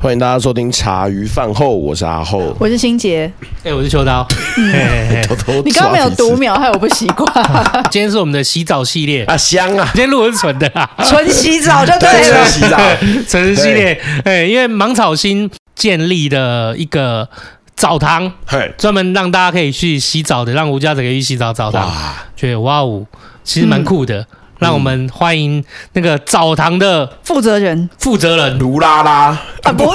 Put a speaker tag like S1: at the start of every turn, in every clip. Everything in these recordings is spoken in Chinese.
S1: 欢迎大家收听茶余饭后，我是阿厚。
S2: 我是心杰，
S3: 哎、我是秋刀。嘿嘿嘿
S1: 偷偷
S2: 你刚刚没有
S1: 抓鼻子
S2: 读 秒，害我不习惯。
S3: 今天是我们的洗澡系列，
S1: 啊，香啊！
S3: 今天录的是纯的啊，
S2: 纯洗澡就 对啊
S1: 在
S2: 了。
S1: 洗澡，
S3: 纯的系列。哎、因为芒草心建立的一个澡堂，
S1: 嘿，
S3: 专门让大家可以去洗澡的，让吴家泽可以去洗澡澡堂，
S1: 哇，嗯
S3: 觉得哇哦，其实蛮酷的。让我们欢迎那个澡堂的
S2: 负责人
S3: 负责人，
S1: 卢拉拉，
S2: 啊，不，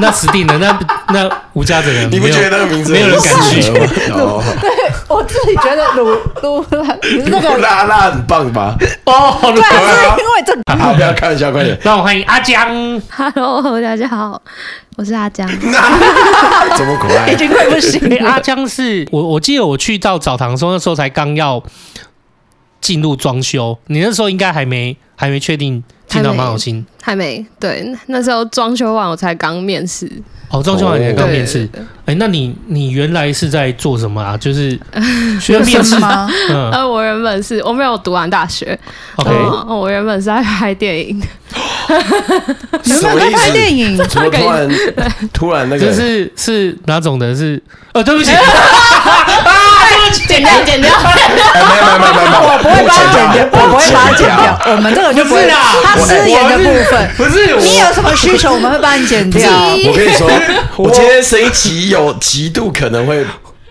S3: 那死定了，那那吴家泽人
S1: 你不
S3: 没有
S1: 觉得那个名字
S3: 没有人敢
S1: 很适合吗？哦
S2: 我自己觉得鲁鲁拉， 你 是那
S1: 卢
S2: 个
S1: 拉拉很棒吧？
S3: 哦？
S2: 对，是因为这
S1: 啊，不要开玩笑，快点！
S3: 让我欢迎阿江，
S4: Hello，大家 好，我是阿江。
S1: 这么可爱
S2: 已，经快不行
S3: 哎、
S2: 了。
S3: 阿江是我，我记得我去到澡堂的时候，那时候才刚要进入装修，你那时候应该还没还没确定进到
S4: 还没
S3: 马好新
S4: 还没对，那时候装修完我才刚面试，
S3: 哦，装修完你才
S1: 哦
S3: 刚
S4: 对
S3: 面试。哎、那你你原来是在做什么啊？ 就是需要面
S2: 有
S3: 试
S2: 什么？吗？
S3: 嗯
S4: 呃，我原本是我没有读完大学
S3: ，OK，
S4: 嗯我原本是在拍电影，
S2: 你有没有在拍电影？
S1: 怎么突然突然那
S3: 就
S1: 个？
S3: 是是哪种的是？呃，对不 起，
S4: 剪掉剪掉，
S1: 哎没有没有没有没有没有，
S2: 我不会把它剪掉，
S1: 我
S2: 我不会把它剪掉。我们这个就不啊
S3: 不
S2: 会，
S3: 是啦
S2: 他失言的部分。
S3: 不是
S2: 你有什么需求，我们会帮你剪掉。
S1: 我跟你 说，啊我今天这一集有极度可能会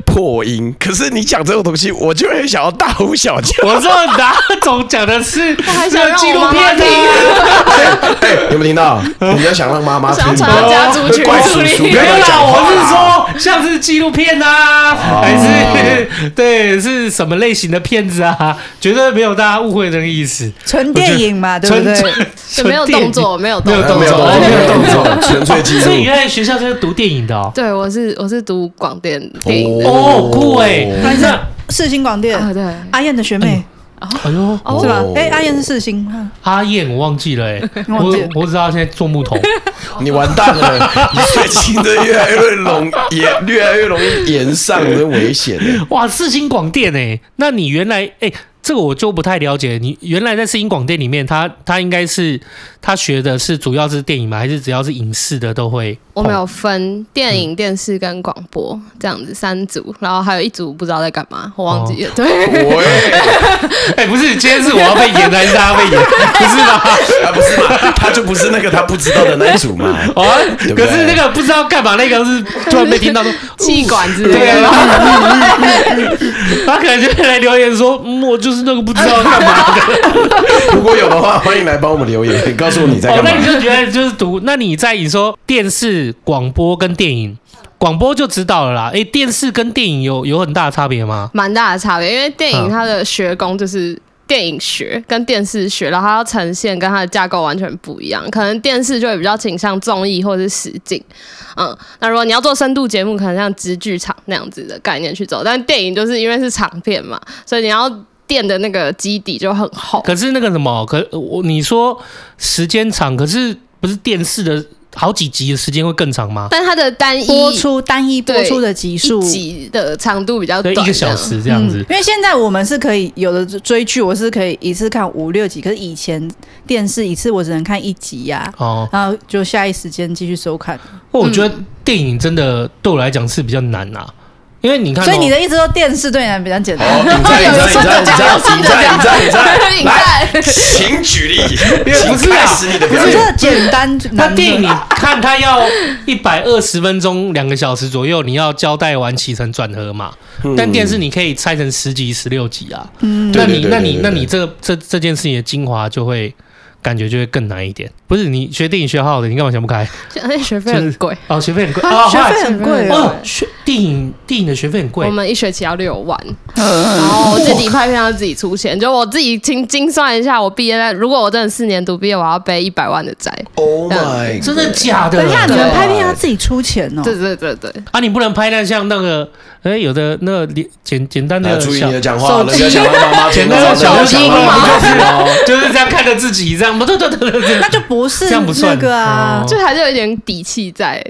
S1: 破音，可是你讲这种东西，我就会想要大呼小叫。
S3: 我说哪种讲的是
S4: 还
S3: 是
S4: 想让
S3: 纪
S4: 我
S3: 录
S4: 妈妈
S3: 片
S4: 听
S3: 啊？
S1: 哎，有没有听 到？你要想让妈妈
S4: 想
S1: 听
S4: 传到家族群
S1: 怪叔
S4: 里
S1: 叔
S3: 没
S1: 不
S3: 有
S1: 要乱
S3: 啦，
S1: 讲话
S3: 我是说像是纪录片啊，还是 对是什么类型的片子啊？绝对没有大家误会那个意思。
S2: 纯电影嘛，对不对？
S4: 就没有动作，没有动
S3: 没有
S4: 作。
S3: 动
S1: 哎没有
S3: 作，
S1: 动作没有动作纯粹记录哦
S3: 所以原来学校就是读电影的哦。
S4: 对，我是我是读广电电影的，
S3: 哦，酷哎！
S2: 还是
S3: 那
S2: 世新广电
S4: 啊对，
S2: 阿燕的学妹
S3: 哎呦，
S1: 哦
S2: 是吧？哎，阿燕是世新，
S3: 阿燕我忘记了哎，
S2: 你 忘记
S3: 我
S2: 了
S3: 我只知道她现在 做木头。
S1: 你完蛋了！你最近的越来越容也越来越容易延上，真危险欸
S3: 哇，世新广电哎，那你原来哎。这个我就不太了解，你原来在世新广电里面，他他应该是他学的是主要是电影吗？还是只要是影视的都会
S4: 我
S3: 碰？
S4: 们有分
S3: 嗯
S4: 电影、电视跟广播这样子三组，然后还有一组不知道在干嘛，我忘
S3: 哦
S4: 记了。对，
S1: 喂，
S3: 哎、不是，今天是我要被演还是大家被演？ 不是吧？
S1: 啊不是嘛，他就不是那个他不知道的那一组嘛。
S3: 哦，
S1: 对不对
S3: 可是那个不知道干嘛，那个是突然被听 到说，
S4: 气管之类
S3: 对啊，
S4: 的。
S3: 然后他可能就来留言说，嗯，我就是那个不知道干嘛的。
S1: 如果有的话，欢迎来帮我们留 言，告诉我 你在
S3: 哦
S1: 干，
S3: 那你
S1: 嘛。
S3: 就觉得就是读，那你在你说电视、广播跟电影，广播就知道了啦。哎、电视跟电影有有很大的差别吗？
S4: 蛮大的差别，因为电
S3: 嗯
S4: 影它的学工就是电影学跟电视学，然后它要呈现跟它的架构完全不一样。可能电视就会比较倾向综艺或者是实景，嗯，那如果你要做深度节目，可能像直剧场那样子的概念去走，但电影就是因为是长片嘛，所以你要垫的那个基底就很厚。
S3: 可是那个什么，可我你说时间长，可是不是电视的好几集的时间会更长吗？
S4: 但它的单一
S2: 播出单一播出的集
S4: 一
S2: 数，
S4: 集的嗯长度比较
S3: 对，
S4: 短，
S3: 一个小时这样子。
S2: 嗯因为现在我们是可以有的追剧，我是可以一次看五六集，可是以前电视一次我只能看一集呀、
S3: 哦，
S2: 然后就下一时间继续收看。
S3: 我觉得电影真的对我来讲是比较难啊，因为你看哦、
S2: 所以你的意思说电视对你来讲比较简
S1: 好，
S3: 哦
S2: 单？
S1: 哦你在，你在，你在，你在，你 在，你在，你在，
S4: 这样。
S1: 来
S4: 来，
S1: 请举例，
S3: 不
S1: 请
S3: 是啊
S1: 开始你的
S2: 不
S1: 表
S2: 是
S1: 演。
S2: 这简单
S3: 那
S2: 难
S3: 电影你看它要一百二十分钟、两个小时左右，你要交代完起承转合嘛。但电视你可以拆成十集、十六集啊。
S2: 嗯
S3: 那
S1: 对对
S3: 你、
S1: 对
S3: 那
S1: 对
S3: 你
S1: 对、
S3: 那你这这这件事情的精华就会感觉就会更难一点。不是你学电影学好的，你干嘛想不开？
S4: 而且学费很贵，
S3: 哦，学费很贵
S2: 啊，
S3: 哦，
S2: 学费
S3: 后
S2: 很贵
S3: 来
S4: 很贵
S2: 哦。
S3: 哦，学电影电影的学费很贵
S4: 我。们一学期要六万，然后我自己拍片要自己出钱，就我自己精精算一下，我毕业在如果我真的四年读毕业，我要背一百万的债。
S3: 哦
S1: Oh my，
S3: 真的假的？
S2: 等一下，你们
S4: 对
S2: 拍片要自己出钱哦。
S4: 对对对对，
S3: 啊，你不能拍那像那个，哎、有的那个简简单
S1: 来
S3: 的
S1: 注意
S3: 小
S1: 你的讲话，人家想要妈妈听
S3: 简
S1: 到，
S3: 单的小
S1: 人家想
S3: 金
S1: 要妈
S3: 嘛，
S1: 妈
S3: 哦 就
S1: 听到
S3: 是就是这样看着自己这样么？ 对对对对对，
S2: 那就不是
S3: 这样不
S2: 那
S3: 算
S2: 个啊
S3: 哦。
S4: 就还是有一点底气在，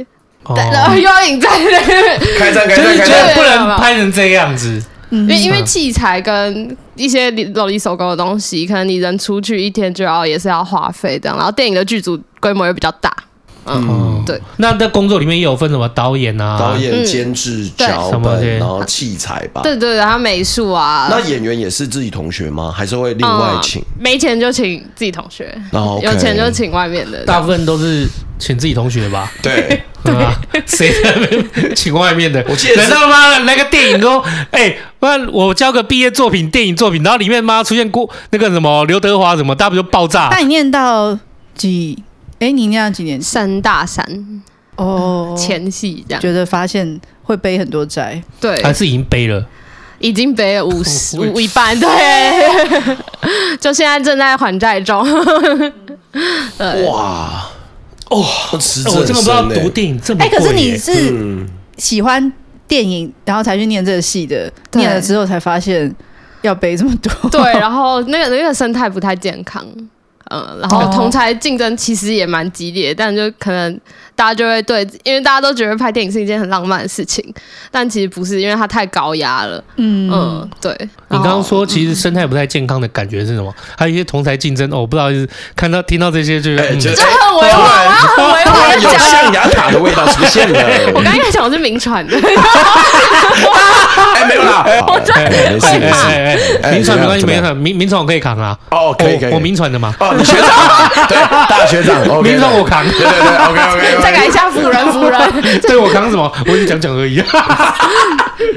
S3: 哦
S4: 但然后又要引在那边，
S1: 开战，开
S3: 就
S1: 战，
S3: 是
S1: 开
S3: 觉
S1: 战！
S3: 得不能拍成这样子，
S4: 因为
S2: 嗯，
S4: 因为器材跟一些手里手工的东西，可能你人出去一天就要也是要花费这样，然后电影的剧组规模又比较大，
S3: 嗯，
S4: 对。
S3: 那在工作里面也有分什么导演 啊，
S1: 导演、
S4: 嗯
S1: 监制、
S4: 对
S1: 脚
S3: 什么
S1: 本，
S3: 的
S1: 然后器材吧。
S4: 对对对，还有美术啊，
S1: 那演员也是自己同学吗？还是会另外请？
S4: 嗯没钱就请自己同学，
S1: 然后
S4: 有钱就请外面的。
S3: 大部分都是请自己同 学吧。
S1: 对，
S3: 对吧？谁在那边请外面的？
S1: 我记得是
S3: 难道妈的那个电影都哎，妈、我交个毕业作品，电影作品，然后里面妈出现过那个什么刘德华什么，大不就爆炸
S2: 那？你念到几？哎，你念到几年级？
S4: 三大三
S2: 哦，
S4: 前戏这样，
S2: 觉得发现会背很多债，
S4: 对，
S3: 还是已经背了？
S4: 已经背了五十哎 五一半，对， 就现在正在还债中。 对，
S1: 哇哦，实
S3: 哎我真的不知道读电影这么
S2: 哎、
S3: 贵、耶
S2: 可是你是
S1: 嗯，
S2: 喜欢电影，然后才去念这个系的，
S4: 对
S2: 念了之后才发现要背这么多。
S4: 对，然后那个那个生态不太健康，嗯，然后
S2: 哦
S4: 同才竞争其实也蛮激烈，但就可能大家就会对，因为大家都觉得拍电影是一件很浪漫的事情，但其实不是，因为它太高压了，
S2: 嗯
S4: 嗯，对。
S3: 你
S4: 然后
S3: 刚刚说，其实生态不太健康的感觉是什么？还有一些同台竞争哦，我不知道，就是看到听到这些就是、
S1: 哎
S3: 嗯
S1: 觉得
S4: 这很委婉，我要很委
S1: 突
S4: 婉
S1: 然
S4: 的
S1: 有
S4: 讲。
S1: 象牙塔的味道出现
S4: 我刚
S1: 了。
S4: 刚才讲的是名传 的，
S1: 哎，没有啦，我真没事没事。
S3: 哎
S1: 哎
S3: 哎，名传没关系，
S1: 怎么
S3: 名
S1: 样
S3: 传名名传我可以扛啊，
S1: 哦，可以可以，
S3: 我我名传的嘛，
S1: 哦，你学长 对大学长，OK，
S3: 名传我 扛，
S1: 对对对，OK OK，
S4: 再改一下辅人辅人，
S3: 对我扛什么？我就讲讲而 已。哦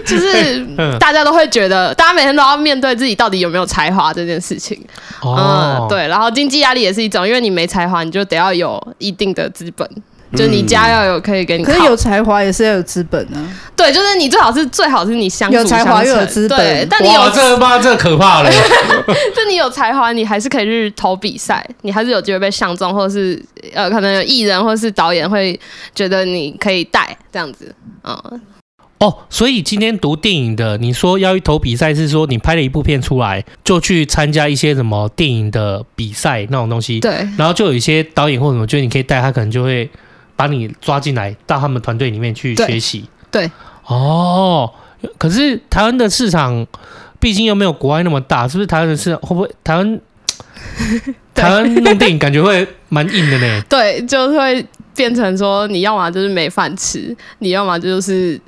S4: 就是
S3: 嗯
S4: 大家都会觉得，大家每天都要面对自己到底有没有才华这件事情。
S3: 哦
S2: 哦
S4: 嗯，，对。然后经济压力也是一种，因为你没才华，你就得要有一定的资本，就你家要有可以给你
S2: 嗯
S4: 靠。
S2: 可是有才华也是要有资本啊，
S4: 对，就是你最好是最好是你相处
S2: 有才华
S4: 相成
S2: 又有资本
S4: 对，但你
S3: 哇，
S4: 有
S3: 这妈这可怕 了，
S4: 就你有才华，你还是可以去投比赛，你还是有机会被相中，或者是呃，可能有艺人或是导演会觉得你可以带这样子，嗯，
S3: 哦，所以今天读电影的，你说要去投比赛，是说你拍了一部片出来，就去参加一些什么电影的比赛那种东西，
S4: 对，
S3: 然后就有一些导演或什么觉得你可以带，他可能就会把你抓进来到他们团队里面去
S4: 对
S3: 学习。
S4: 对，
S3: 哦，可是台湾的市场毕竟又没有国外那么大，是不是？台湾的市场会不会台湾
S4: 对
S3: 台湾弄电影感觉会蛮硬的呢？
S4: 对，就会变成说，你要么就是没饭吃，你要么就是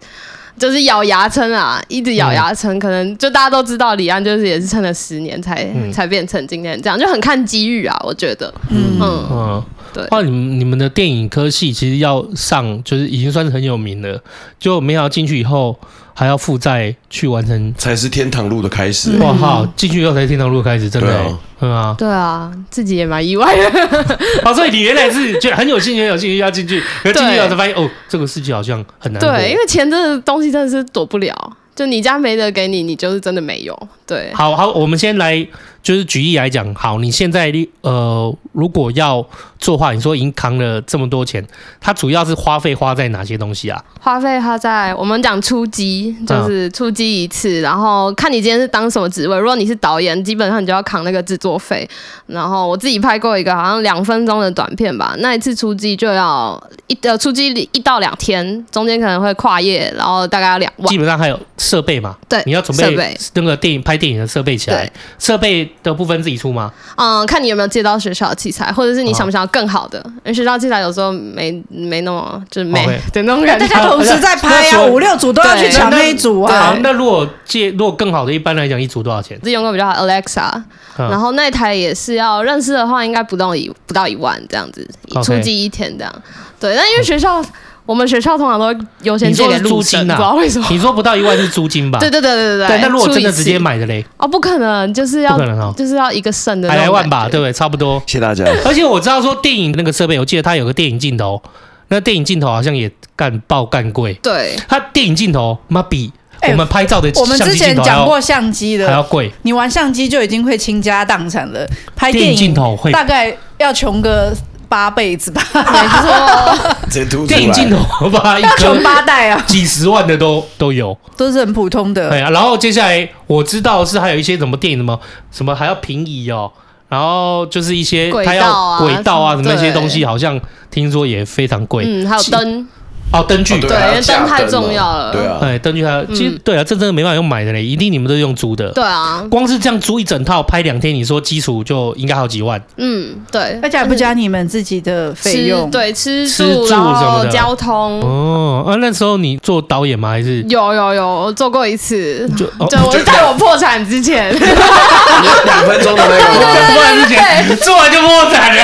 S4: 就是咬牙撑啊，一直咬牙撑。可能就大家都知道，李安就是也是撑了十年才、
S3: 嗯
S4: 才变成今天这样，就很看机遇啊，我觉得，
S2: 嗯
S4: 嗯，
S3: 嗯，
S4: 对。
S3: 哇，你们你们的电影科系其实要上，就是已经算是很有名了，就没想到进去以后还要负债去完成。
S1: 才是天堂路的开
S4: 嗯
S1: 始。
S3: 哇靠！进去以后才天堂路开始，真的、
S1: 对啊
S3: 欸，嗯啊，
S4: 对啊，自己也蛮意外的。
S3: 哦，所以你原来是觉得很有兴趣，很有兴趣要进去，可是进去以后才发现，哦，这个世界好像很难活。
S4: 对，因为钱真的东西真的是躲不了，就你家没得给你，你就是真的没有。对，
S3: 好好，我们先来就是举例来讲，好，你现在呃，如果要做画，你说已经扛了这么多钱，它主要是花费花在哪些东西啊？
S4: 花费花在我们讲出击，
S3: 嗯
S4: 就是出击一次，然后看你今天是当什么职位。如果你是导演，基本上你就要扛那个制作费。然后我自己拍过一个好像两分钟的短片吧，那一次出击就要一呃出击一到两天，中间可能会跨夜，然后大概要两万
S3: 基。本上还有设备嘛，
S4: 对，
S3: 你要准
S4: 呃设
S3: 备
S4: 备，
S3: 那个电影拍电影的设备起来
S4: 对，
S3: 设备的部分自己出吗？
S4: 嗯，看你有没有借到学校的器材，或者是你想不想要更好的？
S3: 嗯
S4: 因为学校器材有时候没没那么就是没
S3: OK
S4: 的那种感觉
S2: 大。家同时在拍
S3: 那
S2: 啊，
S3: 所以
S2: 五六组都要去抢
S3: 对
S2: 那一组
S3: 好
S2: 啊，，
S3: 那如果借，如果更好的，一般来讲一组多少钱？
S4: 自己用过比较好 Alexa，、
S3: 嗯
S4: 然后那台也是要认识的话，应该不到一不到一万这样子，
S3: OK
S4: 出击一天这样。对，但因为学校、我们学校通常都会优先借给
S3: 你说是
S4: 陆
S3: 租金
S4: 生，
S3: 啊
S4: 不知道为什 么。
S3: 你说不到一万是租金吧？
S4: 对对对对对
S3: 对，那如果
S4: 出
S3: 真
S4: 一
S3: 的
S4: 次
S3: 直接买的嘞，
S4: 哦，不可能，就是
S3: 不
S4: 要
S3: 可能哦，
S4: 就是要一个省的
S3: 百
S4: 那
S3: 来
S4: 种
S3: 万吧，
S4: 感觉
S3: 对不对？差不多。
S1: 谢谢大家。
S3: 而且我知道说电影那个设备，我记得它有个电影镜头，那电影镜头好像也干爆干贵，
S4: 对
S3: 它电影镜头妈比
S2: 哎
S3: 我们拍照的
S2: 我们
S3: 相
S2: 之
S3: 机镜
S2: 前
S3: 头还
S2: 讲
S3: 要
S2: 过相机
S3: 还要
S2: 的，
S3: 贵，
S2: 你玩相机就已经会倾家荡产了，拍
S3: 电
S2: 电
S3: 影镜头会
S2: 大概要穷个八辈子吧，
S4: 没错，
S1: 这突
S3: 电影镜头吧，一
S2: 要
S3: 颗
S2: 穷八代 啊，
S3: 几十万的都都有。哎
S2: 都是很普通的
S3: 对。啊，然后接下来我知道是还有一些什么电影什么什么还要平移哦，然后就是一些
S4: 轨
S3: 它
S4: 道啊
S3: 要轨道啊什
S4: 什么
S3: 么那些
S4: 对
S3: 东西，好像听说也非常贵。
S4: 嗯，还有灯，
S3: 哦，灯具，
S1: 哦
S4: 对
S1: 还有
S4: 因为
S1: 架
S4: 灯太
S1: 嘛
S4: 重要了
S1: 对啊，
S3: 哎，灯具还有，其实
S2: 嗯
S3: 对啊，这真的没办法用买的嘞，一定你们都是用租的。
S4: 对啊，
S3: 光是这样租一整套拍两天，你说基础就应该好几万。
S4: 嗯，对，
S2: 而且还不加你们自己的费
S4: 吃
S2: 用，，
S4: 对吃
S3: 吃
S4: 住，
S3: 住
S4: 然
S3: 什么
S4: 后
S3: 的
S4: 交
S2: 嗯
S4: 通，
S3: 哦，啊，那时候你做导演吗？还是
S4: 有有有，我做过一次，
S3: 就哦
S4: 对，我在我破产 之前，
S1: 两分钟的那个吗？
S3: 做完之前做完就破 产了。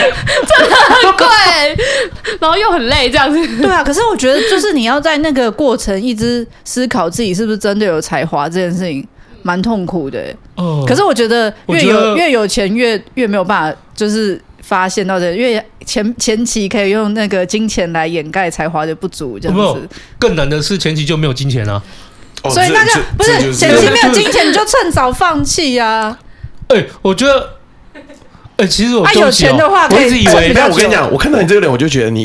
S4: 对，然后又很累这样子，
S2: 对啊。可是我觉得，就是你要在那个过程一直思考自己是不是真的有才华这件事情，蛮痛苦的欸、
S3: 哦
S2: 可是我觉得
S3: 我
S2: 越
S3: 觉得
S2: 有越有钱越越没有办法，就是发现到的越前前期可以用那个金钱来掩盖才华的不足，这样
S3: 没有
S2: 子。
S3: 更难的是前期就没有金钱啊。
S1: 哦
S2: 所以
S1: 这
S2: 那
S1: 这
S2: 个不
S1: 这就是
S2: 前期
S3: 这
S2: 没有金钱，你就趁早放弃啊呀。
S3: 哎、我觉得，哎、其实我
S2: 啊
S3: 对不
S2: 有
S3: 起哦
S2: 钱的话
S3: 我
S2: 可
S3: 一
S2: 以
S3: 直以
S2: 赚
S3: 为
S1: 哎
S2: 比
S1: 没
S2: 较
S1: 有，
S2: 久
S1: 我跟你讲，我看到你这个脸，我就觉得你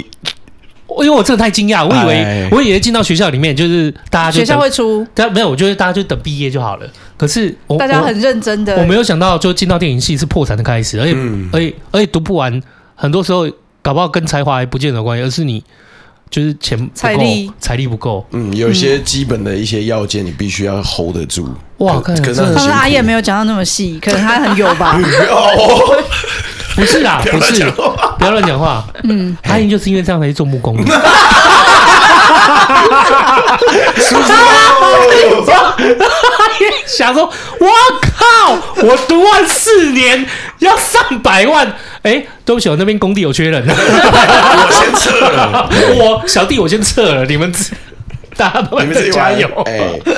S3: 因为我真的太惊讶，我以为
S1: 哎
S3: 我以为进到学校里面就是大家就
S2: 学
S3: 等
S2: 校会出，
S3: 大家没有，我觉得大家就等毕业就好了。可是我
S2: 大家很认真
S3: 我我
S2: 的
S3: 没有想到，就进到电影系是破产的开始，而且、
S1: 嗯
S3: 而且而且读不完，很多时候搞不好跟才华还不见得有关系，而是你就是钱不够
S2: 财力
S3: 财力不够。
S1: 嗯，有一些基本的一些要件，你必须要 hold 得住。
S3: 哇，
S1: 可
S3: 看
S1: 可
S3: 真
S1: 是很
S3: 的
S2: 但
S3: 是
S2: 是阿燕没有讲到那么细，可能她很有
S1: 哎
S2: 吧。
S1: 哦，
S3: 不是 啦，不是，不要乱讲话。嗯，阿英就是因为这样才去做木工 的。想说，我靠，我读完四年要上百万，哎、对不起，我那边工地有 缺人，
S1: 啊我先撤 了，
S3: 我小弟我先撤了，你 们自大家都
S1: 你们自己
S3: 加
S1: 玩
S3: 油。
S1: 哎，嗯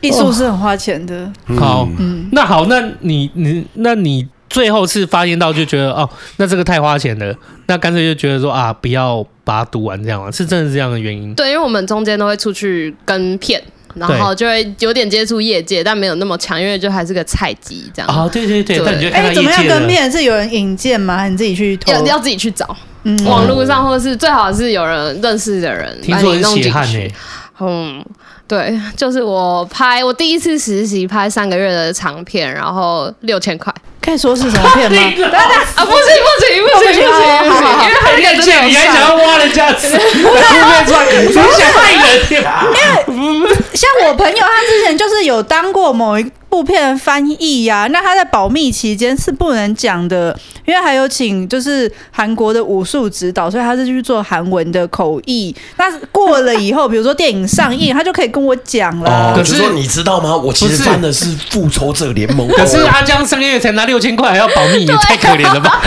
S2: 艺术是很花钱的，
S3: 好，
S2: 嗯
S3: 那好，那你你那你最后是发现到就觉得哦，那这个太花钱了，那干脆就觉得说啊，不要把它读完这样啊，是真的是这样的原 因。
S4: 对，因为我们中间都会出去跟片。然后就会有点接触业界，但没有那么强，因为就还是个菜鸡这样。
S3: 啊、对对对，
S4: 对
S3: 但你就看
S2: 哎，
S3: 到
S2: 怎么样
S3: 业界的
S2: 跟面是有人引荐吗？还是你自己去投？
S4: 要要自己去找，
S2: 嗯
S4: 网络上或是最好是有人认识的人
S3: 听
S4: 把
S3: 说
S4: 你
S3: 是
S4: 弄
S3: 血
S4: 进
S3: 汗
S4: 去。
S3: 哎、
S4: 嗯，对，就是我拍我第一次实习拍三个月的长片，然后六千块
S2: 可以说是什么片吗？
S4: 啊！不行不行不行不行不行，因为很认真
S3: 你还想要挖人家 的钱来出面赚，你想害
S1: 哎
S3: 人？
S2: 像我朋友，他之前就是有当过某一部片的翻译呀、那他在保密期间是不能讲的，因为还有请就是韩国的武术指导，所以他是去做韩文的口译。那过了以后，比如说电影上映，他就可以跟我讲了。
S1: 哦，
S3: 呃可
S1: 就是说你知道吗？我其
S3: 不
S1: 实
S3: 是
S1: 犯的是复仇者联盟。
S4: 啊
S1: 哦
S3: 可是啊阿江三个月才拿六千块，还要保密，也太可怜了 吧，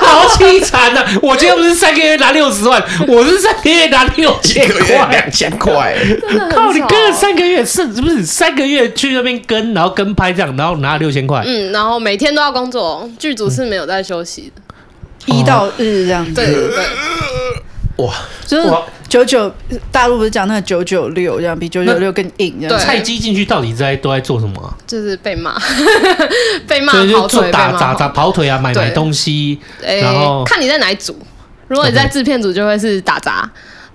S3: 好凄惨呐！我今天不是三个月拿六十万，我是三个月拿六
S1: 一
S3: 千
S1: 个月
S3: 块
S1: 两。千块，
S3: 靠！你跟了三个月，是不是三个月去那边跟，然后跟拍这样，然后拿六千块？
S4: 嗯，然后每天都要工作，剧组是没有在休息的。
S2: 一到日这样子，
S4: 对对对，
S1: 哇！
S2: 就是
S3: 哇
S2: 九九大陆不是讲那个九九六这样，比九九六更硬这样子。
S4: 对
S3: 菜鸡进去到底在都在做什么啊？
S4: 就是被 骂，被骂
S3: 所以
S4: 跑
S3: 就做
S4: 腿，被
S3: 打砸
S4: 骂
S3: 砸
S4: 跑。
S3: 跑腿啊，买
S4: 对哎
S3: 买东西，
S4: 诶
S3: 然后，
S4: 看你在哪一组，如果你在
S3: OK
S4: 制片组就会是打杂。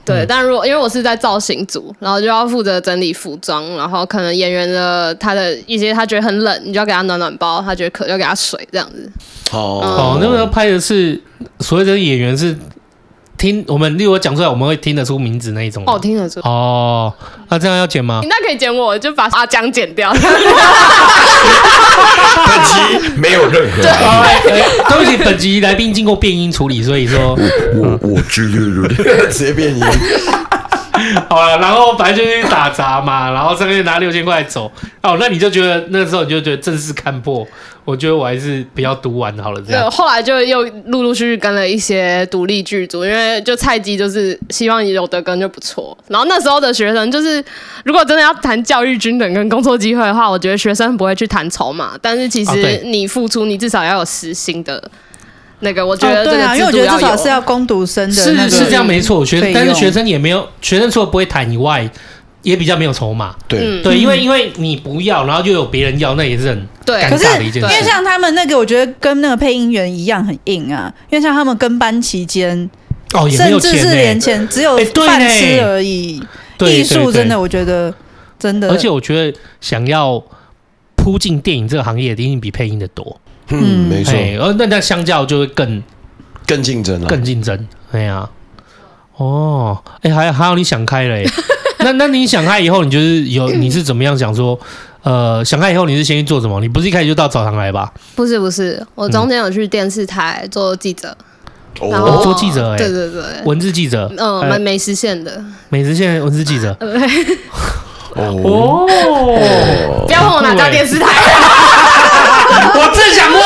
S4: 对
S3: 嗯，
S4: 但如果因为我是在造型组，然后就要负责整理服装，然后可能演员的他的一些他觉得很冷，你就要给他暖暖包；他觉得渴，就给他水，这样子。
S3: 哦
S1: 哦，，
S3: 那个拍的是所谓的演员是听我们，例如我讲出来，我们会听得出名字那一种吗。
S4: 哦，听得出。
S3: 哦，那这样要剪吗
S4: 你？那可以剪我，就把阿江剪掉。
S1: 本期没有任何。
S3: 哦哎哎对不起，本集来宾经过变音处理，所以说
S1: 我我直接直接变音，
S3: 好了。然后反正就是打杂嘛，然后上面拿六千块走。哦，那你就觉得那时候你就觉得正式看破，我觉得我还是不要读完好了，这
S4: 对，
S3: 样。
S4: 后来就又陆陆续续跟了一些独立剧组，因为就菜鸡就是希望有的跟就不错。然后那时候的学生就是，如果真的要谈教育均等跟工作机会的话，我觉得学生不会去谈筹码，但是其
S3: 啊
S4: 实
S3: 对
S4: 你付出，你至少要有实薪的。那个，我觉
S2: 哦，
S4: 得这
S2: 对
S4: 个
S2: 啊，因为我
S4: 制
S2: 觉得
S4: 度要
S2: 至
S4: 有，
S2: 少是要攻读生的、那
S3: 是
S2: 个
S3: 是这样没错，学
S2: 费
S3: 但是
S2: 用
S3: 学生也没有，学生除了不会谈以外，也比较没有筹码。
S4: 嗯
S1: 对，
S2: 嗯
S3: 对，因为因为你不要，然后又有别人要，那也是很
S4: 对
S3: 尴
S2: 可是
S3: 尬的一件
S2: 因
S3: 事。
S2: 为像他们那个，我觉得跟那个配音员一样很硬啊，因为像他们跟班期间，
S3: 哦，也没有
S2: 甚至
S3: 钱
S2: 是连
S3: 呢。
S2: 钱只有
S3: 哎对
S2: 饭
S3: 呢
S2: 吃而已。
S3: 对
S2: 艺术真，的，
S3: 对
S2: 我觉得真的，
S3: 对而且我觉得想要扑进电影这个行业，一定比配音的多。
S1: 嗯，没错，
S3: 哎，而那那相较就会更
S1: 更竞争了。
S3: 更竞争，哎呀、哦，哎、还还好你想开了、 哎那那你想开以后，你就是 有你是怎么样想说？呃，想开以后你是先去做什么？你不是一开始就到澡堂来吧？
S4: 不是不是，我中间有去电视台做记者，然
S3: 哦
S4: 后
S3: 做记者欸
S4: 对对对，
S3: 文字记者，
S4: 嗯，
S3: 哎
S4: 蛮没实现的，
S3: 美食线文字记者，
S1: 哦，
S3: 哦，
S4: 不要问我哪家电视 台，
S3: 我正想问，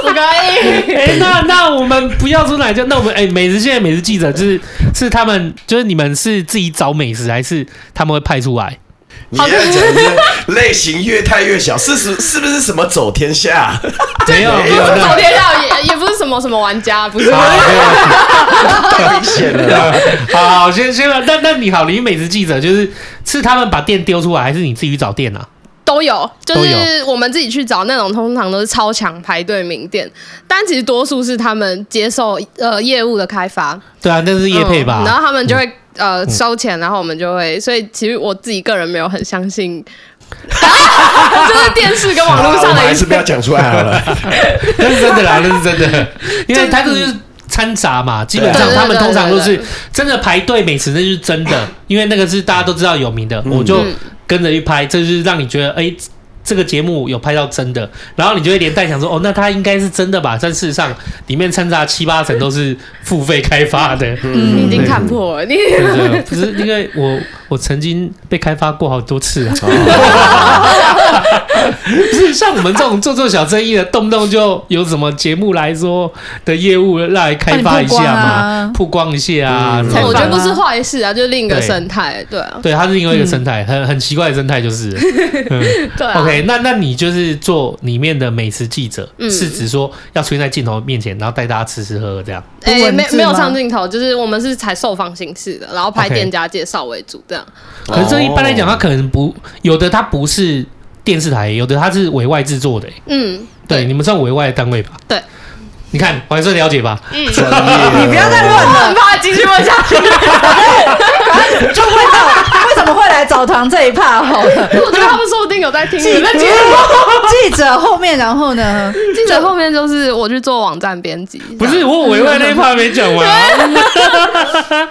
S4: 不可以。
S3: 哎、那那我们不要说哪一家，那我们哎、美食现在美食记者就是是他们，就是你们是自己找美食，还是他们会派出来？
S1: 你这样讲，你这类型越太越小，是是是不是什么走天 下？
S3: 没有没有，
S4: 不是
S3: 那
S4: 走天下也也不是什么什么玩家，不是。
S1: 太明显了啦，
S3: 好，先先那那你好，你美食记者就是是他们把店丢出来，还是你自己去找店啊？
S4: 都有，就
S3: 都
S4: 是
S3: 有
S4: 我们自己去找那种，通常都是超强排队名店，但其实多数是他们接受呃业务的开发，
S3: 对啊，那是业配吧？嗯
S4: 嗯然后他们就会、呃收钱，然后我们就会，所以其实我自己个人没有很相信， 就是电视跟网
S1: 好
S4: 络
S1: 啊啦我
S4: 上
S1: 们
S4: 的
S1: 还
S4: 一
S1: 是
S4: 些
S1: 不要讲出来好了。
S3: 那是真的啦，那是真的， 因为他就是掺杂嘛，基本上
S4: 对
S3: 他们通常都
S4: 对对
S3: 是
S4: 对
S3: 真的排队美食，那就是真的，因为那个是大家都知道有名的，我就跟着去拍，这就是让你觉得哎。这个节目有拍到真的，然后你就会连带想说，哦，那它应该是真的吧？但事实上，里面掺杂七八成都是付费开发的。
S4: 你已经看破
S1: 嗯
S4: 了，你
S3: 对不对？不是因为我我曾经被开发过好多次啊。
S1: 哦
S3: 不是像我们这种做做小生意的，动不动就有什么节目来说的业务来开发一下嘛
S2: 帮你，
S3: 曝光一下啊。
S1: 嗯
S3: 然后
S4: 我觉得不是坏事啊，就是另一个生态，对啊，
S3: 对，它是另外一个生态，很很奇怪的生态就是。嗯
S4: 对啊。
S3: OK，那那你就是做里面的美食记者，
S4: 嗯
S3: 是指说要出现在镜头面前，然后带大家吃吃喝喝这样。
S4: 哎、
S2: 文
S4: 没
S2: 字
S4: 没有
S2: 吗
S4: 上镜头，就是我们是采受访形式的，然后拍
S3: OK
S4: 店家介绍为主，这样。
S3: 可是这一般来讲，它
S1: 哦
S3: 可能不有的，它不是电视台，有的它是委外制作的、欸
S4: 嗯，
S3: 对，你们算委外的单位吧？
S4: 对，嗯
S3: 你看我还算了解吧？
S1: 专业，
S2: 你不要再问
S4: 我
S2: 了，
S4: 很怕继续问下去，
S2: 就问到为什么会来澡堂这一趴好了。
S4: 我觉得他们说不定有在听你
S2: 记
S4: 们
S2: 者
S4: 那节目。
S2: 记者后面，然后呢？
S4: 记者后面就是我去做网站编辑，
S3: 不是，我委外那一趴没 讲完啊，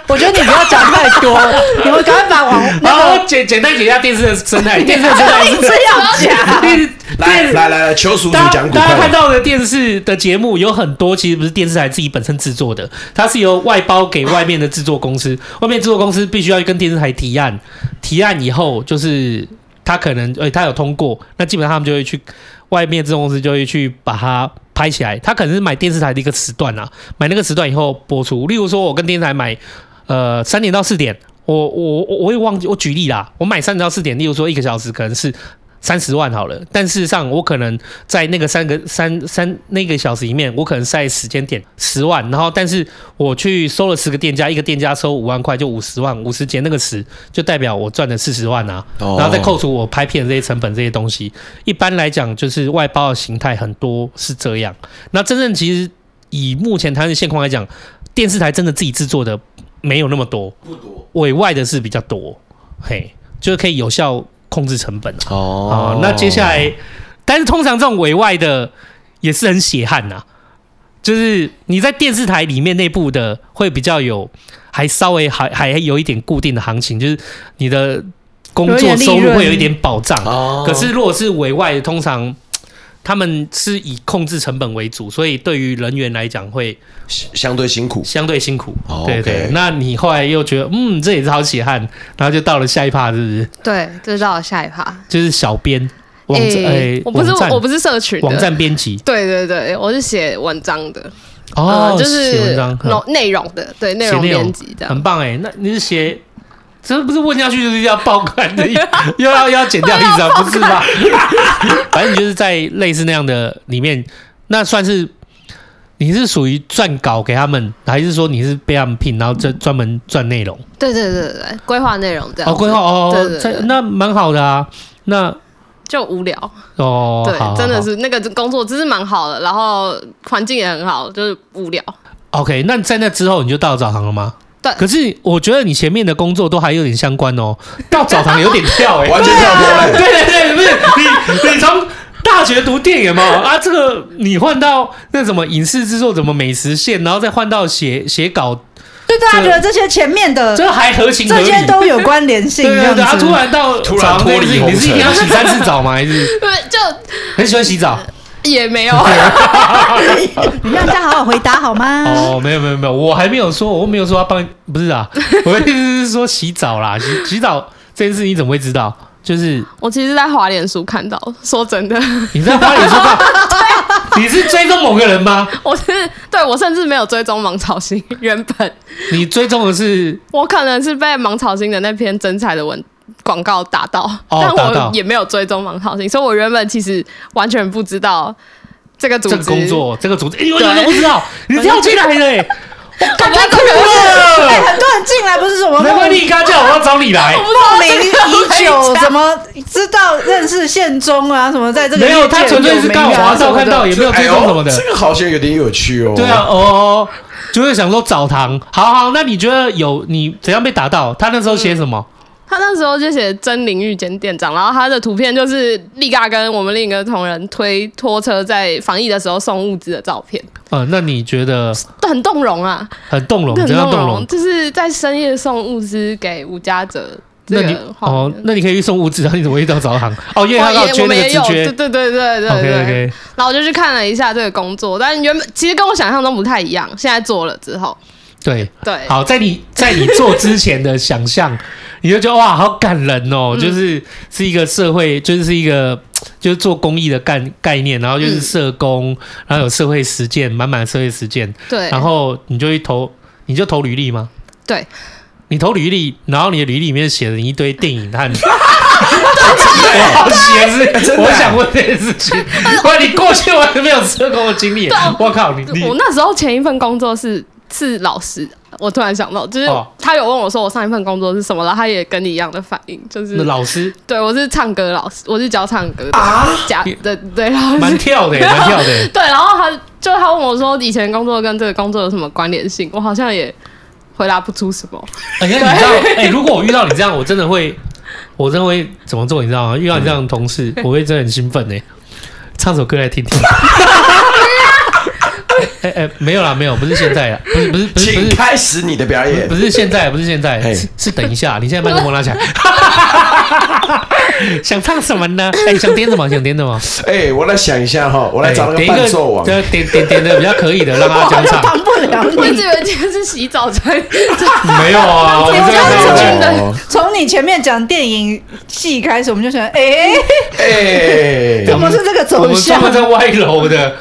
S2: 我觉得你不要讲太多，你们赶快把网
S3: 然
S2: 那
S3: 后
S2: 个
S3: 我简简单解一下电视的生 态，电视的生态
S2: 硬是要讲。
S3: 电
S1: 来
S3: 电
S1: 来来来，求叔叔
S3: 大家
S1: 讲股
S3: 大家看
S1: 票。
S3: 到的电视的节目有很多，其实不是电视台自己本身制作的，它是由外包给外面的制作公司，外面制作公司必须要跟电视台提案，提案以后就是他可能，诶、他有通过，那基本上他们就会去外面制作公司就会去把它拍起来，他可能是买电视台的一个时段啊，买那个时段以后播出，例如说我跟电视台买，呃，三点到四点。我我我我也忘记，我举例啦，我买三点到四点，例如说一个小时可能是三十万好了，但事实上我可能在那个三个三三那个小时里面，我可能在时间点十万，然后但是我去收了十个店家，一个店家收五万块，就五十万，五十减那个十，就代表我赚了四十万啊，
S1: 哦
S3: 然后再扣除我拍片的这些成本这些东西。一般来讲，就是外包的形态很多是这样。那真正其实以目前台湾的现况来讲，电视台真的自己制作的没有那么多，不多，委外的是比较多，嘿，就是可以有效控制成本啊。哦，那接下来，但是通常这种委外的也是很血汗呐、啊就是你在电视台里面内部的会比较有，还稍微还还有一点固定的行情，就是你的工作收入会有一点保障。
S1: 哦
S3: 可是如果是委外的，通常他们是以控制成本为主，所以对于人员来讲会
S1: 相对辛苦，
S3: 相对辛苦。
S1: 哦
S3: 对
S1: OK
S3: 对，那你后来又觉得嗯这也是好血汗，然后就到了下一趴，是不是？
S4: 对，这到了下一趴。
S3: 就是小编网站，
S4: 诶
S3: 哎
S4: 我不是
S3: 网站
S4: 我不是社群的
S3: 网，站编辑
S4: 对对对，我是写文章的，
S3: 哦
S4: 呃，就
S3: 写
S4: 是
S3: 文章，
S4: 内
S3: 嗯
S4: 内容的，对内容
S3: 写内容
S4: 编辑这
S3: 很
S4: 样。
S3: 棒哎。那你是写，这不是问下去就是要爆款的， 又要又要剪掉例子啊，不是吧？反正你就是在类似那样的里面，那算是你是属于撰稿给他们，还是说你是被他们聘，然后专专门撰内容？
S4: 对对对对对，规划内容这样。
S3: 哦，规划
S4: 对
S3: 哦
S4: 对，
S3: 这
S4: 对
S3: 那蛮好的啊。那
S4: 就无聊，
S3: 哦，好好
S4: 对，真的
S3: 好
S4: 是那个工作真是蛮好的，然后环境也很好，就是无 聊。
S3: OK，那在那之后你就到澡堂了吗？
S4: 对
S3: 可是我觉得你前面的工作都还有点 相关哦，到澡堂有点跳哎、
S1: 完全跳脱了。
S3: 对对对，不是你你从到大学读电影嘛，啊，这个你换到那什么影视制作，怎么美食线，然后再换到写写稿，
S2: 对，大家
S3: 这
S2: 觉得这些前面的
S3: 这还合情合
S2: 这
S3: 理。
S2: 些都有关联性，
S3: 对
S2: 这
S3: 对啊
S2: 样
S3: 对，他
S2: 子。
S3: 突然到
S1: 突然
S3: 澡堂这件事情
S1: 脱离
S3: 你是一
S1: 红尘
S3: 天要洗三次澡吗？还是
S4: 不是就
S3: 很喜欢洗澡？
S4: 也没有，
S2: 你让大家好好回答好吗？
S3: 哦，没有没有没有，我还没有说，我没有说要帮，不是啊，我的意思是说洗澡啦， 洗洗澡这件事你怎么会知道？就是
S4: 我其实在滑脸书看到的，说真的，
S3: 你在花脸书 吧？你是追踪某个人吗？
S4: 我是对我甚至没有追踪芒草星，原本
S3: 你追踪的是
S4: 我可能是被芒草星的那篇真彩的文广告打到，
S3: 哦
S4: 但
S3: 打到
S4: 我也没有追踪芒草星，所以我原本其实完全不知道这个组
S3: 这
S4: 织
S3: 个工作，这个组织，哎、我怎么都不知道？你跳进来的、 欸，
S4: 干嘛这个
S2: 哎、
S3: 哇
S2: 很多人进来不是什么
S3: 难怪
S2: 梦
S3: 丽刚哦叫我要找你来，
S2: 梦寐已久，怎么知道认识宪宗啊？什么在这个
S3: 没有，
S2: 业界
S3: 他纯粹是
S2: 有名
S3: 刚
S2: 啊
S3: 好滑
S2: 什
S3: 到
S2: 么的
S3: 看到，也没有追踪什么的
S1: 哎呦。这个好像有点有趣哦。
S3: 对啊，，哦，就是想说澡堂，好好，那你觉得有你怎样被打到？他那时候写什么？
S4: 他那时候就写真灵遇见店长，然后他的图片就是力尬跟我们另一个同仁推拖车在防疫的时候送物资的照片，
S3: 呃，那你觉得
S4: 很动容啊，
S3: 很动容，
S4: 很
S3: 怎样
S4: 动
S3: 动容？
S4: 就是在深夜送物资给无家者
S3: 那
S4: 这
S3: 你
S4: 个画
S3: 哦
S4: 面。，
S3: 那你可以去送物资，然后你怎么会到澡 堂？哦，因为他
S4: 我
S3: 要
S4: 也
S3: 缺
S4: 我
S3: 那
S4: 们
S3: 个
S4: 也
S3: 自
S4: 有，对
S3: 觉
S4: 对。对对对对。
S3: OK OK，
S4: 然后我就去看了一下这个工作，但原本其实跟我想象中不太一样。现在做了之后，
S3: 对，
S4: 对，
S3: 好，在你在你做之前的想象，你就觉得哇，好感人哦，
S4: 嗯
S3: 就是是一个社会，就是是一个就是做公益的概概念，然后
S4: 嗯
S3: 就是社工，然后有社会实践，满满的社会实践，
S4: 对，
S3: 然后你就去投，你就投履历吗？
S4: 对，
S3: 你投履历，然后你的履历里面写了一堆电影和。我好奇的是，
S1: 真的啊
S3: 我想问这件事情。哇，你过去完全没有社工的经历
S4: 对啊，
S3: 我靠，你你
S4: 我那时候前一份工作是是老师，我突然想到，就是
S3: 哦
S4: 他有问我说我上一份工作是什么，然后他也跟你一样的反应，就是
S3: 那老师
S4: 对我是唱歌老师，我是教唱歌的，假的对老
S3: 蛮
S4: 师，
S3: 跳的耶，蛮跳的耶。
S4: 对，然后他就他问我说以前工作跟这个工作有什么关联性，我好像也回答不出什么，
S3: 哎、呀，你知 道，哎、如果我遇到你这样，我真的会，我真的会怎么做？你知道吗？遇到你这样的同事，我会真的很兴奋呢、唱首歌来 听听。哎哎、没有啦，没有，不是现在啦，不是不是不是不
S1: 请
S3: 是
S1: 开始你的表演
S3: 不。是现在，不是现在，
S1: 嘿
S3: 是是等一下，你现在麦克风拿起来。想唱什么呢？哎、想点什么？想点什么？
S1: 哎，我来想一下哈，我
S3: 我
S1: 来找那个伴奏王。
S3: 点点点点的比较可以的，让他讲唱。
S2: 帮不了
S4: 我一
S2: 你
S4: 直。以 为今天是洗澡才才
S3: 没有啊，我
S2: 我
S3: 真的没有
S2: 觉得
S4: 真的
S1: 哦
S2: 从你前面讲电影戏开始，我们就想，哎、
S1: 哎，
S2: 怎么是这个
S3: 嗯我
S2: 走
S3: 们专
S2: 向？
S3: 门在歪楼的。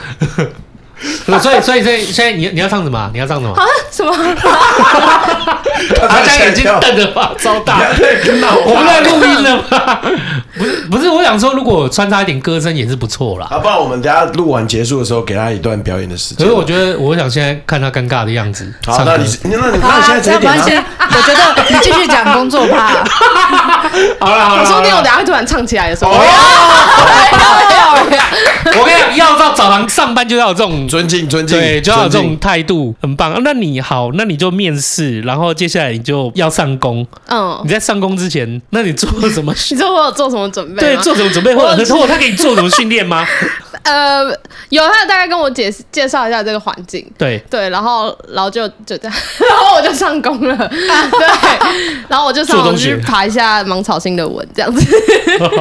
S3: 所以，所以，所以，现在你你要唱什么啊？你要唱什么？
S4: 什么？
S3: 他
S1: 他
S3: 家眼睛
S1: 吓一
S3: 瞪的吧，超大。
S1: 跳
S3: 我们在录音了吗？不是，不是，我想说，如果穿插一点歌声也是不错啦。
S1: 好，不然我们等一下录完结束的时候，给他一段表演的时
S3: 可
S1: 间
S3: 是。我觉得，我想现在看他尴尬的样子。
S1: 好，
S3: 唱歌
S1: 那你是那那你
S2: 好
S1: 那你
S2: 啊，
S1: 现在
S2: 这
S1: 这一
S2: 样
S1: 点
S2: 关
S1: 啊
S2: 系。我觉得你继续讲工作吧。
S3: 好了，好了，
S4: 我说不定我
S3: 好哦了
S4: 等下会突然唱起来的时候，欸
S3: 我跟你讲，要到澡堂上班就要有这种。
S1: 尊敬尊敬，
S3: 对，就要有这
S1: 尊
S3: 种
S1: 敬
S3: 态度，很棒。啊那你好，那你就面试，然后接下来你就要上工。
S4: 嗯
S3: 你，在上工之前，那你做了什么？
S4: 你知道我有做什么准备
S3: 对，
S4: 吗？
S3: 做什么准备？或
S4: 我
S3: 者或者他给你做什么训练吗？
S4: 呃，有他有大概跟我解释介绍一下这个环境。
S3: 对，
S4: 对，然后，然后就就 这样，然后我就上工 了，对，然后我就
S3: 做
S4: 上网
S3: 东西
S4: 去爬一下芒草星的文，这样子。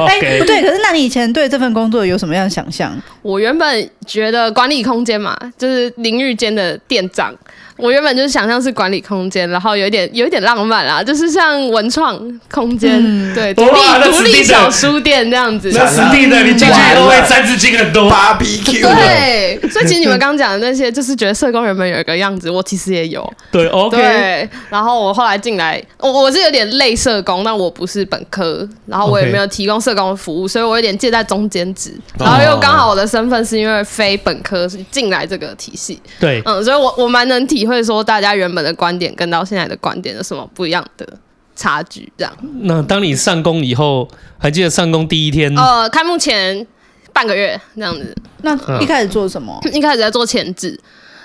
S2: 哎、
S3: OK
S2: 不对，可是那你以前对这份工作有什么样的想象？
S4: 我原本觉得管理空间嘛，就是淋浴间的店长，我原本就是想象是管理空间，然后有一点有一点浪漫啦，就是像文创空间，对，独
S3: 哇那
S4: 立独
S3: 指定
S4: 立
S3: 的
S4: 小书店这样子。
S3: 那实地的，你进去以后会三字经很多。
S1: barbecue 了。
S4: 对，所以其实你们刚讲的那些，就是觉得社工原本有一个样子，我其实也有。
S3: 对，OK，
S4: 对，然后我后来进来，我我是有点类社工，但我不是本科，然后我也
S3: OK 哦
S4: 没有提供社工的服务，所以我有点介在中间值。然后又刚好我的身份是因为非本科是进来这个体系，
S3: 对，
S4: 嗯，所以我我蛮能体会说大家原本的观点跟到现在的观点有什么不一样的差距，这样。
S3: 那当你上工以后，还记得上工第一天，
S4: 呃，开幕前半个月这样子，
S2: 那
S3: 嗯
S2: 一开始做什么？
S4: 一开始在做前置，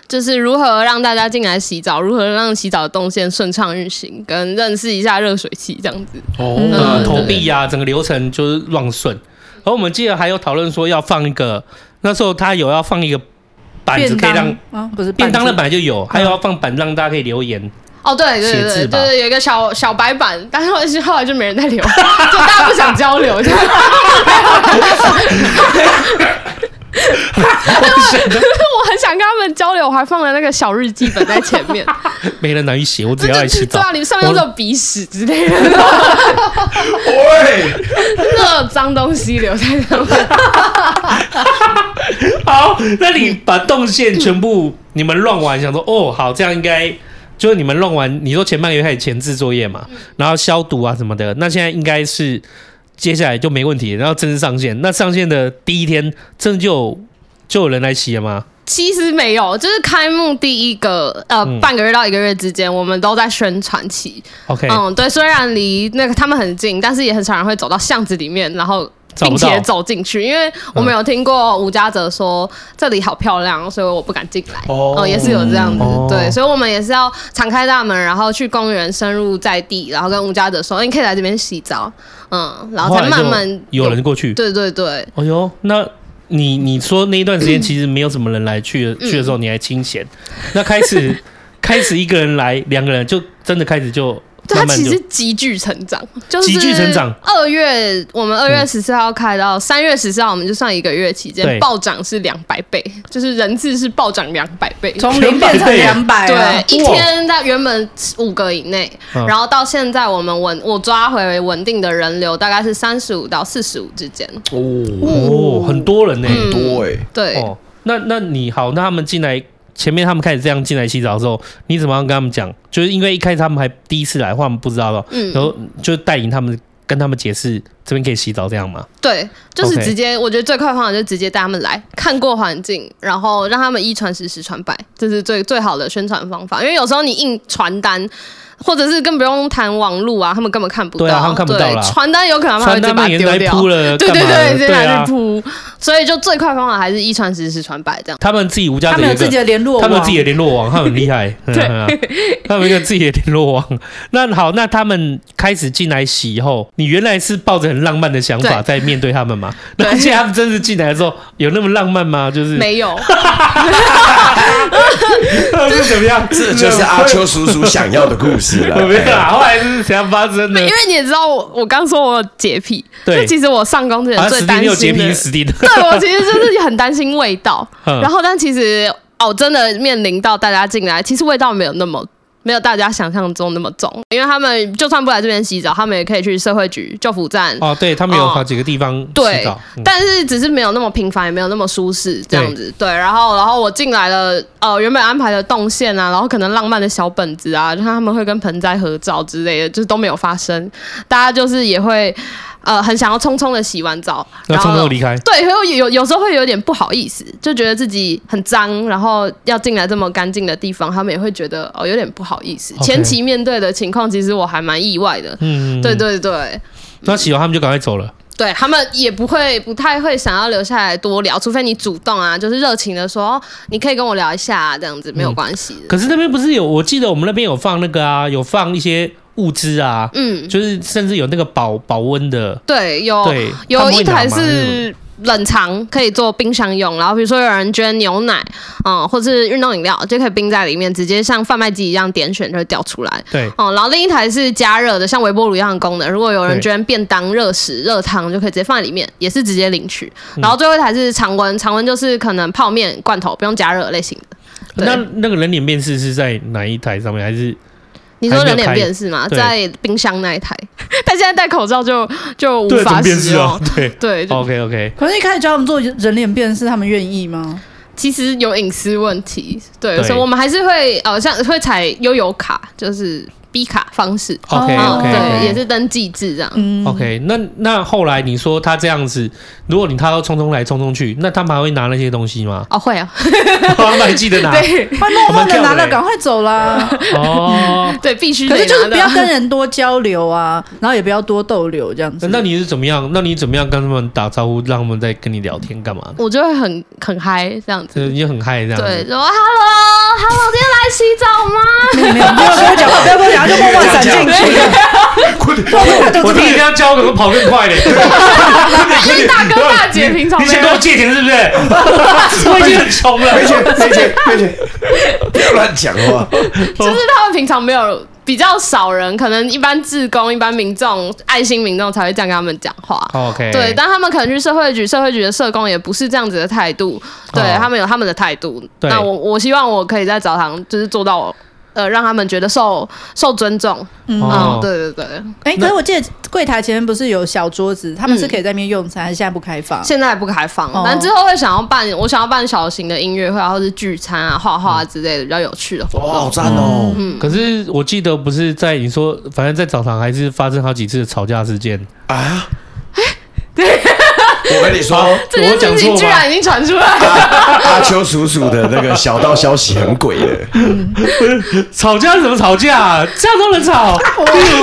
S4: 就是如何让大家进来洗澡，如何让洗澡的动线顺畅运行，跟认识一下热水器这样子。
S1: 哦
S3: 呃，
S4: 嗯
S3: 投币啊，整个流程就是乱顺。而我们记得还有讨论说要放一个，那时候他有要放一个板
S2: 便
S3: 子，可以
S2: 当
S3: 让
S2: 啊不是
S3: 便当的
S2: 板
S3: 本来就有，还有要放板让大家可以留言。
S4: 哦，对对
S3: 写字
S4: 对对，
S3: 吧
S4: 就是有一个小小白板，但是后来就没人再留， 就大家不想交 流，就我很想跟他们交流，我还放了那个小日记本在前 面，
S3: 没人难以写，我只
S4: 这
S3: 要来
S4: 就
S3: 洗
S4: 对
S3: 澡
S4: 啊，。你上面都有鼻屎之类的，
S1: 喂，
S4: 那种脏东西留在上面。
S3: 好，那你把动线全部你们乱完，想说哦，好，这样应该就是你们乱完，你说前半个月开始前置作业嘛，然后消毒啊什么的，那现在应该是接下来就没问题，然后正式上线。那上线的第一天，真的就有就有人来洗了吗？
S4: 其实没有，就是开幕第一个呃、
S3: 嗯
S4: 半个月到一个月之间，我们都在宣传期。
S3: OK，、
S4: 嗯，对，虽然离那个他们很近，但是也很少人会走到巷子里面，然后
S3: 找
S4: 并
S3: 不到
S4: 且走进去，因为我们有听过吴家泽说、这里好漂亮，所以我不敢进来。
S1: 哦
S4: 哦、也是有这样子，
S3: 哦
S4: 对，所以我们也是要敞开大门，然后去公园深入在地，然后跟吴家泽说，哎你可以来这边洗澡，嗯，然后
S3: 后
S4: 才
S3: 来
S4: 慢
S3: 就
S4: 慢
S3: 有人过去。
S4: 对对对，
S3: 哦呦，那你你说那一段时
S4: 嗯
S3: 间其实没有什么人来去的去的时候，你还清闲，那开始开始一个人来，两个人就真的开始就
S4: 对它
S3: 慢慢
S4: 其
S3: 就
S4: 实急剧成长，就是
S3: 急剧成长。
S4: 二月我们二月十四号开到三月十四号，我们就算一个月期
S3: 对
S4: 间暴涨是两百倍，就是人次是暴涨两百倍。
S2: 从零变成两
S3: 啊
S2: 百啊
S4: 对
S2: 了，，
S4: 一天在原本五个以内，
S3: 嗯
S4: 然后到现在我们稳我抓回稳定的人流大概是三十五到四十五之间。
S1: 哦，
S3: 哦，很多人呢、
S4: 嗯
S1: 多哎，
S4: 对，
S3: 哦，那那你好，那他们进来前面他们开始这样进来洗澡的时候，你怎么样跟他们讲？就是因为一开始他们还第一次来的话，他们不知道的，
S4: 嗯
S3: 然后就带领他们跟他们解释这边可以洗澡这样嘛。
S4: 对，就是
S3: OK
S4: 直接我觉得最快的方法就是直接带他们来看过环境，然后让他们一传十，十传百，这是最最好的宣传方法。因为有时候你印传单，或者是更不用谈网路啊，他们根本看不到，
S3: 对啊他们看不到啦
S4: 对传单有可能他
S3: 穿
S4: 们会直
S3: 他
S4: 接把
S3: 们
S4: 它
S3: 也
S4: 丢
S3: 来
S4: 掉。
S3: 铺了，
S4: 对
S3: 干
S4: 对
S3: 嘛的
S4: 对，直接
S3: 对
S4: 拿
S3: 啊
S4: 去，铺。所以就最快的方法还是一传十，十传百 这样。
S3: 他们自己吴家
S2: 他
S3: 泽
S2: 们
S3: 有
S2: 有
S3: 一
S2: 自己
S3: 个。
S2: 的联络网，
S3: 他们有自己的联络网，他们很厉 害， 对，他们有一个自己的联络网。那好，那他们开始进来洗以后，你原来是抱着很浪漫的想法在面对他们嘛？
S4: 对
S3: 那现在他们真是进来的时候，有那么浪漫吗？ 就是
S4: 没有，
S3: 是怎么样？
S1: 这就是啊阿秋叔叔想要的故事了。 哎
S3: 没有啦，后来是怎样发生的
S4: 因？为你也知道我，我刚说我有洁癖，
S3: 对
S4: 就其实我上工之
S3: 啊，
S4: 前最
S3: 史蒂
S4: 担
S3: 你有洁
S4: 心
S3: 癖
S4: 的
S3: 是，史蒂的，
S4: 对我其实就是很担心味道，
S3: 嗯
S4: 然后但其实哦，真的面临到大家进来，其实味道没有那么。没有大家想象中那么重，因为他们就算不来这边洗澡，他们也可以去社会局、救服站，
S3: 哦，对他们有
S4: 哦
S3: 好几个地方
S4: 对
S3: 洗澡，嗯
S4: 但是只是没有那么频繁，也没有那么舒适这样子。对，然后然后我进来了，呃，原本安排的动线啊，然后可能浪漫的小本子啊，像他们会跟盆栽合照之类的，就是都没有发生。大家就是也会呃很想要匆匆的洗完澡，
S3: 那
S4: 然
S3: 匆匆
S4: 后
S3: 地离开。
S4: 对，会有有有时候会有点不好意思，就觉得自己很脏，然后要进来这么干净的地方，他们也会觉得哦有点不好意思。
S3: OK
S4: 前期面对的情况，其实我还蛮意外的。
S3: 嗯，
S4: 对。对对，
S3: 那洗完他们就赶快走了。
S4: 对他们也不会不太会想要留下来多聊，除非你主动啊，就是热情的说，哦你可以跟我聊一下、啊、这样子，没
S3: 嗯
S4: 有关系的。
S3: 可是那边不是有？我记得我们那边有放那个啊，有放一些物资啊，
S4: 嗯，
S3: 就是甚至有那个保保温的。
S4: 对，有
S3: 对，他
S4: 有
S3: 们会
S4: 一台
S3: 拿吗
S4: 是冷藏，可以做冰箱用，然后比如说有人捐牛奶，嗯，或是运动饮料，就可以冰在里面，直接像贩卖机一样点选就会掉出来。
S3: 对，
S4: 哦、然后另一台是加热的，像微波炉一样的功能。如果有人
S3: 对
S4: 捐便当、热食、热汤，就可以直接放在里面，也是直接领取。
S3: 嗯
S4: 然后最后一台是常温，常温就是可能泡面、罐头不用加热类型的。对
S3: 那那个人脸辨识是在哪一台上面？还是
S4: 你说
S3: 还没有
S4: 人脸
S3: 开
S4: 辨识吗？
S3: 对
S4: 在冰箱那一台， 但现在戴口罩就就无
S3: 怎么
S4: 法
S3: 辨
S4: 使
S3: 识啊
S4: 用。？
S3: 对
S4: 对，就
S3: ，OK OK，
S2: 可是一开始教他们做人脸辨识，他们愿意 吗？
S4: 其实有隐私问题，对，
S3: 对
S4: 所以我们还是会呃，像会采悠游卡，就是 B 卡方式，
S3: OK，OK，
S4: 嗯
S3: OK，
S4: 对，
S3: OK
S4: 也是登记制这样。
S2: 嗯
S3: OK，那那后来你说他这样子，如果你他要匆匆来匆匆去，那他们还会拿那些东西
S4: ？
S3: 吗
S4: 哦，会啊，
S3: 他们还记得拿
S4: 对
S2: 他默默的拿
S3: 我们跳欸
S2: 了，
S3: 嘞
S2: 赶快走 啦。
S3: 哦。
S4: 对，必须得
S2: 可是就是
S4: 拿
S2: 不
S4: 到
S2: 要跟人多交流啊，然后也不要多逗留这样子。
S3: 那你是怎么样？那你怎么样跟他们打招呼，让他们在跟你聊天干嘛的？
S4: 我就会很很嗨这样子。
S3: 就也很嗨这样
S4: 对，
S3: 子。
S4: 说 “hello hello”，今天
S2: 没有
S4: 来洗澡吗？
S2: 没有没有跟我讲话，不要跟我讲话，就默默闪闪进去，
S1: 快点，
S3: 我第一天要教，可能跑更 快嘞。
S4: 因为大哥大姐平常
S3: 你
S4: 没
S3: 想跟我
S4: 有，
S3: 借钱是不 是？我已经很穷 了，
S1: 没钱，没钱，没钱，不要乱讲哦话。
S4: 就是他们平常没有比较少人，可能一般志工、一般民众、爱心民众才会这样跟他们讲话。
S3: OK，
S4: 对，但他们可能去社会局，社会局的社工也不是这样子的态度，对、
S3: 哦
S4: 他们有他们的态度。
S3: 对
S4: 那我我希望我可以在澡堂就是做到我，呃，让他们觉得受受尊重。
S3: 哦
S4: 嗯，对对对，
S2: 哎，可是我记得柜台前面不是有小桌
S3: 嗯
S2: 子，他们是可以在那边用餐，还是现在不开放？
S4: 现在不开放
S2: 哦，
S4: 但之后会想要办，我想要办小型的音乐会啊，或是聚餐啊、画画啊之类的比较有趣的活
S1: 哇，好
S4: 动。
S1: 赞哦！
S3: 可是我记得不是在你说，反正在澡堂还是发生好几次的吵架事件。
S1: 啊，
S3: 哎
S1: 我跟你
S3: 哦
S1: 说，
S4: 这件事情
S3: 我讲错吧
S4: 居然已经传出来了，
S1: 阿秋叔叔的那个小道消息很鬼的。
S3: 吵架是怎么吵架、 这样都能
S4: 哦
S3: 吵？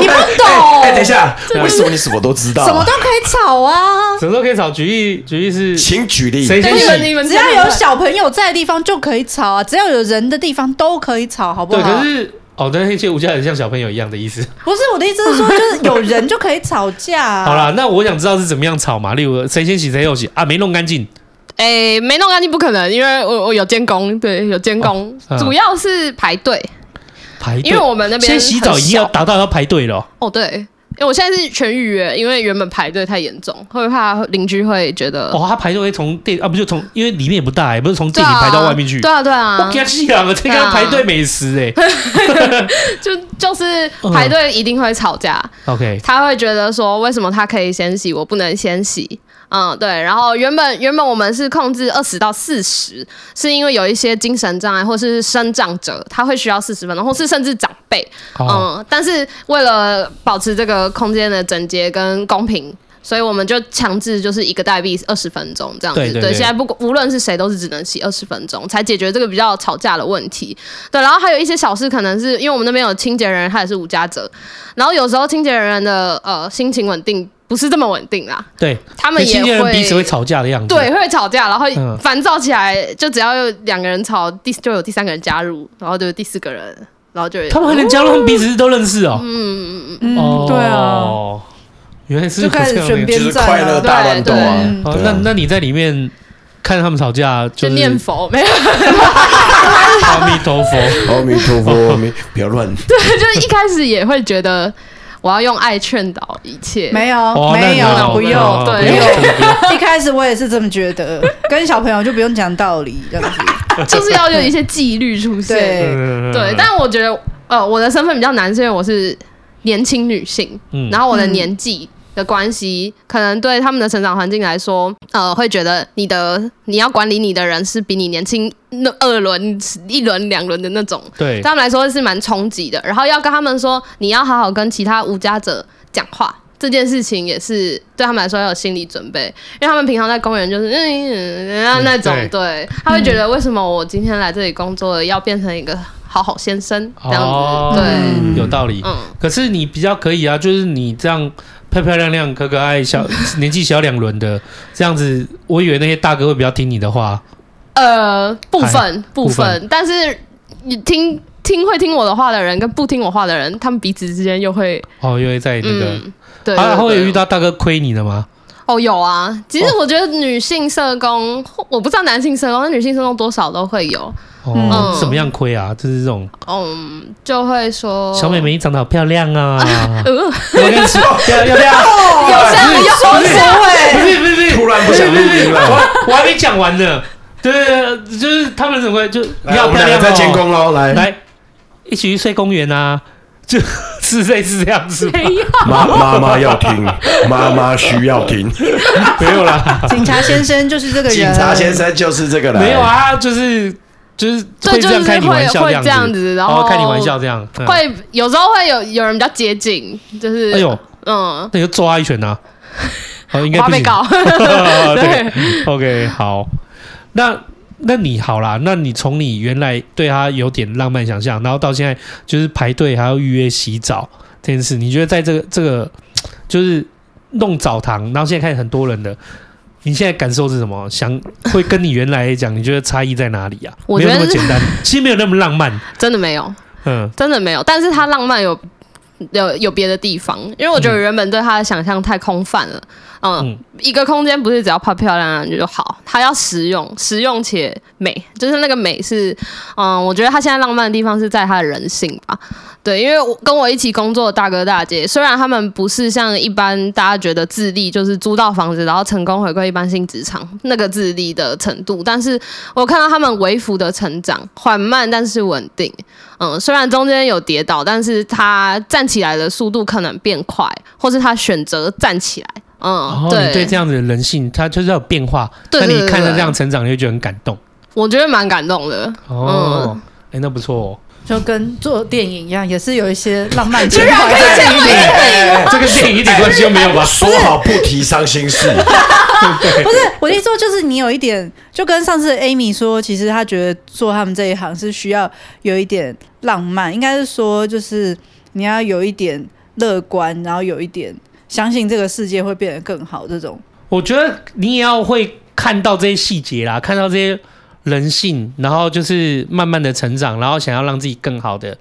S2: 你不
S3: 哦
S1: 哎、等一
S2: 懂，
S1: 下，为什么你什么都知道？啊
S2: 什么都可以吵啊，
S3: 什么时候可以吵？举例，举例是
S1: 请举例。
S3: 谁
S4: 你
S3: 先
S4: 们
S3: 洗？
S4: 你们
S2: 只要有小朋友在的地方就可以吵啊，只要有人的地方都可以吵，好不
S3: 对，可
S2: 好？
S3: 是哦，但那些无家很像小朋友一样的意思。
S2: 不是我的意思是说，就是有人就可以吵架啊。
S3: 好啦，那我想知道是怎么样吵嘛？例如谁先洗谁后洗啊，没弄干净。
S4: 哎、没弄干净不可能，因为我我有监工，对，有监工，
S3: 哦嗯
S4: 主要是排队，
S3: 排队，
S4: 因为我们那边
S3: 先洗澡
S4: 很
S3: 已经要
S4: 小
S3: 达到要排队了哦、
S4: 哦，对，因为我现在是全预约，因为原本排队太严重，会怕邻居会觉得
S3: 哦，他排队会从店啊，不就从因为里面也不大、也不是从
S4: 对
S3: 店里
S4: 啊
S3: 排到外面去。
S4: 对啊对啊
S3: 我，给他气啊！我在跟他排队美食哎、
S4: 就就是
S3: 嗯
S4: 排队一定会吵架，
S3: OK，
S4: 他会觉得说为什么他可以先洗，我不能先洗。嗯，对。然后原本原本我们是控制二十到四十，是因为有一些精神障碍或是生长者，他会需要四十分钟，或是甚至长辈。
S3: 哦，
S4: 嗯，但是为了保持这个空间的整洁跟公平，所以我们就强制就是一个代币二十分钟这样子。
S3: 对对对
S4: 现在不管无论是谁都是只能洗二十分钟，才解决这个比较吵架的问题。对，然后还有一些小事，可能是因为我们那边有清洁人员，他也是无家者，然后有时候清洁人员的呃心情稳定不是这么稳定啦，
S3: 对，
S4: 他们也
S3: 年轻
S4: 会
S3: 人彼此会吵架的样子。
S4: 对，，会吵架，然后
S3: 嗯
S4: 烦躁起来，就只要有两个人吵，第就有第三个人加入，然后就有第四个人，然后就有
S3: 他们还能加入，他们彼此都认识哦。
S2: 嗯
S3: 哦，，
S2: 对啊，，
S3: 原来是
S2: 就开始
S3: 这样
S2: 选
S3: 的
S1: 就
S2: 边
S1: 是
S2: 站
S1: 快乐
S2: 啊。
S1: 大乱斗啊！
S2: 对
S3: 哦
S1: 对
S3: 那
S1: 啊
S3: 那你在里面看他们吵架，
S4: 就是 念佛没有。
S3: 阿弥陀佛。
S1: 阿弥陀佛，阿弥，不要乱。
S4: 就是一开始也会觉得我要用爱劝导一切，
S2: 没有，
S3: 哦那
S2: 没
S3: 很
S2: 有，
S3: 好
S2: 不
S3: 那
S2: 用
S3: 很。好
S4: 对
S3: 不用
S4: 没有
S3: 真的不 用
S2: 一开始我也是这么觉得， 跟小朋友就不用讲道理这样子。
S4: 就是要有一些纪律出现。
S2: 对，
S3: 嗯
S4: 对，但我觉得呃，我的身份比较难，是因为我是年轻女性，
S3: 嗯
S4: 然后我的年纪。的关系，可能对他们的成长环境来说，呃，会觉得你的你要管理你的人是比你年轻那二轮、一轮、两轮的那种，
S3: 对
S4: 对他们来说是蛮冲击的。然后要跟他们说，你要好好跟其他无家者讲话。这件事情也是对他们来说要有心理准备，因为他们平常在公园就是嗯嗯嗯那那种
S3: 嗯，
S4: 对，他会觉得为什么我今天来这里工作要变成一个好好先生这样
S3: 哦
S4: 子？对，
S2: 嗯
S3: 有道理。
S4: 嗯，
S3: 可是你比较可以啊，就是你这样漂漂亮亮、可可爱、小 年纪小两轮的这样子，我以为那些大哥会比较听你的话。
S4: 呃，部分部
S3: 部
S4: 分，但是你听听会听我的话的人跟不听我话的人，他们彼此之间又会
S3: 哦，因为在那个，
S4: 嗯，对，
S3: 啊，
S4: 对
S3: 会有
S4: 对
S3: 遇到大哥亏你的吗？
S4: 哦，有啊。其实我觉得女性社工，或我不知道男性社工，但女性社工多少都会有。
S3: 哦，
S4: 嗯
S3: 什么样亏啊？就是这种
S4: 嗯，就会说
S3: 小美，眉长得好漂亮啊，
S4: 呃，
S3: 我跟 你说，要要不要？
S2: 有
S4: 像有
S2: 同学
S3: 不
S2: 会
S3: 是不是不是，
S1: 突然不想录音了
S3: 我我还没讲完呢。对对，对就是他们怎么会就你
S1: 来，我
S3: 好
S1: 们
S3: 漂
S1: 两
S3: 亮
S1: 个在监
S3: 哦，
S1: 工喽，来，
S3: 来一起去睡公园啊，就是类似这样子吗，
S4: 没有，
S1: 妈妈妈要听，妈妈需要听。
S3: 没有啦，
S2: 警察先生就是这个人。
S1: 警察先生就是这个了，
S3: 没有，啊，就是就是
S4: 对，
S3: 会
S4: 就
S3: 这样
S4: 是
S3: 开你玩
S4: 会
S3: 笑
S4: 会这样
S3: 样，
S4: 子，然
S3: 然
S4: 后
S3: 后开你玩笑，这样，嗯，
S4: 会有时候会有有人比较接近，就是
S3: 哎呦，
S4: 嗯，
S3: 那你就抓一拳啊，哦，应该
S4: 怕
S3: 不行，
S4: 被告。
S3: 对，OK，好，那那你好啦，那你从你原来对他有点浪漫想象，然后到现在就是排队还要预约洗澡这件事，你觉得在这个这个就是弄澡堂，然后现在开始很多人的。你现在感受是什么？想会跟你原来讲，你觉得差异在哪里啊？
S4: 我
S3: 没有
S4: 觉
S3: 那
S4: 得
S3: 么简单，其实没有那么浪漫。
S4: 真的没有，
S3: 嗯，
S4: 真的没有。但是他浪漫有有有别的地方，因为我觉得原本对他的想象太空泛了。嗯，
S3: 嗯
S4: 一个空间不是只要漂漂亮亮就好，它要实用，实用且美，就是那个美是，嗯，我觉得他现在浪漫的地方是在他的人性吧。对，因为我跟我一起工作的大哥大姐，虽然他们不是像一般大家觉得自立，就是租到房子然后成功回归一般性职场那个自立的程度，但是我看到他们微幅的成长，缓慢但是稳定。嗯，虽然中间有跌倒，但是他站起来的速度可能变快，或是他选择站起来。
S3: 然
S4: 嗯，
S3: 后哦你
S4: 对，
S3: 对这样的人性，他就是要有变化。
S4: 对
S3: 那
S4: 对
S3: 你
S4: 对
S3: 看着
S4: 对嗯
S3: 这样成长，你会觉得很感动。
S4: 我觉得蛮感动的。
S3: 哦，哎，那不错哦。
S2: 就跟做电影一样，也是有一些浪漫情
S4: 然
S2: 怀
S4: 可以
S2: 在里面。
S1: 哎
S3: 这跟电影一点关系都没有吧？
S1: 说好不提伤心事，
S2: 不是我的意思说，就是你有一点，就跟上次 Amy 说，其实她觉得做他们这一行是需要有一点浪漫，应该是说就是你要有一点乐观，然后有一点相信这个世界会变得更好这种。
S3: 我觉得你也要会看到这些细节啦，看到这些人性，然后就是慢慢的成长，然后想要让自己更好的，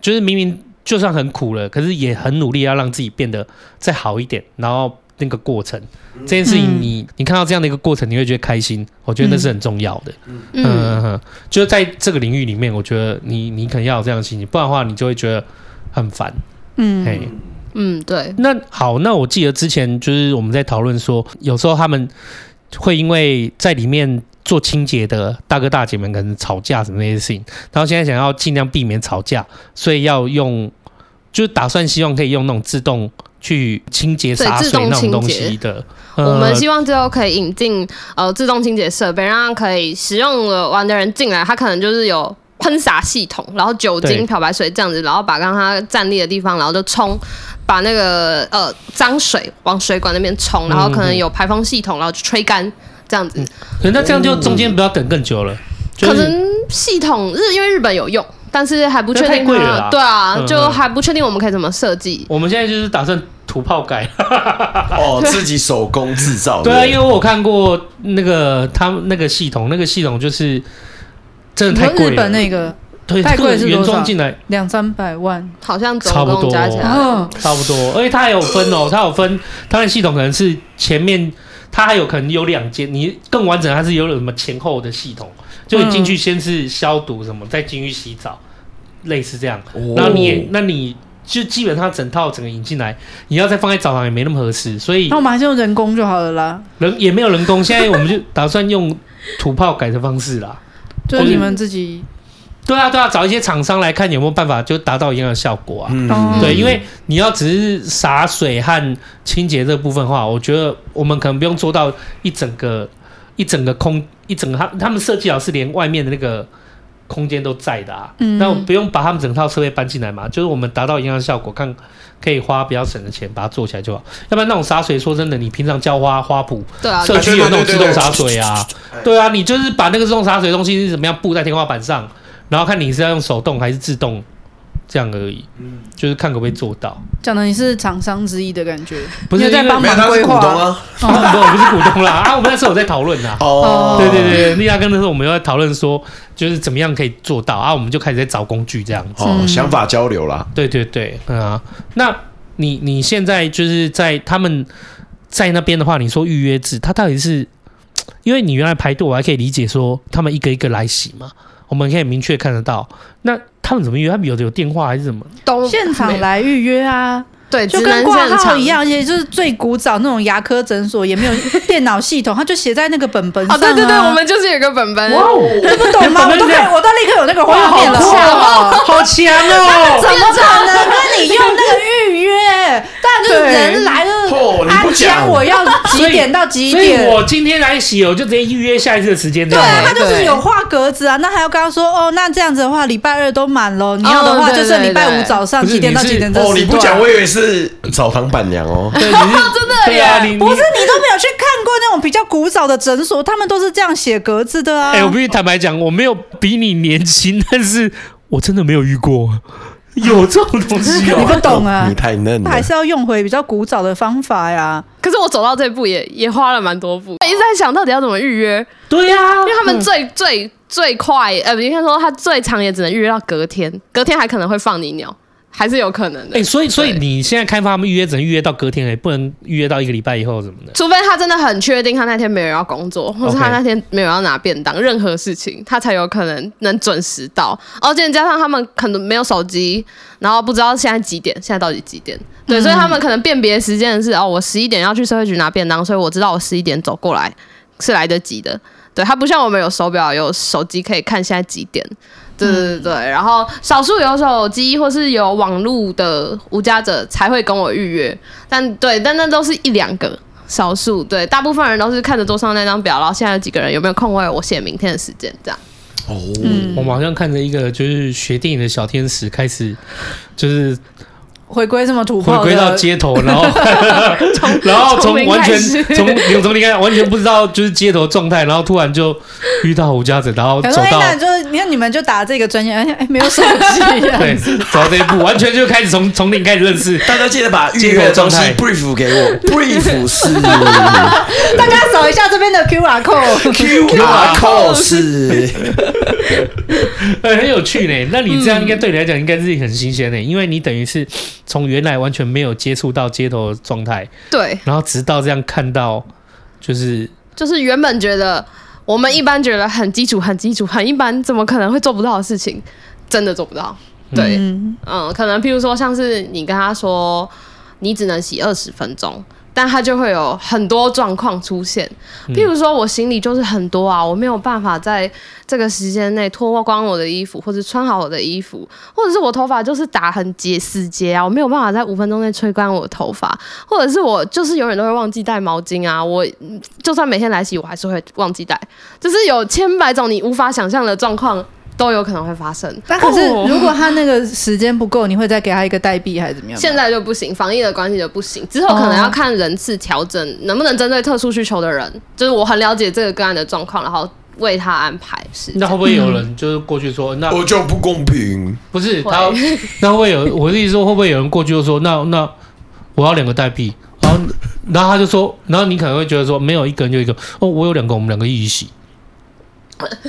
S3: 就是明明就算很苦了，可是也很努力要让自己变得再好一点，然后那个过程。这件事情
S2: 嗯
S3: 你，你、看到这样的一个过程，你会觉得开心，我觉得那是很重要的。嗯
S4: 嗯，
S3: 嗯嗯，就是在这个领域里面，我觉得你你可能要有这样的心情，不然的话你就会觉得很烦。
S2: 嗯
S3: 嘿，
S4: 嗯，对，
S3: 那好，那我记得之前就是我们在讨论说，有时候他们会因为在里面做清洁的大哥大姐们可能吵架什么那些事情，然后现在想要尽量避免吵架，所以要用，就是打算希望可以用那种自动去清洁
S4: 对
S3: 洒
S4: 自
S3: 水
S4: 动
S3: 那种
S4: 清
S3: 东
S4: 洁
S3: 西的。
S4: 我
S3: 呃
S4: 们希望之后可以引进呃自动清洁设备，让可以使用了完的人进来，他可能就是有。喷洒系统，然后酒
S3: 对
S4: 精、漂白水这样子，然后把刚刚他站立的地方，然后就冲，把那个呃脏水往水管那边冲，然后可能有排风系统，然后就吹干这样子。
S3: 可那这样就中间不要等更久了，就
S4: 嗯可
S3: 是
S4: 能系统日因为日本有用，但是还不确
S3: 那太
S4: 定
S3: 贵
S4: 它
S3: 了啦
S4: 对啊，
S3: 嗯
S4: 就
S3: 嗯
S4: 还不确定我们可以怎么设计。
S3: 我们现在就是打算土炮改。
S1: 哦，自己手工制造。
S3: 对啊，因为
S1: 为
S3: 我有看过那个他们那个系统，那个系统就是真的太贵
S2: 日
S3: 了。
S2: 本那个
S3: 对，
S2: 太贵
S3: 这个
S2: 是多
S3: 原
S2: 少
S3: 装进来
S2: 两三百万，
S4: 好像总
S3: 差不
S4: 共
S3: 多
S4: 加起来，
S2: 嗯，
S3: 差不多，而且它还有分哦，它有分，它的系统可能是前面，它还有可能有两间，你更完整，它是有什么前后的系统，就你进去先是消毒什么，再进去洗澡，类似这样。
S2: 哦
S3: 然后你也，哦那你就基本上整套整个引进来，你要再放在澡堂也没那么合适，所以
S2: 那我们还是用人工就好了啦，
S3: 人也没有人工。现在我们就打算用土炮改的方式啦。
S2: 就是你们自己
S3: 对啊，对啊，找一些厂商来看有没有办法就达到一样的效果啊。
S2: 嗯
S3: 对，因为你要只是洒水和清洁这部分的话，我觉得我们可能不用做到一整个一整个空一整个他他们设计好是连外面的那个空间都在的啊，
S2: 嗯
S3: 那我不用把他们整套设备搬进来嘛，就是我们达到一样的效果，看可以花比较省的钱把它做起来就好。要不然那种洒水，说真的，你平常浇花花圃
S4: 对哎啊，
S3: 社区有那种自动洒水啊，对啊，你就是把那个自动洒水的东西是怎么样布在天花板上，然后看你是要用手动还是自动，这样而已，就是看可不可以做到。
S2: 讲的你是厂商之一的感觉，
S3: 不是
S2: 你有在
S3: 因为
S2: 帮
S1: 没有
S2: 忙
S1: 他
S2: 规
S1: 是股
S2: 划
S1: 东啊。
S3: 啊 不，我不是股东啦，啊，我们那时候有在讨论呐。
S1: 哦，
S3: 对对对，丽拉跟那时候我们有在讨论说，就是怎么样可以做到啊，我们就开始在找工具这样子。
S1: 哦，
S2: 嗯
S1: 想法交流啦。
S3: 对对对，嗯啊，那你你现在就是在他们在那边的话，你说预约制，它到底是因为你原来排队，我还可以理解说他们一个一个来洗嘛，我们可以明确看得到。那他们怎么约？他们有的有电话还是怎么？
S4: 都
S2: 现场来预约啊，
S4: 对，
S2: 就
S4: 只能
S2: 跟挂
S4: 现
S2: 号
S4: 场
S2: 一样，而且就是最古早那种牙科诊所也没有 电脑系统，它就写在那个本本上、
S4: 哦，
S2: 啊。
S4: 对对对，我们就是有个本本，
S3: 哦，
S2: 你不懂 吗？我
S3: 原本
S2: 都可
S3: 就这
S2: 以
S3: 样，
S2: 我都立刻有那个画面了。
S4: 哇好哦酷
S2: 好不好
S3: 好强 哦！
S2: 怎么可能跟你用那个预约？当然就是人来了，
S1: 哦，你
S2: 安
S1: 不
S2: 江
S1: 讲，
S2: 我要
S3: 所
S2: 几
S3: 以
S2: 点到几
S3: 所以
S2: 点？
S3: 我今天来洗，我就直接预约下一次的时间，这
S2: 对
S3: 样
S2: 啊，
S3: 吗
S2: 他就是有画格子啊，那还要跟他说哦，那这样子的话，礼拜二都满喽。你要的话，
S4: 哦对
S2: 就
S4: 对
S2: 是礼拜五早上
S3: 对对
S2: 几点到几点这
S1: 哦，
S2: 时
S1: 你不
S2: 段
S1: 讲，我以为是澡堂板娘哦。
S3: 对，你是真的对啊，
S4: 耶
S3: 你你
S2: 不是你都没有去看过那种比较古早的诊所，他们都是这样写格子的啊。
S3: 哎、我必须坦白讲，我没有比你年轻，但是我真的没有遇过有这种东西
S2: 你
S3: 哦。
S2: 不懂啊
S1: 你，太嫩了
S2: 还。是要用回比较古早的方法呀。
S4: 可是我走到这步也也花了蛮多步，我一直在想到底要怎么预约，
S3: 对呀、
S4: 因为他
S2: 嗯
S4: 们最、最最快，呃，不应该说他最长也只能预约到隔天，隔天还可能会放你鸟。还是有可能的。
S3: 哎、所以所以
S4: 对
S3: 你现在开放他们预约，只能预约到隔天而已，哎不能预约到一个礼拜以后什么的。
S4: 除非他真的很确定他那天没有要工作，或是
S3: OK
S4: 他那天没有要拿便当，任何事情他才有可能能准时到。而且加上他们可能没有手机，然后不知道现在几点，现在到底几点？
S3: 嗯
S4: 对，所以他们可能辨别时间的是哦，我十一点要去社会局拿便当，所以我知道我十一点走过来是来得及的。对，他不像我们有手表、有手机可以看现在几点。对
S3: 嗯
S4: 对对对，然后少数有手机或是有网络的无家者才会跟我预约，但对，但那都是一两个少数，对，大部分人都是看着桌上那张表，然后现在有几个人有没有空位，我写明天的时间这样。
S1: 哦，
S4: 嗯
S3: 我们好像看着一个就是学电影的小天使开始，就是
S2: 回归这么土
S3: 回
S2: 炮
S3: 归到
S2: 的，
S3: 街头，然后 然后从
S4: 从零
S3: 完全
S4: 开始
S3: 从从从零开始完全不知道就是街头状态，然后突然就遇到吴家泽，然后
S2: 想
S3: 走
S2: 说哎，
S3: 到
S2: 那就是你看你们就打这个专业，而且哎没有手 机啊，
S3: 对走到这一步，完全就开始从从零开始认识。
S1: 大家记得把预
S3: 接
S1: 约
S3: 口
S1: 的
S3: 状
S1: 东西
S3: 态
S1: brief 给我，brief 是
S2: 大家扫一下这边的 QR code。
S1: QR code 是
S3: 哎、很有 趣呢。那你这样应该对你来讲应该是很新鲜呢，因为你等于是从原来完全没有接触到街头的状态，
S4: 对，
S3: 然后直到这样看到，就是
S4: 就是原本觉得我们一般觉得很基础、很基础、很一般，怎么可能会做不到的事情，真的做不到。对，嗯可能譬如说像是你跟他说你只能洗二十分钟。但他就会有很多状况出现，譬如说我行李就是很多啊，我没有办法在这个时间内脱光我的衣服，或者穿好我的衣服，或者是我头发就是打很结死结啊，我没有办法在五分钟内吹干我的头发，或者是我就是永远都会忘记带毛巾啊，我嗯就算每天来洗，我还是会忘记带，就是有千百种你无法想象的状况都有可能会发生。
S2: 但可是
S4: 哦
S2: 如果他那个时间不够，你会再给他一个代币还是怎么样吗？
S4: 现在就不行，防疫的关系就不行。之后可
S3: 哦
S4: 能要看人次调整，能不能针对特殊需求的人，就是我很了解这个个案的状况，然后为他安排是。
S3: 那会不会有人就是过去说，那
S1: 我就不公平。
S3: 不是
S4: 会
S3: 他，那会不会有？我的意思说，会不会有人过去就说，那那我要两个代币，然后然后他就说，然后你可能会觉得说，没有一个人就一个，哦，我有两个，我们两个一起洗。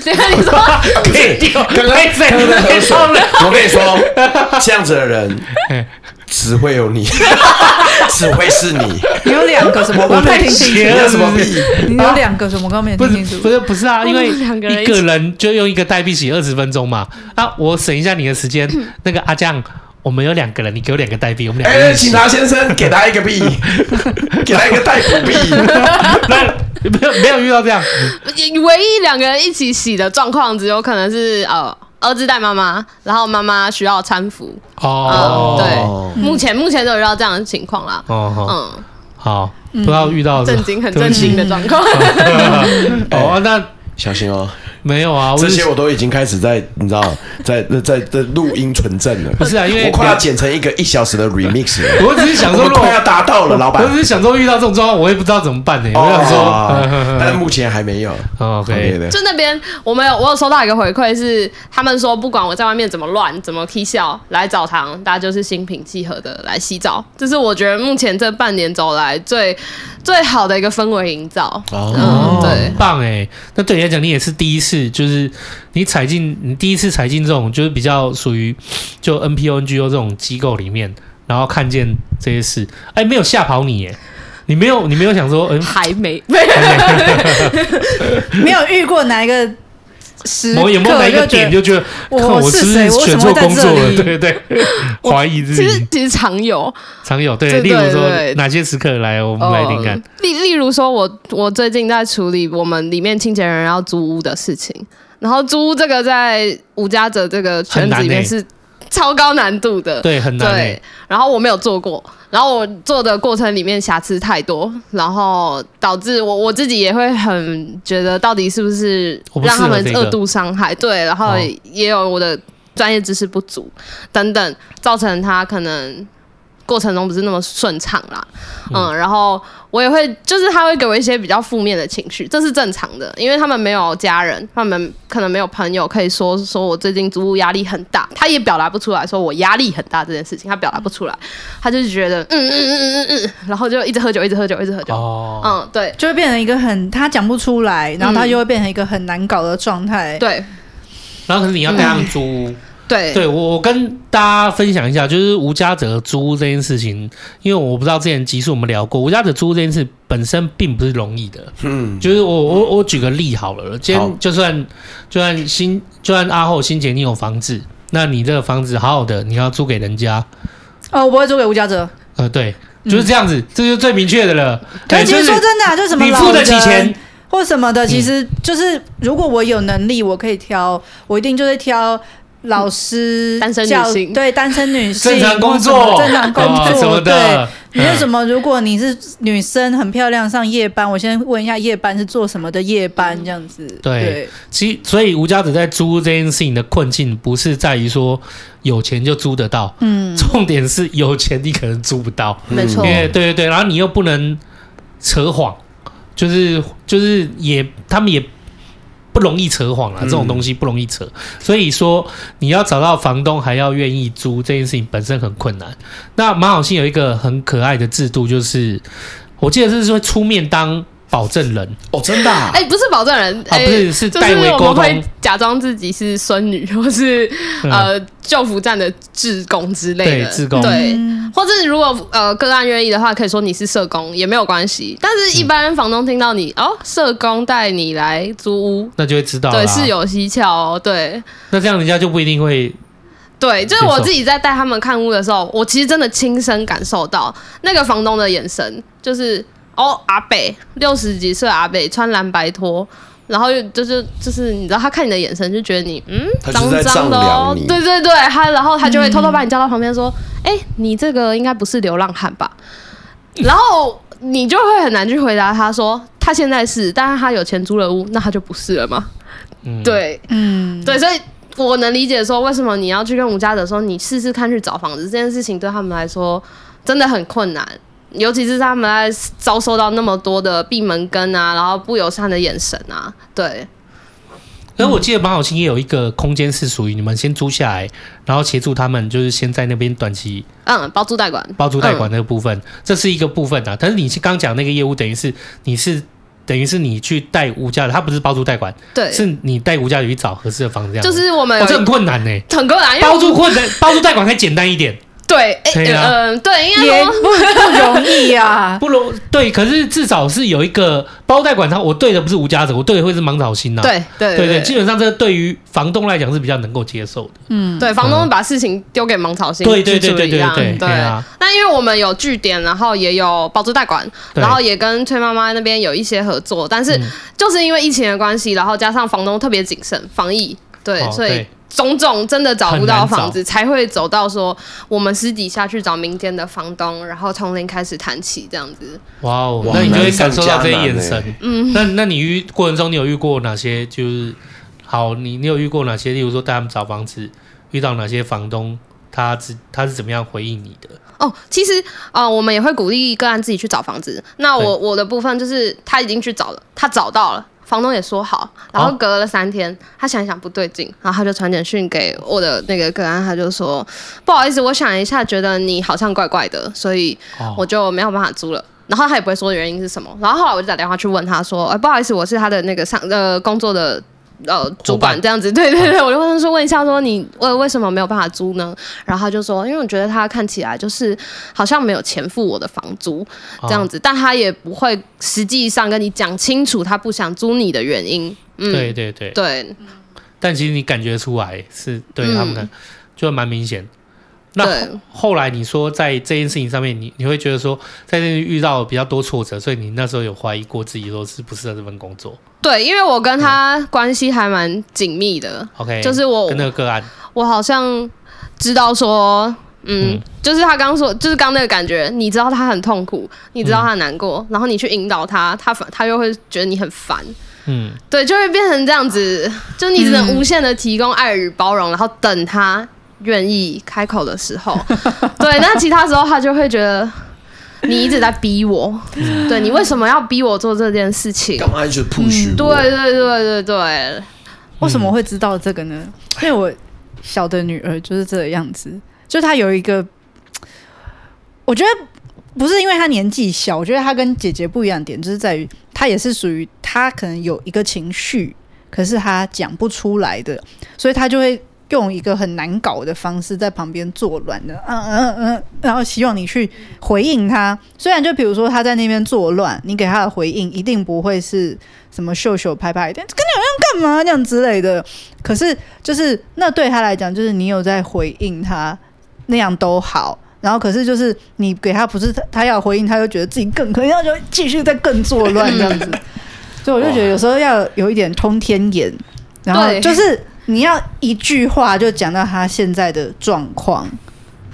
S4: 对啊， 你说
S3: 对，刚 刚在
S1: 刚才喝水， 我跟你说，这样子的人
S3: 哎
S1: 只会有 你，只会是你。
S2: 你有两个什么？我刚没听清
S3: 别
S1: 你
S3: 了
S1: 有什
S3: 是
S1: 么
S3: 不是
S1: 屁？
S2: 你有两个什么？我刚没
S3: 不
S2: 听
S3: 是
S2: 清楚
S3: 不。是不是 啊，因为
S4: 两个人
S3: 一
S4: 一起
S3: 个人就用一个代币洗二十分钟嘛。啊，我省一下你的时 间。那个阿酱，我们有两个人，你给我两个代币，我们两个
S1: 哎，
S3: 一起
S1: 警
S3: 洗。
S1: 察先生，给他一个币，给他一个逮捕币。
S3: 那 没有没有遇到 这样，
S4: 唯一两个人一起洗的状况，只有可能是呃。儿子带妈妈，然后妈妈需要搀扶。
S3: 哦，
S4: 嗯对目前目前都有遇到这样的情况啦。
S3: 哦好，
S4: 嗯，
S3: 好，不知道遇到什么
S4: 震惊，
S3: 对
S4: 很
S3: 不
S4: 震
S3: 起
S4: 惊的状况。
S3: 哦，那
S1: 小心哦，
S3: 没有啊，我
S1: 哎这
S3: 是
S1: 些我都已经开始在，你知道，在在在录音存证了。
S3: 不是啊，因为
S1: 我快要剪成一个一小时的 remix 了。
S3: 我只是想说，
S1: 我
S3: 如
S1: 们
S3: 果
S1: 快要达到了，老板
S3: 我。只是想说遇到这种状况，我也不知道怎么办呢。我想
S1: 哦但
S3: 说
S1: 目前还没有。
S3: 哦，OK，
S1: 的，
S4: 就那边，我们有我有收到一个回馈是，他们说不管我在外面怎么乱，怎么踢笑，来澡堂，大家就是心平气和的来洗澡，这是我觉得目前这半年走来最最好的一个氛围营造。
S1: 哦
S4: 嗯，对
S3: 很，棒哎。那对你来讲，你也是第一次，就是你踩进你第一次踩进这种就是比较属于就 NPO、NGO 这种机构里面，然后看见这些事，哎，没有吓跑你耶。你没有，你没有想说，嗯，
S4: 还没，
S2: 没有遇过哪一个时刻
S3: 我有没有哪一个
S2: 就觉
S3: 点
S2: 得
S3: 就觉得，
S2: 我
S3: 看我
S2: 是
S3: 是不
S2: 谁
S3: 是
S2: 我怎
S3: 选
S2: 么
S3: 错
S2: 会在
S3: 工作
S2: 这
S3: 了？
S2: 里
S3: 对对 对，怀疑自
S4: 其实
S3: 己。
S4: 其实常有，
S3: 常有对，
S4: 对
S3: 例如说
S4: 对对
S3: 哪些时刻来，我们
S2: 哦
S3: 来听看。
S4: 例例如说我，我最近在处理我们里面清洁人要租屋的事情，然后租屋这个在无家者这个圈子里面
S3: 很难欸
S4: 是超高难度的，
S3: 对，很难欸
S4: 对，然后我没有做过，然后我做的过程里面瑕疵太多，然后导致我我自己也会很觉得到底是不是
S3: 我不适
S4: 让
S3: 合
S4: 他们
S3: 这个
S4: 恶度伤害，对，然后
S3: 哦
S4: 也有我的专业知识不足等等，造成他可能过程中不是那么顺畅啦，嗯，然后我也会，就是他会给我一些比较负面的情绪，这是正常的，因为他们没有家人，他们可能没有朋友可以说说我最近租屋压力很大，他也表达不出来说我压力很大这件事情，他表达不出来，他就是觉得嗯嗯嗯嗯嗯嗯，然后就一直喝酒，一直喝酒，一直喝酒，
S3: 哦，
S4: 嗯，对
S2: 就会变成一个很他讲不出来，然后他
S4: 嗯
S2: 就会变成一个很难搞的状态。
S4: 对
S3: 然后可是你要带他们租屋，
S4: 对
S3: 对我，我跟大家分享一下，就是无家者租屋这件事情，因为我不知道之前集数我们聊过，无家者租屋这件事本身并不是容易的。
S1: 嗯，
S3: 就是我我我举个例好了，今
S1: 好
S3: 天就算就算新就算阿后新姐你有房子，那你这个房子好好的，你要租给人家，
S2: 哦，我不会租给吴家泽。
S3: 呃，对，就是这样子，这就是最明确的了。
S2: 嗯可
S3: 对，
S2: 是其
S3: 就
S2: 实
S3: 是
S2: 说真的、啊，就是什么
S3: 你
S2: 老
S3: 付得起
S2: 人
S3: 钱，
S2: 或什么的，其实就是如果我有能力，我可以挑，我一定就是挑老
S3: 嗯
S2: 师、
S4: 单身女
S2: 教
S4: 性
S2: 对单身女性、
S3: 正常工
S2: 或什
S3: 作，
S2: 么正常工
S3: 啊
S2: 作
S3: 什么
S2: 对，
S3: 的，
S2: 你是
S3: 嗯
S2: 什么？如果你是女生，很漂亮，上夜班，我先问一下夜班是做什么的夜班这样子。
S3: 对其实，所以吴家子在租这件事情的困境，不是在于说有钱就租得到，
S2: 嗯，
S3: 重点是有钱你可能租不到，
S4: 没错
S3: 因为对对对，然后你又不能扯谎，就是就是也他们也不容易扯谎啊，这种
S1: 嗯
S3: 东西不容易扯，所以说你要找到房东还要愿意租这件事情本身很困难。那马好信有一个很可爱的制度，就是我记得这是会出面当保证人，
S1: 哦，真的啊
S4: 哎、不是保证人，
S3: 啊
S4: 哎
S3: 不是是
S4: 就
S3: 代
S4: 是
S3: 为
S4: 我
S3: 沟
S4: 们
S3: 通
S4: 会假装自己是孙女，或是、
S3: 嗯
S4: 呃救扶站的志工之类的，
S3: 对志工
S4: 对
S2: 嗯
S4: 或是如果呃个案愿意的话，可以说你是社工也没有关系。但
S3: 嗯
S4: 是，一般房东听到你、哦，社工带你来租屋，
S3: 那就会知道
S4: 对，
S3: 啦
S4: 是有蹊跷、哦，对。
S3: 那这样人家就不一定
S4: 嗯
S3: 会
S4: 对，就是
S3: 接
S4: 我
S3: 受
S4: 自己在带他们看屋的时候，我其实真的亲身感受到那个房东的眼神，就是哦，阿北六十几岁阿北穿蓝白拖，然后又就是就是你知道他看你的眼神就觉得你嗯
S1: 他就
S4: 脏
S1: 是在
S4: 脏的
S1: 丈
S4: 哦
S1: 量，你嗯
S4: 对对对，他然后他就会偷偷把你叫到旁边说，哎、你这个应该不是流浪汉吧？然后你就会很难去回答他说他现在是，但是他有钱租了屋，那他就不是了嘛？
S3: 嗯
S4: 对，
S2: 嗯，
S4: 对，所以我能理解说为什么你要去跟吴家者说你试试看去找房子这件事情，对他们来说真的很困难，尤其是他们在遭受到那么多的闭门羹啊，然后不友善的眼神啊，对，
S3: 可是我记得马好心也有一个空间是属于你们先租下来，然后协助他们就是先在那边短期
S4: 嗯，包租代管，
S3: 包租代管那个部分，这是一个部分啊。但是你刚讲那个业务，等于是你是等于是你去带无价的，它不是包租代管，
S4: 对，
S3: 是你带无价去找合适的房子，这样子
S4: 就是我们
S3: 哦，这
S4: 有
S3: 很困难呢。
S4: 很困难，因为
S3: 包租困难，包租代管还简单一点，
S4: 对，哎、
S3: 对啊
S4: 呃嗯，对，应该
S2: 也
S4: 说
S2: 不 不容易啊。
S3: 不容对。可是至少是有一个包租代管，它我对的不是无价者，我对的会是芒草心呐。
S4: 对对
S3: 对
S4: 对
S3: 基本上这对于房东来讲是比较能够接受的。
S2: 嗯，
S4: 对，房东把事情丢给芒草星
S3: 对
S4: 去
S3: 对对
S4: 处
S3: 对
S4: 理一
S3: 对
S4: 样，
S3: 对对啊
S4: 那因为我们有据点，然后也有包租代管，
S3: 对
S4: 然后也跟崔妈妈那边有一些合作，但是
S3: 嗯
S4: 就是因为疫情的关系，然后加上房东特别谨慎防疫，对，
S3: 哦
S4: 所以
S3: 对。
S4: 种种真的找不到房
S3: 很
S4: 子，才会走到说我们私底下去找民间的房东，然后从零开始谈起这样子。
S3: 哇哦，
S1: 哇
S3: 那你就会感受到这些眼
S1: 难上加欸
S3: 神。嗯，那那你遇过程中，你有遇过哪些？就是好，你你有遇过哪些？例如说带他们找房子，遇到哪些房东，他是他是怎么样回应你的？
S4: 哦，其实呃，我们也会鼓励个案自己去找房子。那我我的部分就是他已经去找了，他找到了，房东也说好，然后
S3: 好
S4: 隔了三天，他想一想不对劲，然后他就传简讯给我的那个个案，他就说不好意思，我想一下，觉得你好像怪怪的，所以
S3: 哦
S4: 我就没有办法租了。然后他也不会说原因是什么。然后后来我就打电话去问他说：“哎、不好意思，我是他的那个上呃工作的呃主管这样子。”对
S3: 嗯
S4: 对对，我就问他说问一下说你为为什么没有办法租呢？然后他就说：“因为我觉得他看起来就是好像没有钱付我的房租这样
S3: 子，
S4: 子，但他也不会实际上跟你讲清楚他不想租你的原因。”嗯，
S3: 啊对对对。
S4: 对
S3: 但其实你感觉出来是对他们的，
S4: 嗯
S3: 就蛮明显。那
S4: 对
S3: 后后来你说在这件事情上面，你你会觉得说在这里遇到比较多挫折，所以你那时候有怀疑过自己说是不适合这份工作
S4: 对，因为我跟他关系还蛮紧密的，
S3: ？OK，
S4: 就是我
S3: 跟那个个案，
S4: 我好像知道说，嗯，
S3: 嗯
S4: 就是他刚说，就是刚那个感觉，你知道他很痛苦，你知道他很难过，然后你去引导他，他反他又会觉得你很烦，
S3: 嗯，
S4: 对，就会变成这样子，就你只能无限的提供爱与包容，然后等他愿意开口的 时候，对，那其他时候他就会觉得。你一直在逼我，
S3: 嗯
S4: 对你为什么要逼我做这件事情？
S1: 干嘛一直
S3: 嗯
S1: push
S4: 对
S1: 我？
S4: 对对对对，
S2: 为什么会知道这个呢？因为我小的女儿就是这个样子，就她有一个，我觉得不是因为她年纪小，我觉得她跟姐姐不一样的点就是在于她也是属于她可能有一个情绪，可是她讲不出来的，所以她就会用一个很难搞的方式在旁边作乱的，嗯嗯嗯，然后希望你去回应他。虽然就比如说他在那边作乱，你给他的回应一定不会是什么秀秀拍拍的，跟你好像干嘛这样之类的。可是就是那对他来讲，就是你有在回应他，那样都好。然后可是就是你给他不是他他要回应，他又觉得自己更可能要就继续再更作乱这样子。所以我就觉得有时候要有一点通天眼，然后
S4: 对
S2: 就是你要一句话就讲到他现在的状况，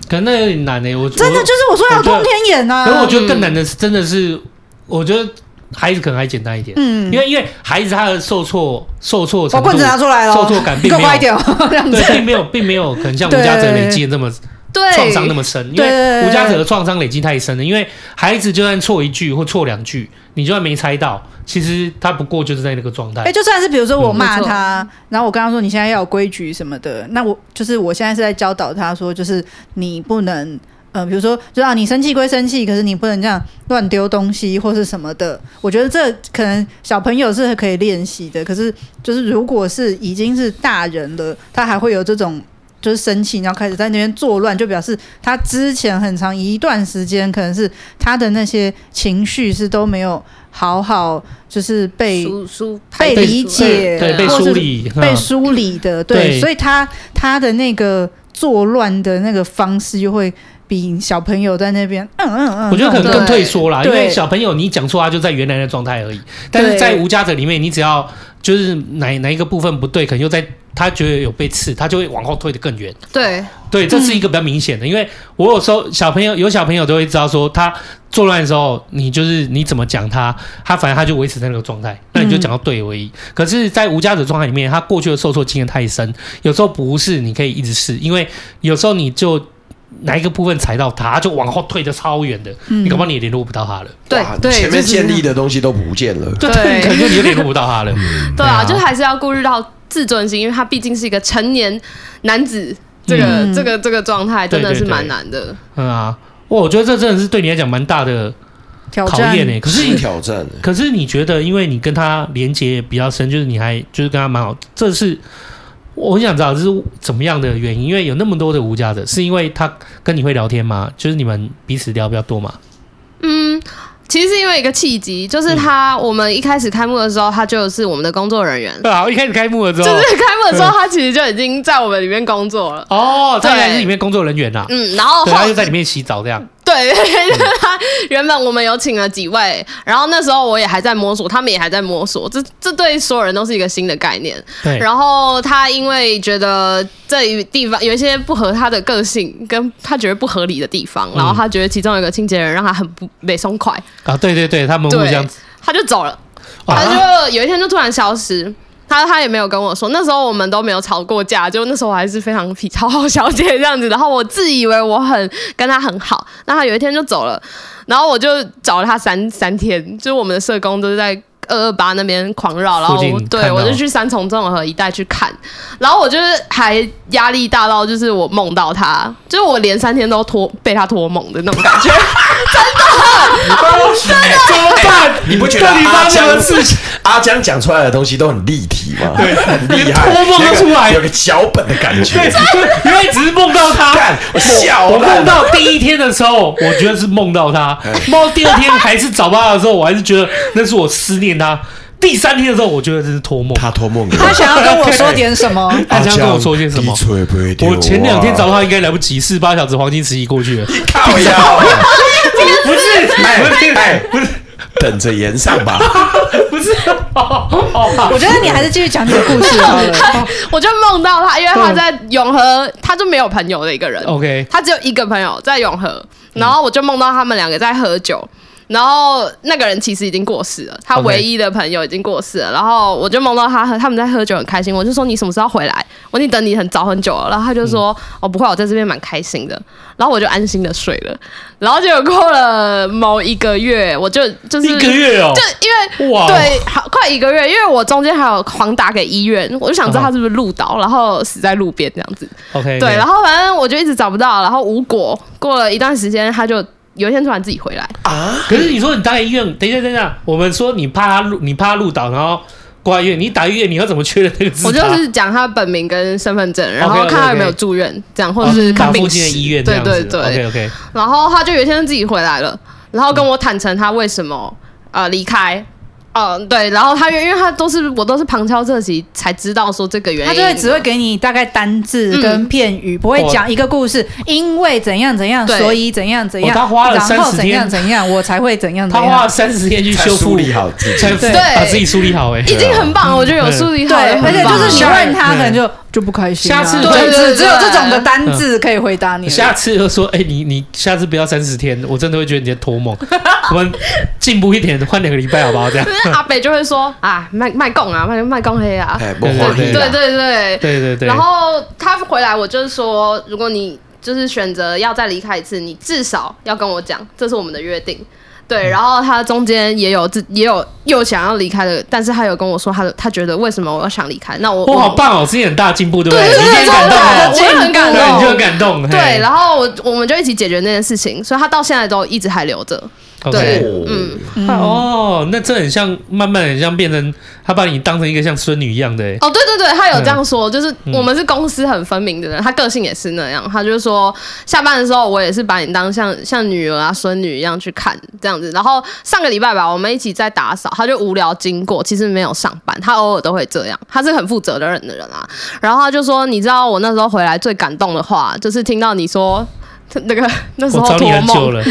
S3: 可能那有点难诶、我
S2: 真的就
S3: 我
S2: 是我说要
S3: 我觉得
S2: 通天眼啊。
S3: 可是我觉得更难的是，真的是，我觉得孩子可能还简单一点，
S2: 嗯
S3: 因为因为孩子他的受挫受挫
S2: 把
S3: 程度，
S2: 棍子拿出来了，
S3: 受挫感
S2: 你
S3: 并
S2: 给我
S3: 没
S2: 快一
S3: 有。
S2: 点哦， 这样子
S3: 对，。并没有，并没有，可能像吴家泽累积的那么
S4: 对，
S3: 创伤那么深，因
S2: 对对
S3: 为
S2: 对
S3: 吴家泽的创伤累积太深了。因为孩子就算错一句或错两句，你就算没猜到，其实他不过就是在那个状态
S2: 哎、。就算是比如说我骂
S4: 嗯没错
S2: 他，然后我跟他说你现在要有规矩什么的，那我就是我现在是在教导他说，就是你不能，呃，比如说，就啊，你生气归生气，可是你不能这样乱丢东西或是什么的。我觉得这可能小朋友是可以练习的，可是就是如果是已经是大人了，他还会有这种。就是生气，然后开始在那边作乱，就表示他之前很长一段时间，可能是他的那些情绪是都没有好好，就是被
S4: 书书
S2: 被
S4: 排
S2: 理
S4: 出来
S2: 解
S3: 对，被
S2: 或是
S3: 梳理，
S2: 被
S3: 嗯
S2: 梳理的，对，
S3: 对
S2: 所以他他的那个作乱的那个方式，就会比小朋友在那边，嗯嗯嗯，
S3: 我觉得可能更
S4: 对
S3: 退缩啦，因
S2: 对
S3: 为小朋友你讲错，他就在原来的状态而已。但是在无家者里面，你只要就是哪哪一个部分不对，可能又在他觉得有被刺，他就会往后退得更远。
S4: 对，
S3: 对，这是一个比较明显的，因为我有时候小朋友有小朋友都会知道说，他作乱的时候，你就是你怎么讲他，他反正他就维持在那个状态，那你就讲到对而已。可是，在无家者状态里面，他过去的受挫经验太深，有时候不是你可以一直试，因为有时候你就哪一个部分踩到他，他就往后退的超远的，
S2: 嗯
S3: 你搞不好你也联络不到他了。
S4: 对
S1: 哇
S4: 对，
S1: 前面
S4: 就是
S1: 建立的东西都不见了。
S3: 对，
S4: 对
S3: 你可能就你也联络不到他了。
S4: 对啊，
S3: 对啊
S4: 就还是要顾虑到自尊心，因为他毕竟是一个成年男子，这个、
S2: 嗯
S4: 这个这个状态真的
S3: 对对
S4: 是
S3: 对
S4: 蛮难的。
S3: 嗯啊，哇，我觉得这真的是对你来讲蛮大的
S2: 挑
S3: 考
S2: 战
S3: 验欸呢、可是
S1: 新挑战，
S3: 可是你觉得，因为你跟他连接比较深，就是你还就是跟他蛮好，这是我很想知道这是怎么样的原因？因为有那么多的无家者，是因为他跟你会聊天吗？就是你们彼此聊比较多嘛？
S4: 嗯，其实是因为一个契机，就是他、我们一开始开幕的时候，他就是我们的工作人员，
S3: 对啊，一开始开幕了之
S4: 就
S3: 后，
S4: 是开幕的时候，他其实就已经在我们里面工作了。
S3: 哦，他
S4: 对
S3: 原来是里面工作人员呐、啊，
S4: 嗯，然后
S3: 对，他
S4: 后
S3: 就在里面洗澡这样。
S4: 对， 就是他原本我们有请了几位，然后那时候我也还在摸索，他们也还在摸索，这这对所有人都是一个新的概念。
S3: 对，
S4: 然后他因为觉得这里地方有一些不合他的个性，跟他觉得不合理的地方，然后他觉得其中有一个清洁人让他很不没松快，
S3: 啊，对对对，他们互相
S4: 对他就走了。他
S3: 啊，
S4: 就有一天就突然消失。他他也没有跟我说，那时候我们都没有吵过架，就那时候我还是非常皮讨好小姐这样子，然后我自以为我很跟他很好，那他有一天就走了，然后我就找了他三三天，就是我们的社工都是在二二八那边狂绕，然后
S3: 附
S4: 我
S3: 近看
S4: 对
S3: 到
S4: 我就去三重综合一带去看，然后我就是还压力大到就是我梦到他，就是我连三天都托被他托梦的那种感觉，
S3: 怎么办？
S1: 你不觉得
S3: 到底
S1: 阿
S3: 发生
S1: 江
S3: 什么事情？
S1: 阿江讲出来的东西都很立体吗？对，很厉害，
S3: 连托梦都出来
S1: 有个有个脚本的感觉。
S3: 因为只是梦到他
S1: 干，我笑
S3: 哎我
S1: 烂
S3: 梦到第一天的时候，我觉得是梦到他；
S1: 哎
S3: 梦到第二天还是找不到他的时候，我还是觉得那是我思念他。第三天的时候，我觉得这是托梦。
S1: 他托梦给
S2: 他想要跟我说点什 么，
S3: 他想跟我说些什么
S1: 阿江你吹不会丢啊
S3: 我前两天找到他应该来不及，四十八小时黄金时期过去 了。
S1: 靠腰，
S3: 不是，不是，
S1: 哎，不是等着延上吧。
S3: 不是，哦哦，
S2: 我觉得你还是继续讲你的故事 好了。
S3: 啊
S4: 我就梦到他，因为他在永和，他就没有朋友的一个人。
S3: OK
S4: 他只有一个朋友在永和，然后我就梦到他们两个在喝酒。然后那个人其实已经过世了，他
S3: OK
S4: 唯一的朋友已经过世了。然后我就梦到他和他们在喝酒，很开心。我就说你什么时候回来？我已经等你很早很久了。然后他就
S3: 嗯
S4: 说、哦不会，我在这边蛮开心的。然后我就安心的睡了。然后结果过了某一个月，我就就是
S3: 一个月哦
S4: 就，因为
S3: 哇，
S4: 对，好快一个月，因为我中间还有狂打给医院，我就想知道他是不是路倒，然后死在路边这样子。
S3: ，OK，
S4: 对，然
S3: 后
S4: 后反正我就一直找不到，然后无果。过了一段时间，他就有一天突然自己回来，
S3: 可是你说你打给医院，等一下，等一下，我们说你怕他路，你怕他路倒，然后国外医院，你打医院你要怎么确认那个是
S4: 我
S3: 他
S4: 就是讲他本名跟身份证，然后
S3: OK，OK，OK
S4: 看他有没有住院，这样或者
S3: 哦
S4: 是
S3: 打
S4: 看
S3: 附
S4: 病
S3: 近的
S4: 史。
S3: 医院这
S4: 对
S3: 样子。
S4: 对对。
S3: ，OK OK，
S4: 然后他就有一天自己回来了，然后跟我坦诚他为什么呃离开。嗯，对，然后他因为因为他都是我都是旁敲侧击才知道说这个原因，
S2: 他就会只会给你大概单字跟片语，不会讲一个故事，因为怎样怎样，
S4: 对
S2: 所以怎样怎样，
S3: 哦他花了
S2: 然后
S3: 30
S2: 怎样
S3: 天
S2: 怎样，我才会怎样怎
S3: 他花了
S2: 样。
S3: 三十天去
S1: 才
S3: 修复
S1: 梳理好自己
S3: 才
S4: 对
S3: 把自己梳理好哎、
S4: 已经很棒了，我觉得有梳理
S2: 对
S4: 好了，，
S2: 而且就是你
S4: 很棒
S2: 问他，可能就就不开心啊。
S3: 下次嗯
S2: 对
S4: 对对
S2: 只只有这
S4: 对
S2: 种的单字可以回答你了。
S3: 下次就说，哎、你你下次不要三十天，我真的会觉得你在托梦。 我们进步一点，换两个礼拜好不好？这样。
S4: 因为阿北就会说啊，卖卖供啊，卖卖供黑啊，
S1: 哎，不欢
S3: 对
S1: 喜
S4: 对
S1: 啦
S4: 对。
S3: 对
S4: 对
S3: 对对。
S4: 然后他回来，我就是说，如果你就是选择要再离开一次，你至少要跟我讲，这是我们的约定。
S3: 嗯
S4: 对，然后他中间也有自也有又想要离开的，但是他有跟我说他的，他觉得为什么我要想离开？那我
S3: 哇，好
S4: 我
S3: 棒哦，是一很大的进步，对不
S4: 对
S3: 你
S4: 对
S3: 一定
S4: 对，
S3: 很感动哦，
S4: 真的我也很感
S3: 对，
S4: 动，
S3: 你就很感动。
S4: 对，然后我我们就一起解决那件事情，所以他到现在都一直还留着。
S3: 后
S4: 对
S1: 嗯，
S3: 哦，那这很像，慢慢很像变成他把你当成一个像孙女一样的欸，
S4: 哦，对对对，他有这样说，就是
S3: 嗯
S4: 我们是公司很分明的人，他个性也是那样。他就是说，下班的时候我也是把你当像像女儿啊、孙女一样去看这样子。然后上个礼拜吧，我们一起在打扫，他就无聊经过，其实没有上班，他偶尔都会这样，他是很负责任的人啊。然后他就说，你知道我那时候回来最感动的话，就是听到你说那个 那时
S3: 我
S4: 候
S3: 找
S4: 托
S3: 你很久
S4: 梦，
S3: 了，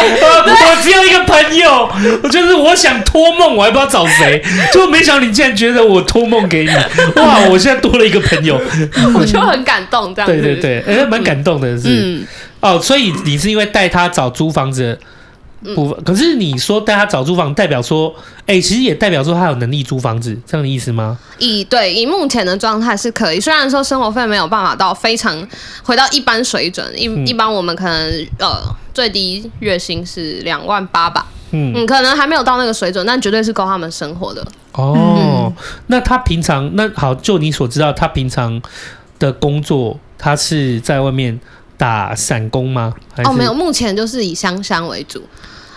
S3: 我我只有一个朋友，我就是我想托梦，我还不知道找谁，就没想到你竟然觉得我托梦给你，哇，我现在多了一个朋 友，
S4: 我就很感动这样
S3: 对
S4: 子。
S3: 对对，哎，蛮感动的是，
S4: 嗯，
S3: 哦，所以你是因为带他找租房子
S4: 嗯
S3: 的部分，可是你说带他找租房，代表说，哎，其实也代表说他有能力租房子，这样的意思吗？
S4: 以对以目前的状态是可以，虽然说生活费没有办法到非常回到一般水准，一、
S3: 嗯
S4: 一般我们可能呃最低月薪是两万八吧，
S3: 嗯，
S4: 嗯，可能还没有到那个水准，但绝对是够他们生活的。
S3: 哦，
S4: 嗯
S3: 那他平常那好，就你所知道，他平常的工作，他是在外面打散工吗？还是
S4: 哦，没有，目前就是以香香为主，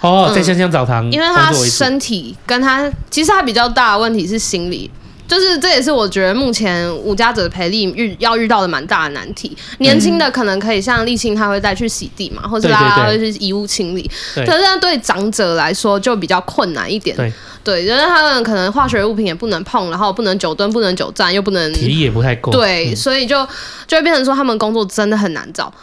S3: 哦，
S4: 嗯
S3: 在香香澡堂工
S4: 因为
S3: 作
S4: 他
S3: 为主，
S4: 身体跟他其实他比较大的问题是心理。就是这也是我觉得目前无家者培力遇要遇到的蛮大的难题。年轻的可能可以像立青，他会带去洗地嘛，或者
S3: 嗯对对
S4: 拉
S3: 对
S4: 去遗物清理。
S3: 对
S4: 可是那对长者来说就比较困难一点。
S3: 对
S4: 对，因为他们可能化学物品也不能碰，然后不能久蹲，不能久站，又不能
S3: 体力也不太够。
S4: 对，
S3: 嗯
S4: 所以就就会变成说他们工作真的很难找。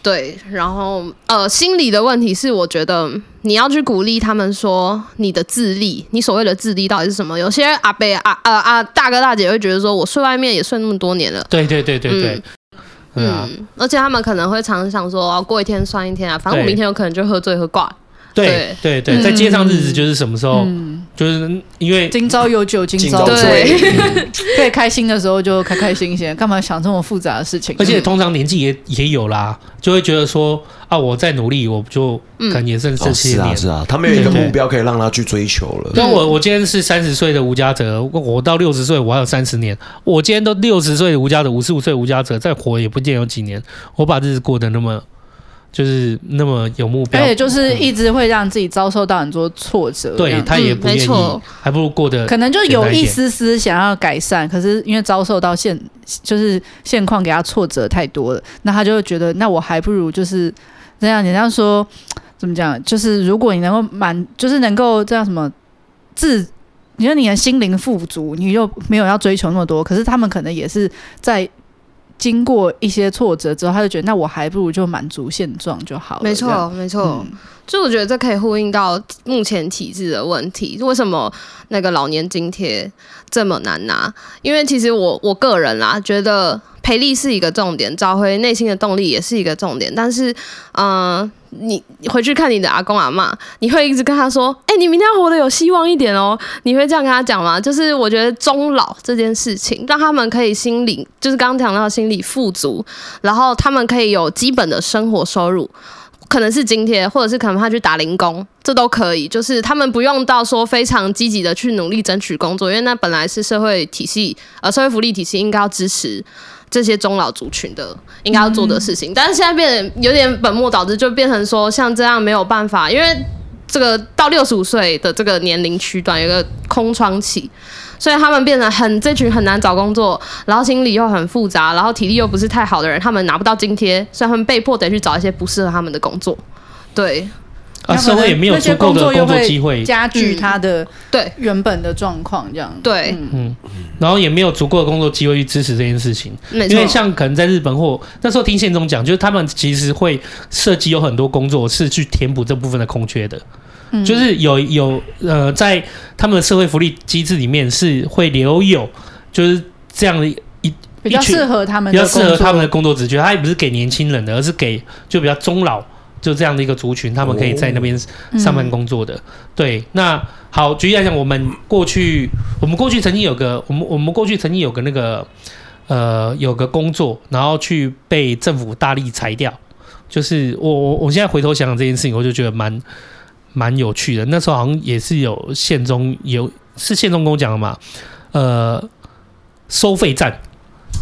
S4: 对，然后呃，心理的问题是，我觉得你要去鼓励他们说你的自立，你所谓的自立到底是什么？有些阿伯啊啊啊大哥大姐会觉得说，我睡外面也睡那么多年了。
S3: 对对对对对，嗯啊，
S4: 嗯，而且他们可能会常常想说，啊、过一天算一天啊，反正我
S3: 对
S4: 明天有可能就喝醉喝挂。
S3: 对对对，
S4: 嗯
S3: 在街上日子就是什么时候，
S2: 嗯
S3: 就是因为
S2: 今朝有酒今
S1: 今
S2: 朝
S1: 朝
S4: 对
S2: 醉，
S1: 醉，
S2: 对，开心的时候就开开心心，干嘛想这么复杂的事情？嗯
S3: 而且通常年纪也也有啦，就会觉得说啊，我再努力，我就
S2: 嗯
S3: 可能也剩
S1: 哦
S3: 这些
S1: 是啊
S3: 年
S1: 是啊，他们有一个
S3: 对对
S1: 目标可以让他去追求了。
S3: 那我我今天是三十岁的吴家泽，我我到六十岁我还有三十年。我今天都六十岁的吴家泽，五十五岁的吴家泽，再活也不见有几年。我把日子过得那么就是那么有目标
S2: 而，且就是一直会让自己遭受到很多挫折，这
S3: 对
S2: 样
S3: 他也不愿
S4: 嗯没
S3: 意
S4: 错，
S3: 还不如过得啊
S2: 可能就有一丝丝想要改善，可是因为遭受到现就是现况给他挫折太多了，那他就会觉得，那我还不如就是这样，人家说怎么讲，就是如果你能够满，就是能够这样什么自。你说你的心灵富足，你又没有要追求那么多，可是他们可能也是在经过一些挫折之后，他就觉得那我还不如就满足现状就好了。
S4: 没
S2: 这样，
S3: 嗯
S4: 错，没错。就我觉得这可以呼应到目前体制的问题，为什么那个老年津贴这么难拿？因为其实我我个人啦，觉得培力是一个重点，找回内心的动力也是一个重点。但是，嗯、你你回去看你的阿公阿妈，你会一直跟他说：“哎、你明天要活得有希望一点哦。”你会这样跟他讲吗？就是我觉得终老这件事情，让他们可以心理，就是刚刚讲到心理富足，然后他们可以有基本的生活收入，可能是津贴，或者是可能他去打零工，这都可以。就是他们不用到说非常积极的去努力争取工作，因为那本来是社会体系，呃，社会福利体系应该要支持。这些中老族群的应该要做的事情，但是现在变得有点本末倒置，就变成说像这样没有办法，因为这个到六十五岁的这个年龄区段有一个空窗期，所以他们变得很这群很难找工作，然后心理又很复杂，然后体力又不是太好的人，他们拿不到津贴，所以他们被迫得去找一些不适合他们的工作。对
S3: 啊，社会也没有
S2: 那些
S3: 足够的
S2: 作又
S3: 工作
S2: 会
S3: 机会，
S2: 加剧他的
S4: 对
S2: 原本的状况，这样。
S4: 对，
S3: 然后也没有足够的工作机会去支持这件事情。
S4: 没
S3: 因为
S4: 错，
S3: 像可能在日本或那时候听宪宗讲，就是他们其实会设计有很多工作是去填补这部分的空缺的，
S4: 嗯
S3: 就是有有呃，在他们的社会福利机制里面是会留有就是这样的一
S2: 比较
S3: 一群
S2: 适合他们
S3: 比
S2: 的
S3: 较
S2: 工作，
S3: 适合他们的工作职缺，它也不是给年轻人的，而是给就比较中老就这样的一个族群，他们可以在那边
S2: 嗯
S3: 上班工作的。对，那好，举例来讲，我们过去，我们过去曾经有个，我们我们过去曾经有个那个，呃，有个工作，然后去被政府大力裁掉。就是我我我现在回头想想这件事情，我就觉得蛮蛮有趣的。那时候好像也是有宪宗有是宪宗跟我讲的嘛，呃，收费站，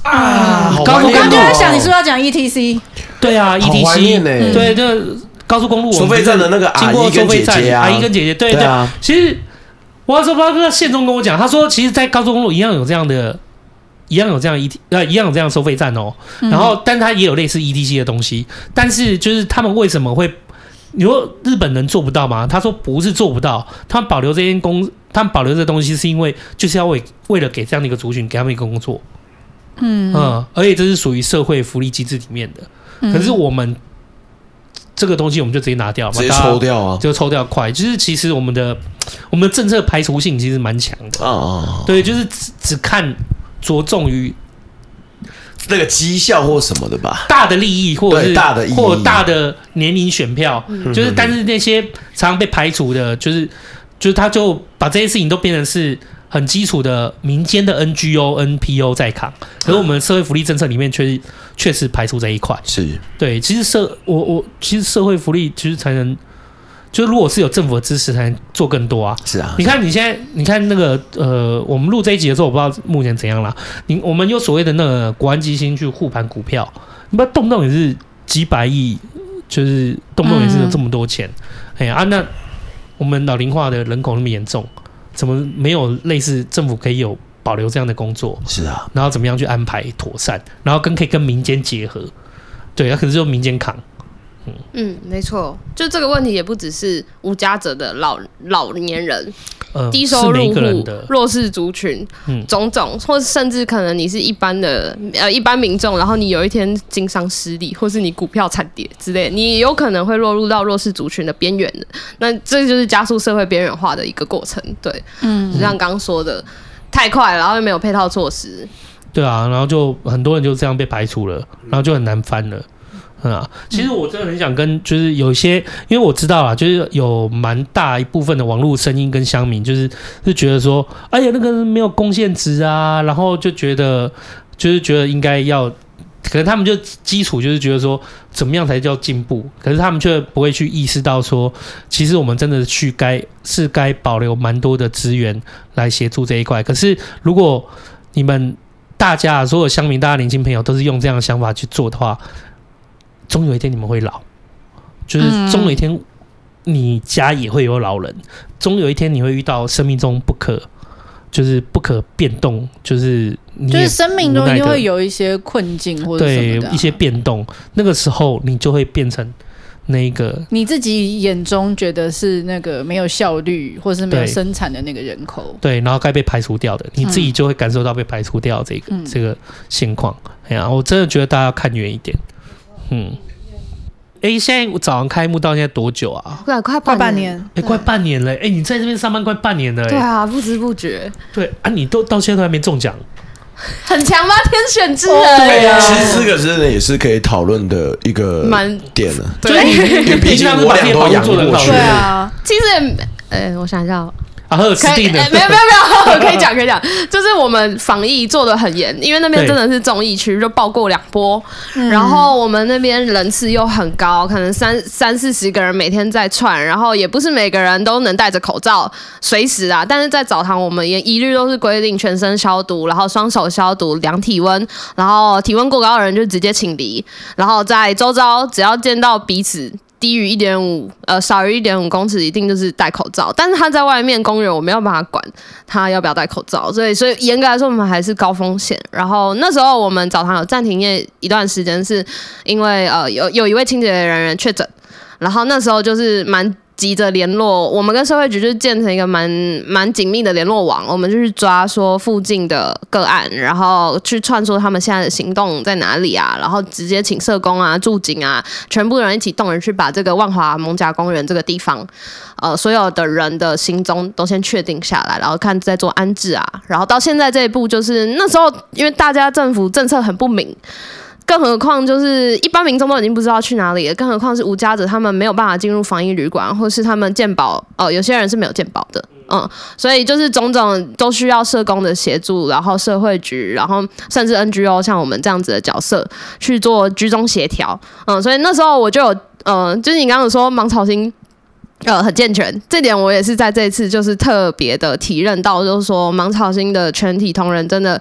S1: 啊，好
S3: 高
S1: 怀
S3: 中
S2: 我
S1: 念
S2: 刚刚
S1: 哦
S2: 就在想，你是不是要讲 E ETC？
S3: 对啊
S1: 好怀
S3: ，ETC，
S1: 念呢。
S3: 对，就高速公路，
S1: 收费站的那个
S3: 经
S1: 阿
S3: 过
S1: 姨
S3: 收
S1: 跟
S3: 费
S1: 姐
S3: 站，
S1: 姐啊，
S3: 阿姨跟姐姐，对
S1: 对啊，
S3: 其实我要说，不知道宪宗跟我讲，他说其实，在高速公路一样有这样的，一样有这样一呃，一样有这样的收费站哦。
S2: 嗯
S3: 然后，但他也有类似 ETC 的东西，但是就是他们为什么会？你说日本人做不到吗？他说不是做不到，他们保留这间公，他们保留这东西是因为就是要为为了给这样的一个族群给他们一个工作，
S2: 嗯
S3: 嗯，而且这是属于社会福利机制里面的。
S2: 嗯
S3: 可是我们这个东西我们就直接拿掉嘛，
S1: 直接
S3: 大家
S1: 抽掉啊，
S3: 就抽掉快，就是其实我们的我们的政策排除性其实蛮强的，
S1: 啊啊，
S3: 对，就是只只看着重于
S1: 那个绩效或什么的吧，
S3: 大的利益或者
S1: 对
S3: 是
S1: 大的意义嗯
S3: 或大的年龄选票，嗯就是但是那些常常被排除的，就是就是他就把这些事情都变成是很基础的民间的 NGO、NPO 在扛，可是我们社会福利政策里面确确实排除这一块。
S1: 是
S3: 对，其实社我我其实社会福利其实才能，就是如果是有政府的支持，才能做更多啊。
S1: 是啊
S3: 你，看你现在，你看那个呃，我们录这一集的时候，我不知道目前怎样啦。你我们有所谓的那个国安基金去护盘股票，你不要动不动也是几百亿，就是动不动也是有这么多
S4: 嗯
S3: 钱。哎呀啊，那我们老龄化的人口那么严重，怎么没有类似政府可以有保留这样的工作？
S1: 是啊，
S3: 然后怎么样去安排妥善，然后跟可以跟民间结合。对，啊，可是就民间扛，
S4: 嗯，没错，就这个问题也不只是无家者的老老年人，
S3: 呃，
S4: 低收
S3: 是每
S4: 入
S3: 一个人
S4: 户
S3: 的、
S4: 弱势族群
S3: 嗯，
S4: 种种，或甚至可能你是一般的呃一般民众，然后你有一天经商失利，或是你股票惨跌之类，你有可能会落入到弱势族群的边缘的。那这就是加速社会边缘化的一个过程。对，
S2: 嗯，
S4: 就像刚刚说的，太快，然后又没有配套措施。
S3: 对啊，然后就很多人就这样被排除了，然后就很难翻了。嗯啊，其实我真的很想跟，就是有一些，因为我知道啦，就是有蛮大一部分的网络声音跟乡民，就是是觉得说，哎呀，那个人没有贡献值啊，然后就觉得，就是觉得应该要，可能他们就基础就是觉得说，怎么样才叫进步，可是他们却不会去意识到说，其实我们真的去该是该保留蛮多的资源来协助这一块，可是如果你们大家所有乡民、大家年轻朋友都是用这样的想法去做的话，终有一天你们会老，就是
S2: 嗯
S3: 终有一天你家也会有老人，终有一天你会遇到生命中不可就是不可变动，就是你
S2: 就
S3: 也
S2: 是生命
S3: 无
S2: 中
S3: 奈
S2: 一定
S3: 的
S2: 会有一些困境或者什
S3: 对
S2: 么的啊、
S3: 一些变动，那个时候你就会变成那个
S2: 你自己眼中觉得是那个没有效率或是没有
S3: 对
S2: 生产的那个人口，
S3: 对，然后该被排除掉的，你自己
S2: 嗯
S3: 就会感受到被排除掉这个、
S2: 嗯
S3: 这个现况。哎呀，我真的觉得大家要看远一点。嗯，哎，现在我早上开幕到现在多久啊？
S4: 快快
S2: 快半
S4: 了，
S2: 年。
S3: 哎，快半年了。哎，你在这边上班快半年了。
S4: 对
S3: 哎，
S4: 啊，不知不觉，
S3: 对啊，你都到现在都还没中奖。
S4: 很强吧？天选之人，
S3: 啊
S1: 其实这个真的也是可以讨论的一个
S4: 蛮
S1: 点啊了。
S3: 就是你，你
S1: 毕
S3: 平
S1: 竟
S3: 常都把
S1: 我
S3: 自
S1: 俩
S3: 己
S1: 都
S3: 保护
S1: 养
S3: 做的很
S1: 过
S3: 好
S1: 去
S2: 对啊，
S4: 其实也没，呃，我想一下、哦。
S3: 啊，呵，死
S4: 可以，
S3: 定了
S4: 哎。没有没有没有，可以讲可以讲，就是我们防疫做的很严，因为那边
S3: 对
S4: 真的是综艺区，就爆过两波，然后我们那边人次又很高，可能三三四十个人每天在串，然后也不是每个人都能戴着口罩，随时啊，但是在澡堂我们也一律都是规定全身消毒，然后双手消毒，量体温，然后体温过高的人就直接请离，然后在周遭只要见到彼此。低于一点五呃少于一点五公尺，一定就是戴口罩。但是他在外面公园，我没有办法管他要不要戴口罩，所以所以严格来说，我们还是高风险。然后那时候我们澡堂有暂停业一段时间，是因为呃有有一位清洁人员确诊，然后那时候就是蛮。急着联络我们跟社会局，就是建成一个蛮蛮紧密的联络网。我们就去抓说附近的个案，然后去串说他们现在的行动在哪里啊，然后直接请社工啊、驻警啊，全部人一起动员去把这个万华蒙甲公园这个地方，呃，所有的人的行踪都先确定下来，然后看再做安置啊。然后到现在这一步，就是那时候因为大家政府政策很不明，更何况就是一般民众都已经不知道去哪里了，更何况是无家者，他们没有办法进入防疫旅馆，或是他们健保，哦、有些人是没有健保的，嗯，所以就是种种都需要社工的协助，然后社会局，然后甚至 NGO 像我们这样子的角色去做居中协调，嗯，所以那时候我就有，呃，就是你刚刚有说芒草心。呃，很健全，这点我也是在这一次就是特别的体认到，就是说芒草心的全体同仁真的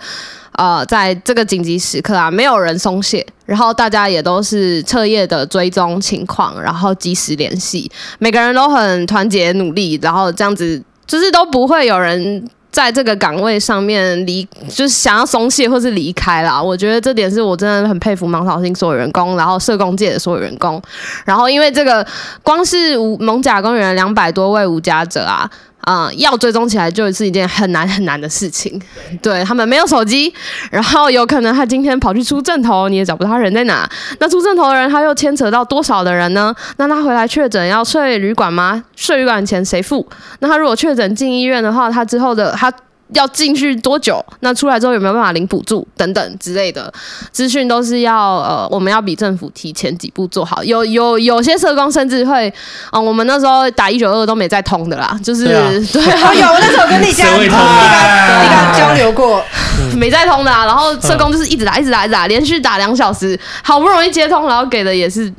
S4: 呃，在这个紧急时刻啊，没有人松懈，然后大家也都是彻夜的追踪情况，然后及时联系，每个人都很团结努力，然后这样子就是都不会有人在这个岗位上面离，就是想要松懈或是离开啦。我觉得这点是我真的很佩服芒草心所有员工，然后社工界的所有员工，然后因为这个光是无蒙甲公园两百多位无家者啊。啊、要追踪起来就是一件很难很难的事情。 对他们没有手机，然后有可能他今天跑去出正头，你也找不到他人在哪。那出正头的人，他又牵扯到多少的人呢？那他回来确诊要睡旅馆吗？睡旅馆钱谁付？那他如果确诊进医院的话，他之后的他。要进去多久？那出来之后有没有办法领补助等等之类的资讯都是要呃，我们要比政府提前几步做好。有有有些社工甚至会，嗯、我们那时候打一九二都没在通的啦，就是
S3: 对啊
S4: 对
S2: 哦，有，我那时候跟丽佳
S3: 谁会
S2: 丽
S3: 痛
S2: 佳丽佳交流过，
S3: 啊
S4: 没在通的、
S3: 嗯
S4: 啊，然后社工就是一直打，一直打，一直打，连续打两小时，好不容易接通，然后给的也是，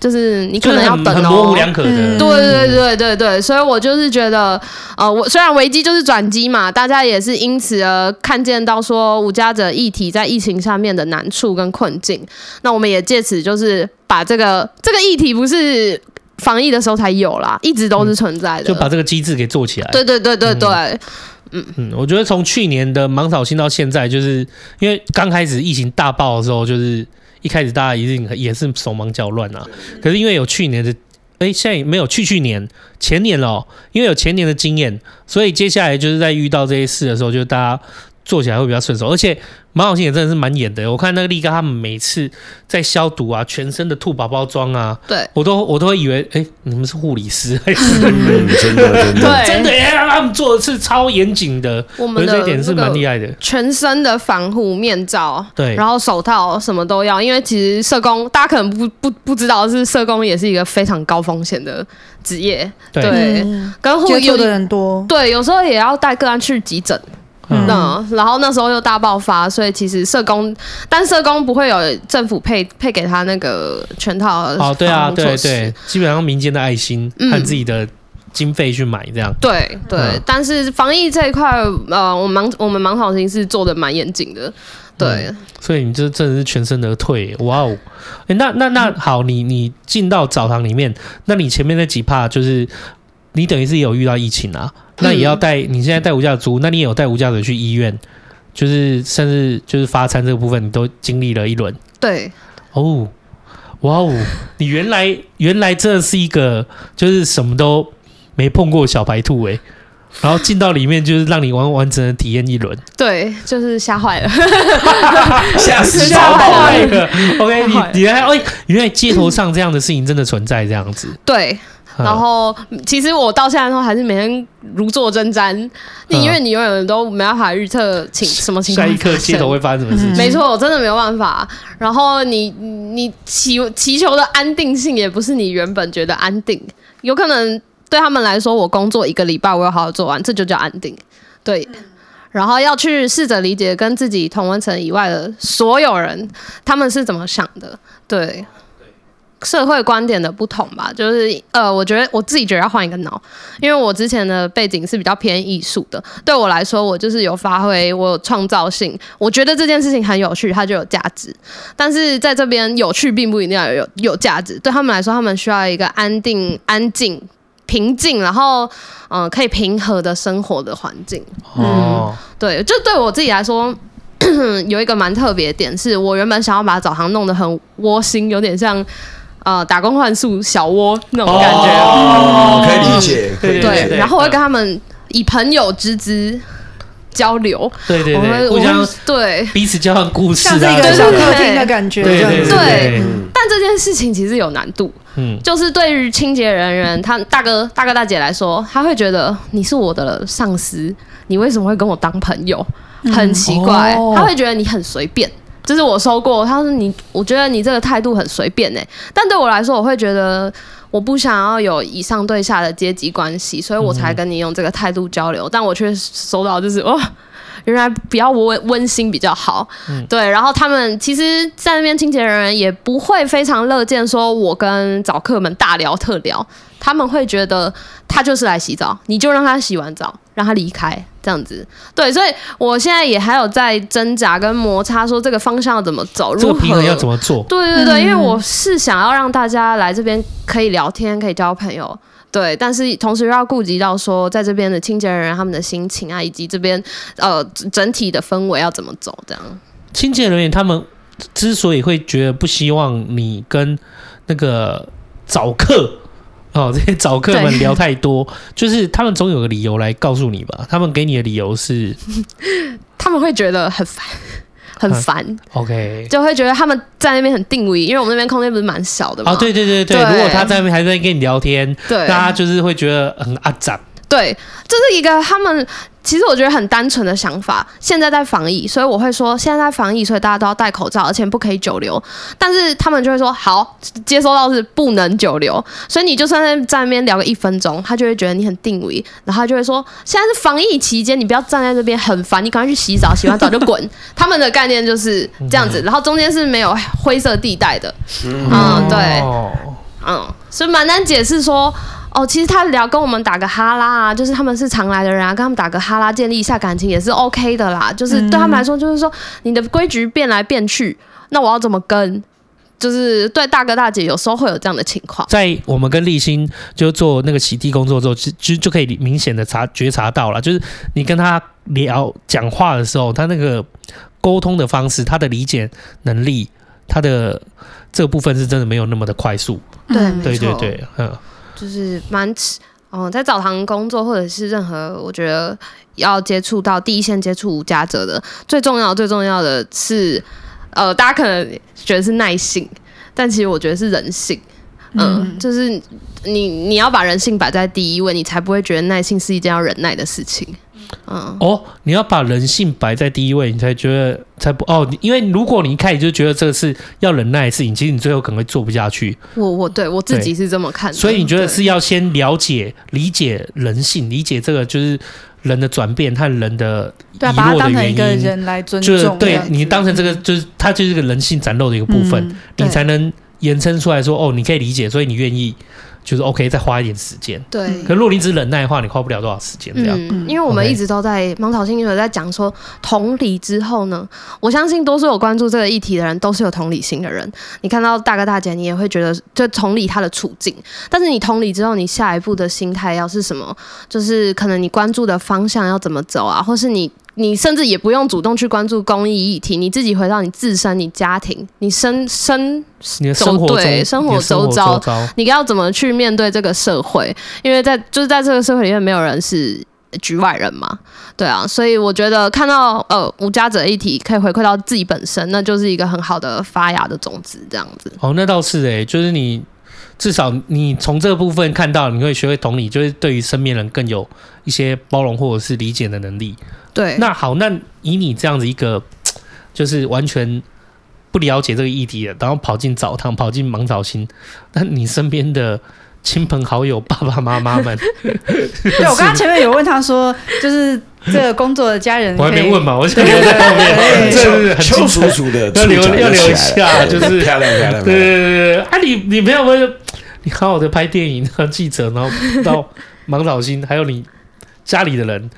S4: 就是你
S3: 就
S4: 可
S3: 是
S4: 能要
S3: 很
S4: 等
S3: 很
S4: 哦。
S3: 模糊两可的。
S2: 嗯
S4: 对对对对对，所以我就是觉得，呃，我虽然危机就是转机嘛，大家也是因此而看见到说无家者议题在疫情下面的难处跟困境。那我们也借此就是把这个这个议题不是防疫的时候才有啦，一直都是存在的。
S3: 就把这个机制给做起来。
S4: 对对对对对，
S3: 嗯，我觉得从去年的芒草心到现在，就是因为刚开始疫情大爆的时候，就是一开始大家一定也是手忙脚乱啊。可是因为有去年的，哎，现在也没有去去年前年了哦，因为有前年的经验，所以接下来就是在遇到这些事的时候，就大家做起来会比较顺手。而且芒草心也真的是蛮演的，我看那个力哥他们每次在消毒啊，全身的兔宝宝装啊，
S4: 对
S3: 我都我都会以为，哎，你们是护理师还是？
S1: 嗯，真的真的。
S4: 对，
S3: 真的耶，他们做的是超严谨的，
S4: 哎我
S3: 我
S4: 们
S3: 觉得
S4: 的
S3: 这一点是
S4: 那个
S3: 蛮厉害的。
S4: 全身的防护面罩，
S3: 对
S4: 然后手套什么都要，因为其实社工大家可能不不不知道，是社工也是一个非常高风险的职业，
S3: 对
S4: 对，
S2: 嗯
S4: 跟护
S2: 接触
S4: 有
S2: 的人多，
S4: 对，有时候也要带个案去急诊，
S3: 嗯
S4: 嗯，然后那时候又大爆发，所以其实社工，但社工不会有政府配配给他那个全套的
S3: 哦，对啊，
S4: 防护
S3: 对
S4: 措施
S3: 对，基本上民间的爱心
S4: 嗯
S3: 和自己的经费去买这样。
S4: 对对，
S3: 嗯
S4: 但是防疫这一块，呃，我们盲我们盲草心是做的蛮严谨的，对。
S3: 所以你这真的是全身而退，哇哦！诶那那那
S4: 嗯
S3: 好，你你进到澡堂里面，那你前面那几趴就是你等于是有遇到疫情啊，
S4: 嗯
S3: 那也要带、你现在带无价租，那你也有带无价者去医院，就是甚至就是发餐这个部分，你都经历了一轮
S4: 对，
S3: 哦。哇哦！你原来原来真的是一个就是什么都没碰过小白兔诶、欸然后进到里面就是让你完完整的体验一轮，
S4: 对，就是吓坏 了。
S1: 吓死
S4: 吓
S1: 宝宝
S4: 坏
S1: 了！
S3: 了。OK，
S4: 吓坏了
S3: 你你还哎，原来街头上这样的事情真的存在这样子。
S4: 对，
S3: 嗯
S4: 然后嗯其实我到现在都还是每天如坐针毡，你因为你永远都没办法预测情什么情
S3: 嗯下
S4: 况。
S3: 一刻街头。会发生什么事情？
S4: 没错，我真的没有办法。然后你你祈祈求的安定性也不是你原本觉得安定，有可能对他们来说，我工作一个礼拜，我要好好做完，这就叫安定。对，然后要去试着理解跟自己同温层以外的所有人，他们是怎么想的。对，社会观点的不同吧，就是呃，我觉得我自己觉得要换一个脑，因为我之前的背景是比较偏艺术的，对我来说，我就是有发挥，我有创造性，我觉得这件事情很有趣，它就有价值。但是在这边，有趣并不一定要有有价值，对他们来说，他们需要一个安定、安静、平静，然后嗯、呃可以平和的生活的环境。
S3: 哦，
S4: 对，就对我自己来说，有一个蛮特别的点是，我原本想要把澡堂弄得很窝心，有点像呃打工换宿小窝那种感觉。
S1: 哦，可以理解，可以理
S3: 对
S4: 对
S1: 解。
S4: 然后我会跟
S3: 嗯
S4: 他们以朋友之姿交流，
S3: 对对
S4: 我们
S3: 对，互
S4: 我们
S3: 相
S4: 对。
S3: 彼此交换故事
S2: 像
S3: 啊，
S2: 是一个
S4: 对
S2: 小
S4: 对
S2: 客厅的感觉，
S3: 对
S2: 这样
S3: 对
S2: 子
S4: 对
S3: 对，
S1: 嗯
S4: 但这件事情其实有难度，
S3: 嗯，
S4: 就是对于清洁人员，他大哥、大哥、大姐来说，他会觉得你是我的上司，你为什么会跟我当朋友？很奇怪，
S3: 哦
S4: 他会觉得你很随便。这是我收过，他说你，我觉得你这个态度很随便哎、但对我来说，我会觉得我不想要有以上对下的阶级关系，所以我才跟你用这个态度交流。但我却收到就是哦，原来比较温温馨比较好，对。然后他们其实，在那边清洁人员也不会非常乐见说我跟早客们大聊特聊，他们会觉得他就是来洗澡，你就让他洗完澡，让他离开这样子。对，所以我现在也还有在挣扎跟摩擦，说这个方向要怎么走，
S3: 这个
S4: 如何
S3: 平衡要怎么做？
S4: 对对对，
S2: 嗯
S4: 因为我是想要让大家来这边可以聊天，可以交朋友。对，但是同时又要顾及到说，在这边的清洁人员他们的心情啊，以及这边呃整体的氛围要怎么走，这样。
S3: 清洁人员他们之所以会觉得不希望你跟那个早客哦 这些早客们
S4: 对
S3: 聊太多，就是他们总有个理由来告诉你吧。他们给你的理由是
S4: 他们会觉得很烦，
S3: 啊
S4: 很烦，
S3: OK
S4: 就会觉得他们在那边很定位，因为我们那边空间不是蛮小的嘛。
S3: 啊，对对对对，
S4: 对
S3: 如果他在那边还在跟你聊天，
S4: 对，
S3: 大家就是会觉得很阿杂。
S4: 对，这是一个他们其实我觉得很单纯的想法。现在在防疫，所以我会说现在在防疫，所以大家都要戴口罩，而且不可以久留。但是他们就会说好，接收到是不能久留，所以你就算在在那边聊个一分钟，他就会觉得你很定位，然后他就会说现在是防疫期间，你不要站在这边很烦，你赶快去洗澡，洗完澡就滚。他们的概念就是这样子，然后中间是没有灰色地带的，嗯，对。
S3: 哦
S4: 嗯，所以蛮难解释说，哦，其实他聊跟我们打个哈拉啊，就是他们是常来的人啊，跟他们打个哈拉，建立一下感情也是 OK 的啦。就是对他们来说，就是说你的规矩变来变去，那我要怎么跟？就是对大哥大姐有时候会有这样的情况。
S3: 在我们跟立新就做那个洗地工作之后，就就就可以明显的察觉察到了，就是你跟他聊讲话的时候，他那个沟通的方式，他的理解能力，他的这个部分是真的没有那么的快速。
S4: 对
S2: 嗯
S4: 没
S3: 对
S4: 错
S3: 对对，嗯，
S4: 就是蛮吃哦，在澡堂工作或者是任何，我觉得要接触到第一线接触无家者的，最重要最重要的是，呃，大家可能觉得是耐性，但其实我觉得是人性。嗯，
S2: 嗯
S4: 就是你你要把人性摆在第一位，你才不会觉得耐性是一件要忍耐的事情。嗯，
S3: 哦，你要把人性摆在第一位，你才觉得才不哦，因为如果你一开始就觉得这个是要忍耐的事情，其实你最后可能会做不下去。
S4: 我我对我自己是这么看的，
S3: 所以你觉得
S4: 对
S3: 是要先了解、理解人性，理解这个就是人的转变和人的
S2: 对啊，
S3: 遗
S2: 把
S3: 落
S2: 它
S3: 的
S2: 当成一个
S3: 原因
S2: 人来尊
S3: 就是
S2: 重这
S3: 对
S2: 样子，
S3: 你当成这个就是它就是个人性展露的一个部分，
S2: 嗯
S3: 你
S4: 对
S3: 才能延伸出来说哦，你可以理解，所以你愿意就是 OK 再花一点时间。
S4: 对，
S3: 可如果你只忍耐的话，你花不了多少时间这样。
S4: 嗯，因为我们
S3: OK
S4: 一直都在芒草心理学在讲说同理之后呢，我相信多数有关注这个议题的人都是有同理心的人。你看到大哥大姐，你也会觉得就同理他的处境，但是你同理之后，你下一步的心态要是什么？就是可能你关注的方向要怎么走啊，或是你。你甚至也不用主动去关注公益议题，你自己回到你自身、你家庭、你身身
S3: 你的生活
S4: 走
S3: 中，
S4: 对生活
S3: 你的
S4: 周
S3: 周
S4: 遭你要怎么去面对这个社会？因为在就是在这个社会里面，没有人是局外人嘛，对啊，所以我觉得看到呃无家者议题可以回馈到自己本身，那就是一个很好的发芽的种子，这样子。
S3: 哦，那倒是诶、就是你至少你从这个部分看到，你会学会同理，就是对于身边人更有一些包容或者是理解的能力。
S4: 对，
S3: 那好，那以你这样子一个就是完全不了解这个议题的，然后跑进澡堂、跑进芒草心，那你身边的亲朋好友、爸爸妈妈们。
S2: 对我刚刚前面有问他说，就是这个工作的家人，
S3: 我还没问嘛，我
S2: 可
S3: 想
S2: 以。
S3: 留
S2: 对对
S3: 在后
S2: 对
S3: 面，这是很
S1: 哎邱
S3: 精
S1: 叔
S3: 彩。
S1: 叔的
S3: 要留
S1: 触角
S3: 要留
S1: 起来
S3: 下
S1: 了
S3: 就是
S1: 漂亮漂亮。漂亮
S3: 对对对对，啊，你你没有问，你好好的拍电影当记者，然后到芒草心，还有你家里的人，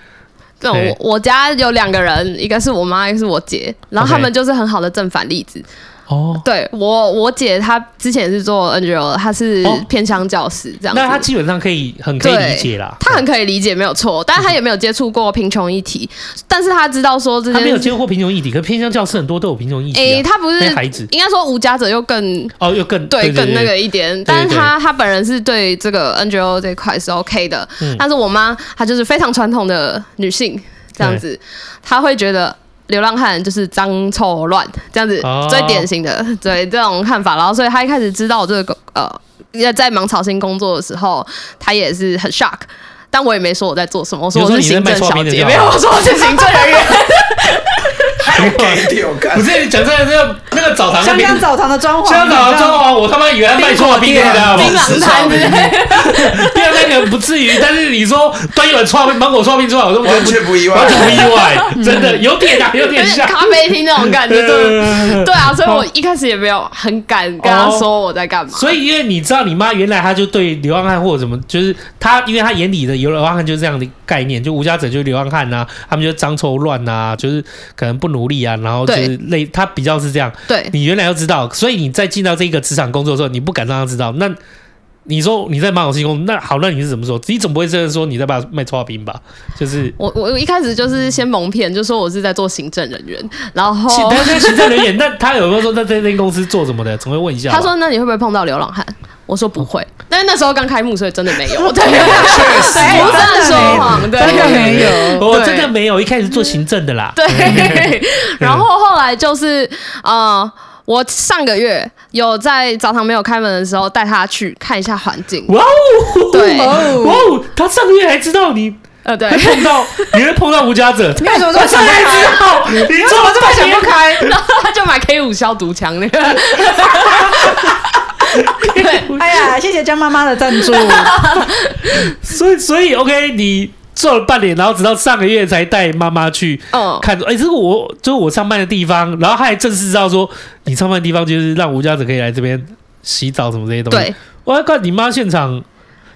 S4: 这种
S3: 对
S4: 我我家有两个人，一个是我妈，一个是我姐，然后他
S3: OK
S4: 们就是很好的正反例子。
S3: 哦，
S4: 对我我姐她之前也是做 NGO，她是
S3: 哦
S4: 偏乡教师这样子。
S3: 那他基本上可以很可以理解啦。
S4: 她很可以理解，没有错，但她也没有接触过贫穷议题，但是她知道说这
S3: 他没有
S4: 件事，
S3: 接触过贫穷议题，可偏向教师很多都有贫穷议题、
S4: 诶、
S3: 啊。
S4: 她不是
S3: 那些孩子
S4: 应该说无家者又更
S3: 哦，又更
S4: 对
S3: 对
S4: 更那
S3: 对
S4: 个一点，但是
S3: 对对
S4: 她她本人是对这个 NGO 这一块是 OK 的，
S3: 嗯
S4: 但是我妈她就是非常传统的女性这样子，她会觉得。流浪汉就是脏臭乱这样子，
S3: 哦
S4: 最典型的对这种看法。然后，所以她一开始知道这个呃，在在芒草星工作的时候，她也是很 shock。但我也没说我在做什么，我说我是行政小
S3: 你
S4: 姐，
S3: 说你在卖
S4: 没有，我说我是行政人员。
S1: 还哎给丢看
S3: 不是你讲出来那个那个澡堂那
S2: 香
S3: 边，
S2: 港澡堂的装潢，
S3: 香港澡堂装潢，我他妈以为他卖错冰的，你知道吗？
S4: 槟榔摊之类的
S3: 对啊，那个不至于，但是你说端一碗串冰，芒果串冰出来，我都觉得
S1: 完
S3: 不
S1: 全不意外
S3: 完。全不意外，真的有点啊，有
S4: 有
S3: 点
S4: 点
S3: 像。
S4: 咖啡厅那种感觉，
S3: 对
S4: 对
S3: 对对 对
S4: 对啊，所以我一开始也没有很敢跟他说我在干嘛。
S3: 所以，因为你知道，你妈原来她就对流浪汉或者什么，就是她，因为她眼里的流浪汉就是这样的概念，就无家者就是流浪汉呐、啊他们就脏臭乱呐、就是可能不努力啊，然后就是类，她比较是这样。
S4: 对，
S3: 你原来要知道，所以你在进到这个职场工作的时候，你不敢让他知道。那你说你在马老西工作，那好，那你是怎么说？你总不会真的说你在卖卖搓冰 吧？就是。
S4: 我我我一开始就是先蒙骗，就说我是在做行政人员，然
S3: 其
S4: 后
S3: 但是行政人员，那他有没有说在这间公司做什么的？总会问一下吧。
S4: 他说：“那你会不会碰到流浪汉？”我说不会，
S2: 哦
S4: 但是那时候刚开幕，所以真的没 有。对，
S2: 哎真
S4: 不是
S2: 的
S4: 说
S2: 没
S4: 谎，对
S2: 真的没有。
S3: 我
S4: 对
S3: 哦真的没有，一开始做行政的啦。
S4: 对，然后后来就是呃，我上个月有在澡堂没有开门的时候带他去看一下环境，
S3: 哇哦，
S4: 对
S3: 哇哦，他上个月还知道你
S2: 哦
S4: 呃，对
S3: 还，碰到，你会碰到无家者，
S2: 你为什么这么想不开？
S3: 哦，你
S2: 你为什么这么想不 开？
S4: 然后他就买 K 五消毒枪 那个。对，
S2: 哎呀，谢谢江妈妈的赞 助。
S3: 所以所以 OK，你做了半年，然后直到上个月才带妈妈去
S4: 嗯，
S3: 看，哎、这个我就是我上班的地方，然后他还正式知道说你上班的地方就是让无家者可以来这边洗澡什么这些东西。
S4: 对，
S3: 我要看你妈现场，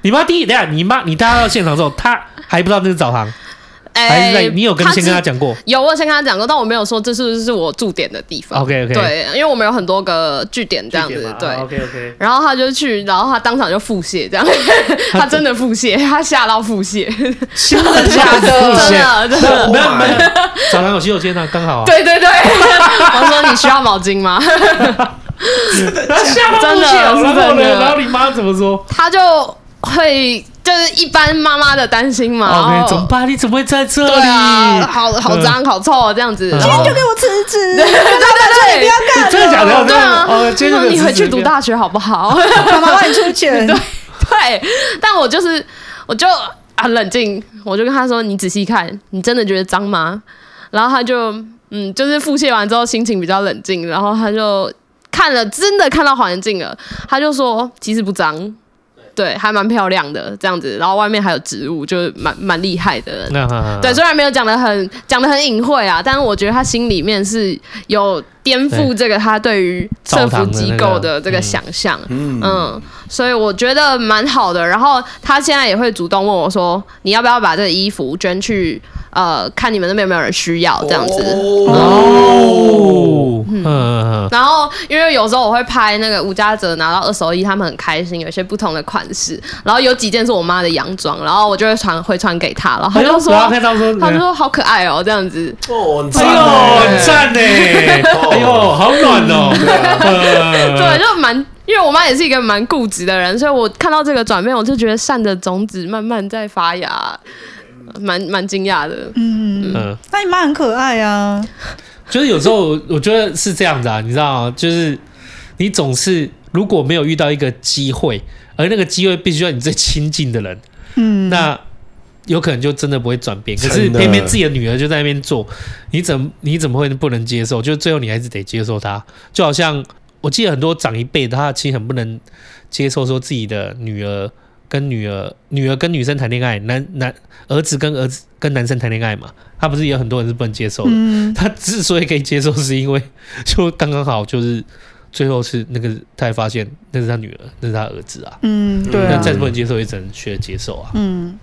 S3: 你妈第一，等一下你妈你带她到现场之后，她还不知道那是澡堂，还
S4: 哎
S3: 是在你有跟先跟她
S4: 他知
S3: 讲过？
S4: 有，我有先跟他讲过，但我没有说这是是我驻点的地方。
S3: OK，OK
S4: 对，因为我们有很多个据点这样子，对。
S3: ，OK OK，
S4: 然后他就去，然后他当场就腹 泻，这样，他真的腹泻，他吓到腹泻，
S3: 真的假
S4: 真
S3: 的？
S4: 的，真的，
S3: 没有没有，澡堂有洗手间啊，刚好啊。
S4: 对对 对。我说你需要毛巾吗？
S3: 然后啊吓到
S4: 真的
S3: 不小
S4: 是
S3: 然后
S4: 真
S3: 呢，
S4: 的
S3: 然后你妈怎么说
S4: 他就会就是一般妈妈的担心嘛，然
S3: ？OK，
S4: 后
S3: 怎么办？哦你怎么会在这
S4: 对啊，
S3: 里？
S4: 好好脏好臭哦这样子，
S3: 嗯
S4: 然后
S2: 就给我辞职，
S4: 对对对
S2: 不
S4: 对
S2: 要。干了，
S3: 哦真的假的？
S4: 对啊，
S3: 哦，
S4: 就
S3: 接着
S4: 说你回去读，大学好不好？
S2: 妈妈帮你出钱。
S4: 对，但我就是，我就很冷静，我就跟他说：“你仔细看，你真的觉得脏吗？”然后他就，嗯，就是腹泻完之后心情比较冷静，然后他就看了，真的看到环境了，他就说：“其实不脏。”对，还蛮漂亮的这样子，然后外面还有植物，就是蛮蛮厉害的。
S3: 那啊
S4: 对，虽然没有讲的很讲的很隐晦啊，但是我觉得他心里面是有颠覆这个他对于社福机构的这个想象，嗯所以我觉得蛮好的。然后他现在也会主动问我说，你要不要把这个衣服捐去呃，看你们那边有没有人需要这样子。
S3: 哦，嗯嗯
S4: 然后，因为有时候我会拍那个吴家泽拿到二手衣，他们很开心，有一些不同的款式。然后有几件是我妈的洋装，然后我就会传回传给她，然后
S3: 嗯，
S4: 她就说，
S3: 然后看到说，
S4: 她就说好可爱哦，这样子。
S1: 哦，很
S3: 哎
S1: 赞
S3: 呦，很
S1: 欸
S3: 赞呢，哎呦，好暖 哦，啊
S4: 对，就蛮，因为我妈也是一个蛮固执的人，所以我看到这个转变，我就觉得善的种子慢慢在发芽，蛮蛮惊讶的。
S3: 嗯嗯。
S2: 那你妈很可爱啊，
S3: 就是有时候我觉得是这样子啊，你知道吗？就是你总是如果没有遇到一个机会，而那个机会必须要你最亲近的人，
S2: 嗯，
S3: 那有可能就真的不会转变。可是
S1: 真的
S3: 偏偏自己的女儿就在那边做，你怎么你怎么会不能接受？就最后你还是得接受她，就好像。我记得很多长一辈的，他其实很不能接受说自己的女儿跟女儿、女儿跟女生谈恋爱，男男儿子跟儿子跟男生谈恋爱嘛，他不是有很多人是不能接受的。
S2: 嗯，
S3: 他之所以可以接受，是因为就刚刚好就是最后是那个他才发现那是他女儿，那是他儿子啊。
S2: 嗯，对
S3: 那
S2: 啊，
S3: 再不能接受，也只能学着接受啊。
S2: 嗯，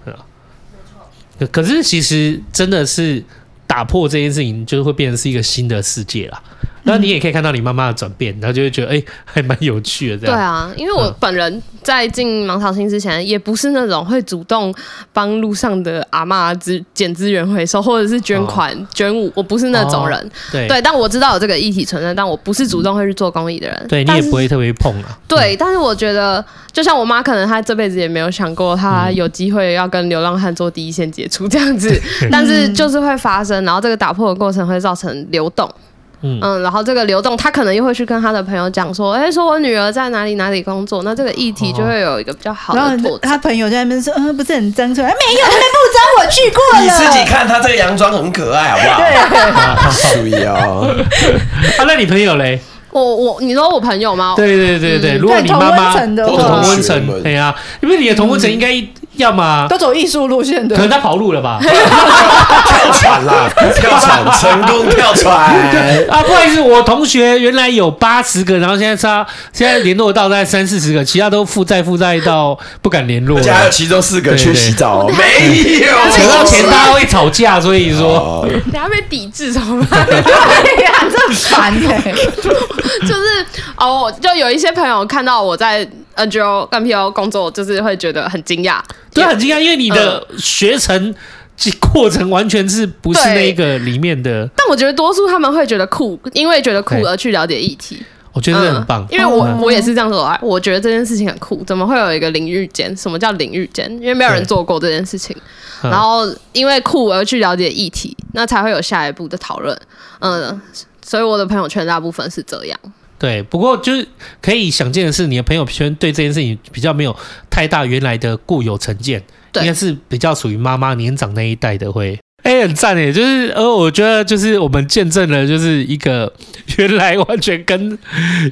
S3: 可可是其实真的是打破这件事情，就是会变成是一个新的世界啦。那你也可以看到你妈妈的转变，然后就会觉得哎、还蛮有趣的这
S4: 对
S3: 样。
S4: 啊，因为我
S3: 嗯
S4: 本人在进芒草星之前，也不是那种会主动帮路上的阿嬷资捡资源回收，或者是
S3: 哦
S4: 捐款、捐物，我不是那种人。
S2: 啊
S3: 对
S4: 对，但我知道有这个议题存在，但我不是主动会去做公益的人。
S3: 对你
S4: 但
S3: 也
S4: 是
S3: 不会特别碰啊。
S4: 对，但是我觉得，就像我妈，可能她这辈子也没有想过，她有机会要跟流浪汉做第一线接触这样子，但是就是会发生，然后这个打破的过程会造成流动，
S3: 嗯
S4: 嗯然后这个流动，她可能又会去跟她的朋友讲说，哎，说我女儿在哪里哪里工作，那这个议题就会有一个比较好
S2: 然
S4: 的拓
S2: 后
S4: 展。
S2: 他朋友在那边说，嗯，不是很脏， 说哎没有，那不脏，我去过了。
S1: 你自己看他这个洋装很可爱，好不好？注意哦，
S3: 啊，那你朋友嘞？
S4: 我我你说我朋友吗？
S3: 对对对对，
S4: 嗯
S3: 如果你妈
S2: 哦对同
S3: 妈
S2: 温层的
S3: 都
S2: 话嗯
S3: 同温
S1: 同学
S3: 层，
S1: 们
S3: 对啊，因为你的同温层应该要么
S2: 都走艺术路线
S3: 可
S2: 的，
S3: 能他跑路了吧？
S1: 跳船啦，跳船，成功跳船。
S3: 啊，不好意思，我同学原来有八十个，然后现在差，现在联络到大概三四十个，其他都负债负债到不敢联络
S1: 而且还有
S3: 了。
S1: 其中四个去洗澡，没有
S3: 扯到钱，
S1: 大
S3: 大家会吵架，所以说
S1: 哦
S4: 等下被抵制怎么 办？
S2: 对呀， 这很烦哎。
S4: 就是哦，就有一些朋友看到我在 NGO 跟 PO 工作，就是会觉得很惊讶。
S3: 对很惊讶，因为你的学成过程完全是不是那个里面的，
S4: 但我觉得多数他们会觉得酷，因为觉得酷
S3: 对哦
S4: 而去了解议题，
S3: 我觉得这很棒。
S4: 因为我、
S2: 嗯
S4: 我也是这样子来，我觉得这件事情很酷，怎么会有一个淋浴间？什么叫淋浴间？因为没有人
S3: 对
S4: 做过这件事情。
S3: 嗯
S4: 然后因为酷而去了解议题，那才会有下一步的讨论。嗯，所以我的朋友圈大部分是这样。
S3: 对，不过就是可以想见的是，你的朋友圈对这件事情比较没有太大原来的固有成见，
S4: 对
S3: 应该是比较属于妈妈年长那一代的会。哎、很赞诶！就是呃，我觉得就是我们见证了，就是一个原来完全跟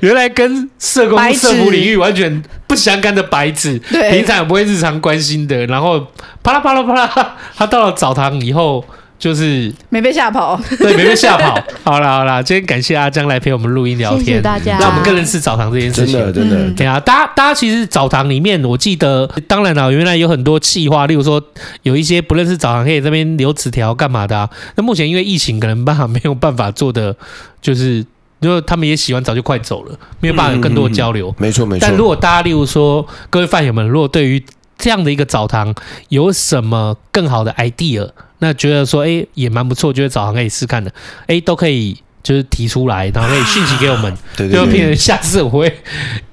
S3: 原来跟社工
S2: 白纸
S3: 社服领域完全不相干的白 纸，
S2: 对
S3: 平常也不会日常关心的，然后啪啦啪啦啪啦，他到了澡堂以后，就是
S2: 没被吓跑，
S3: 对没被吓 跑。好啦好啦，今天感谢阿江来陪我们录音聊天，
S4: 家
S3: 让我们更认识澡堂这件事
S1: 真
S3: 情。
S1: 的真的
S2: 嗯
S3: 对啊，大家大家其实澡堂里面，我记得，当然啦，原来有很多计划，例如说有一些不认识澡堂可以这边留纸条干嘛的啊。那目前因为疫情，可能办法没有办法做的，就是因为他们也洗完澡就快走了，没有办法有更多的交流。
S1: 没错嗯没错
S3: 但。如果大家，例如说各位饭友们，如果对于这样的一个澡堂有什么更好的 idea，那觉得说，哎、也蛮不错，觉得澡堂可以试看的，哎、都可以就是提出来，然后可以讯息给我们。
S1: 对
S3: 就
S1: 对
S3: 变成
S1: 对，
S3: 下次我会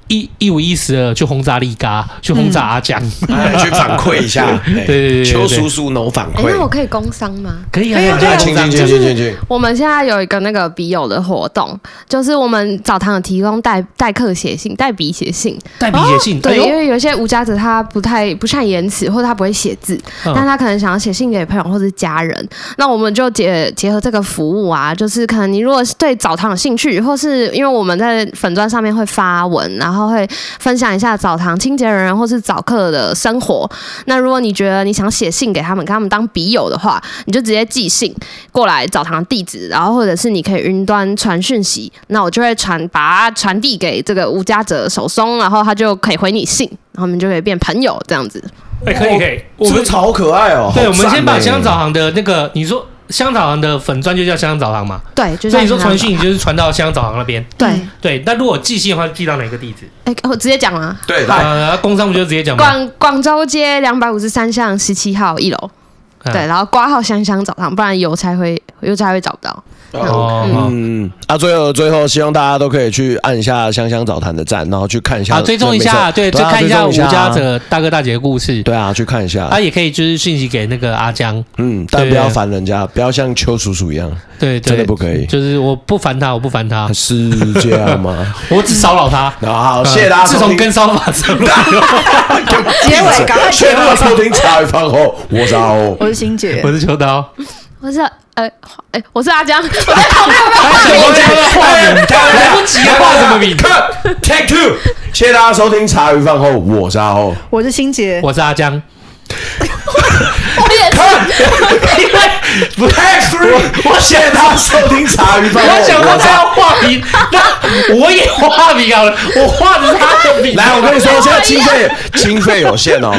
S3: 一一五一十的去轰炸力嘎，去轰炸阿江。
S1: 哎去反馈一下。对
S3: 对对对对
S1: 邱
S3: 对
S1: 叔叔能反
S4: 哎、
S1: 馈
S4: 那。我可以工商吗？
S3: 可以
S2: 可以啊对啊
S1: 请请
S4: 就
S1: 请
S4: 是
S1: 请请请，
S4: 我们现在有一个那个笔友的活动，就是我们澡堂有提供代代课写信、代笔写信。
S3: 代笔写信，哎
S4: 对，
S3: 呦
S4: 因为有些无家者他不太不善言辞，或者他不会写字，
S3: 嗯
S4: 但他可能想要写信给朋友或是家人。那我们就结结合这个服务啊，就是可能你如果是对澡堂有兴趣，或是因为我们在粉砖上面会发文，然后会分享一下澡堂清洁人员或是澡客的生活。那如果你觉得你想写信给他们，跟他们当笔友的话，你就直接寄信过来澡堂地址，然后或者是你可以云端传讯息，那我就会传把它传递给这个无家者手松，然后他就可以回你信，然后我们就可以变朋友这样子。
S3: 哎可以可以，
S1: 我们好可爱哦。
S3: 对，
S1: 好
S3: 我们先把
S1: 赞
S3: 香
S1: 哎
S3: 澡堂的那个，你说香澡堂的粉砖就叫香澡堂嘛，
S4: 对，就是
S3: 所以你说传讯就是传到香澡堂那边。
S4: 对，
S2: 嗯
S3: 对，那如果寄信的话，寄到哪个地址？
S4: 哎、我直接讲啊，
S1: 对来，
S3: 啊，工商不就直接讲吗？
S4: 广广州街两百五十三巷十七号一楼，
S3: 啊
S4: 对，然后挂号香香澡堂，不然邮差会邮差会找不到。
S3: 哦。
S1: 嗯啊，最后最后，希望大家都可以去按一下香香澡堂的赞，然后去看一下，
S3: 好，啊追踪一下，对，就
S1: 啊
S3: 看一下
S1: 追踪
S3: 吴家
S1: 啊，
S3: 者大哥大姐的故事，
S1: 对啊，去看一下
S3: 他，也可以就是讯息给那个阿江，
S1: 嗯，但
S3: 对
S1: 不要烦人家，不要像邱叔叔一样，
S3: 对
S1: 真的
S3: 对
S1: 不，可以，
S3: 就是我不烦他，我不烦 他，
S1: 是这样 吗？啊
S3: 我只骚扰他。呃
S1: 好，谢谢大家
S3: 自
S1: 收
S3: 从
S1: 听，
S3: 跟骚法则录，
S2: 结尾赶快结
S1: 谢
S2: 尾
S1: 谢大家收听茶余饭后，我是阿欧，
S2: 我是欣姐，
S3: 我是秋刀。
S4: 我是呃，哎，我是阿江， 我在
S3: 他怎么加个化名？
S1: 看
S3: 来不及了，化什么 名？
S1: 看 Take Two，谢谢大家收听茶余饭后，我是阿后。
S2: 我是心杰，
S3: 我是阿江，
S4: 我也是，
S1: 不 Take Three，我谢谢大家收听茶余饭后，
S3: 我想到
S1: 我是
S3: 他
S1: 阿
S3: 要化名，那我也化名好了，我画的是他的名。
S1: 来，我跟你说，现在经费经费有限 哦。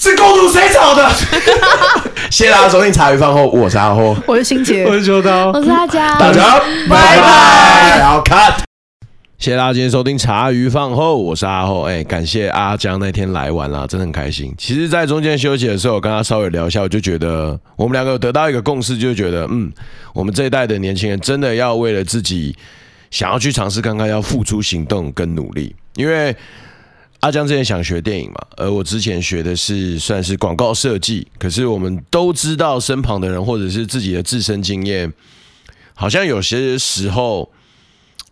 S1: 这构图谁找的？谢谢大家收听茶余饭后，我是阿后，
S2: 我是心杰，
S3: 是秋刀
S4: 我是阿江，
S1: 大家拜拜，然后 cut。谢谢大家今天收听茶余饭后，我是阿后。哎、感谢阿江那天来玩啦，真的很开心。其实，在中间休息的时候，我跟他稍微聊一下，我就觉得我们两个有得到一个共识，就觉得嗯，我们这一代的年轻人真的要为了自己想要去尝试看看，要付出行动跟努力，因为。阿江之前想学电影嘛，而我之前学的是算是广告设计，可是我们都知道身旁的人或者是自己的自身经验，好像有些时候，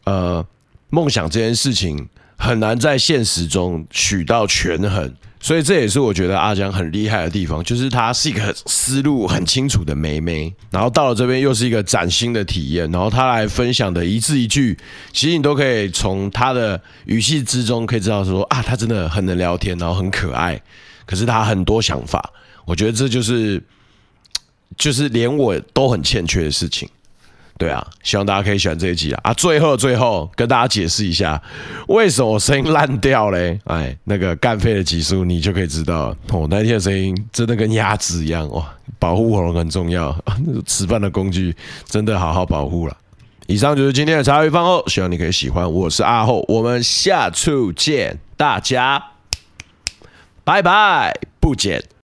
S1: 呃，梦想这件事情很难在现实中取到权衡，所以这也是我觉得阿江很厉害的地方，就是她是一个思路很清楚的妹妹，然后到了这边又是一个崭新的体验，然后她来分享的一字一句，其实你都可以从她的语气之中可以知道说啊，她真的很能聊天，然后很可爱，可是她很多想法，我觉得这就是。就是连我都很欠缺的事情，对啊，希望大家可以喜欢这一集啊！啊，最后最后跟大家解释一下，为什么我声音 烂掉嘞？哎，那个干废的集数你就可以知道了，我、那天的声音真的跟鸭子一样哇！保护喉咙很重要，啊吃饭的工具真的好好保护了。以上就是今天的茶余饭后，希望你可以喜欢。我是阿后，我们下次见，大家拜拜，不见。